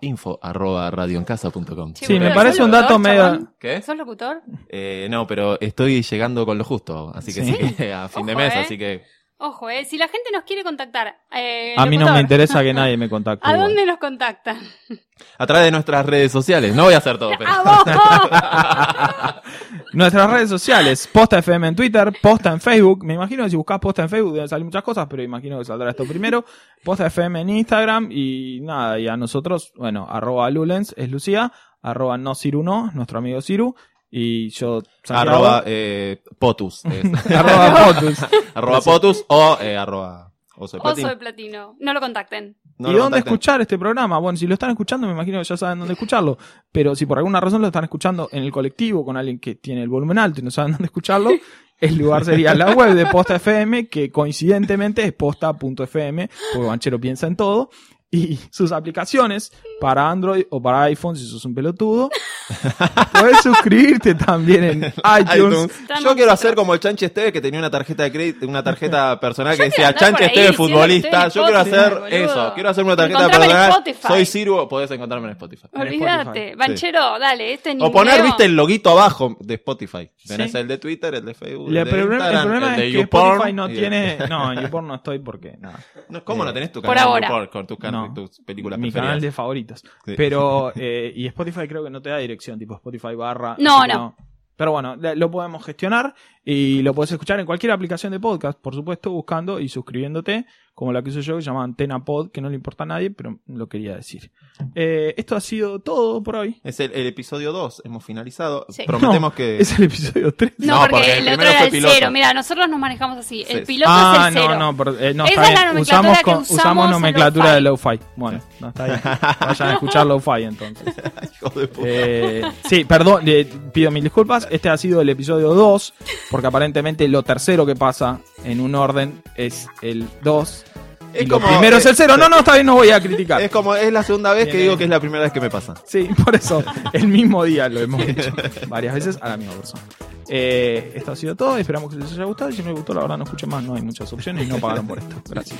[SPEAKER 5] info.radioencasa.com.
[SPEAKER 4] Che,
[SPEAKER 3] Sí, me
[SPEAKER 4] boludo,
[SPEAKER 3] parece
[SPEAKER 4] ¿sos
[SPEAKER 3] un dato
[SPEAKER 4] locutor,
[SPEAKER 3] medio.
[SPEAKER 4] chabón?
[SPEAKER 5] ¿Qué?
[SPEAKER 4] ¿Sos locutor?
[SPEAKER 5] Eh, no, pero estoy llegando con lo justo, así que
[SPEAKER 3] Sí.
[SPEAKER 5] sí, a fin de
[SPEAKER 4] Ojo,
[SPEAKER 5] mes,
[SPEAKER 4] eh.
[SPEAKER 5] así que
[SPEAKER 4] Ojo, eh, si la gente nos quiere contactar, eh,
[SPEAKER 3] A mí no
[SPEAKER 4] locutor,
[SPEAKER 3] me interesa que nadie me contacte.
[SPEAKER 4] ¿A
[SPEAKER 3] igual.
[SPEAKER 4] dónde nos contactan?
[SPEAKER 5] a través de nuestras redes sociales, no voy a hacer todo, pero
[SPEAKER 4] ¡A vos!
[SPEAKER 3] Nuestras redes sociales, Posta FM en Twitter, Posta en Facebook. Me imagino que si buscas Posta en Facebook deben salir muchas cosas, pero imagino que saldrá esto primero. Posta FM en Instagram y nada, y a nosotros, bueno, arroba Lulens es Lucía, arroba no Ciru no, es nuestro amigo Ciru, y yo Santiago,
[SPEAKER 5] arroba eh, potus, es.
[SPEAKER 3] arroba Potus.
[SPEAKER 5] arroba potus o eh, arroba oso
[SPEAKER 4] Oso
[SPEAKER 5] de platín.
[SPEAKER 4] de platino. No lo contacten.
[SPEAKER 5] No
[SPEAKER 3] ¿Y
[SPEAKER 5] lo
[SPEAKER 3] dónde
[SPEAKER 5] contacten.
[SPEAKER 3] escuchar este programa? Bueno, si lo están escuchando, me imagino que ya saben dónde escucharlo. Pero si por alguna razón lo están escuchando en el colectivo con alguien que tiene el volumen alto y no saben dónde escucharlo, el lugar sería la web de Posta FM, que coincidentemente es posta.fm, porque Banchero piensa en todo. Y sus aplicaciones para Android o para iPhone, si sos un pelotudo. Puedes suscribirte también en iTunes.
[SPEAKER 5] iTunes.
[SPEAKER 4] Estamos
[SPEAKER 5] Yo quiero hacer
[SPEAKER 4] nosotros.
[SPEAKER 5] como el Chanchi Esteve que tenía una tarjeta de crédito, una tarjeta personal que
[SPEAKER 4] Yo
[SPEAKER 5] decía
[SPEAKER 4] quiero andar
[SPEAKER 5] Chanchi
[SPEAKER 4] por ahí
[SPEAKER 5] Esteve
[SPEAKER 4] diciendo que
[SPEAKER 5] futbolista.
[SPEAKER 4] estoy
[SPEAKER 5] Yo
[SPEAKER 4] en
[SPEAKER 5] quiero hacer
[SPEAKER 4] Spotify, boludo.
[SPEAKER 5] eso, quiero hacer una tarjeta
[SPEAKER 4] Encontrame en
[SPEAKER 5] personal.
[SPEAKER 4] Spotify.
[SPEAKER 5] Soy Sirvo, podés encontrarme en Spotify.
[SPEAKER 4] Olvídate. Banchero, dale, este ni
[SPEAKER 5] O poner, viste, el loguito abajo de Spotify. Tenés
[SPEAKER 3] Sí.
[SPEAKER 5] el de Twitter, el de Facebook,
[SPEAKER 3] Le-
[SPEAKER 5] el
[SPEAKER 3] el
[SPEAKER 5] de
[SPEAKER 3] problema, el
[SPEAKER 5] Instagram,
[SPEAKER 3] problema
[SPEAKER 5] el de
[SPEAKER 3] es que
[SPEAKER 5] YouPorn
[SPEAKER 3] Spotify no
[SPEAKER 5] y este. el-
[SPEAKER 3] tiene. No, en YouPorn no estoy porque. nada.
[SPEAKER 5] No, ¿Cómo no tenés tu
[SPEAKER 4] Por
[SPEAKER 5] canal de
[SPEAKER 4] ahora.
[SPEAKER 5] YouPorn con tus, can-
[SPEAKER 3] No.
[SPEAKER 5] tus películas
[SPEAKER 3] mi
[SPEAKER 5] preferidas?
[SPEAKER 3] canal de favoritos.
[SPEAKER 5] Sí.
[SPEAKER 3] Pero, eh, y Spotify creo que no te da dirección, tipo Spotify barra.
[SPEAKER 4] No,
[SPEAKER 3] así que
[SPEAKER 4] no.
[SPEAKER 3] Pero bueno, la- lo podemos gestionar y lo puedes escuchar en cualquier aplicación de podcast, por supuesto, buscando y suscribiéndote, como la que uso yo, que se llama Antena Pod, que no le importa a nadie, pero lo quería decir. Eh, esto ha sido todo por hoy.
[SPEAKER 5] Es el, el episodio 2, hemos finalizado.
[SPEAKER 4] Sí.
[SPEAKER 5] Prometemos
[SPEAKER 3] No,
[SPEAKER 5] que...
[SPEAKER 3] Es el episodio 3.
[SPEAKER 4] No,
[SPEAKER 5] No,
[SPEAKER 4] porque,
[SPEAKER 5] porque el
[SPEAKER 4] el otro
[SPEAKER 5] primero
[SPEAKER 4] era
[SPEAKER 5] fue
[SPEAKER 4] el
[SPEAKER 5] piloto.
[SPEAKER 4] cero. Mira, nosotros nos manejamos así.
[SPEAKER 5] Sí.
[SPEAKER 4] El piloto
[SPEAKER 3] ah,
[SPEAKER 4] es el cero.
[SPEAKER 3] no, no, pero, eh, no,
[SPEAKER 4] Esa
[SPEAKER 3] está
[SPEAKER 4] es la
[SPEAKER 3] bien.
[SPEAKER 4] nomenclatura
[SPEAKER 3] usamos,
[SPEAKER 4] que
[SPEAKER 3] con-
[SPEAKER 4] usamos
[SPEAKER 3] usamos
[SPEAKER 4] en
[SPEAKER 3] nomenclatura de
[SPEAKER 4] lo-fi.
[SPEAKER 3] lo-fi. Bueno, no está bien. Vayan a escuchar lo-fi entonces.
[SPEAKER 5] Hijo de puta.
[SPEAKER 3] Eh, sí, perdón, eh, pido mil disculpas. Este ha sido el episodio 2, porque aparentemente lo tercero que pasa en un orden es el 2.
[SPEAKER 5] Es
[SPEAKER 3] Y lo
[SPEAKER 5] como-
[SPEAKER 3] primero es el 0.
[SPEAKER 5] eh,
[SPEAKER 3] No, no, está bien, no voy a criticar.
[SPEAKER 5] Es como, es la segunda vez que
[SPEAKER 3] Tiene-
[SPEAKER 5] digo que es la primera vez que me pasa.
[SPEAKER 3] Sí, por eso, el mismo día lo hemos hecho varias veces a la misma persona. Eh, esto ha sido todo, esperamos que les haya gustado. y Si no les gustó, la verdad no escuchen más, no hay muchas opciones y no pagaron por esto. Gracias.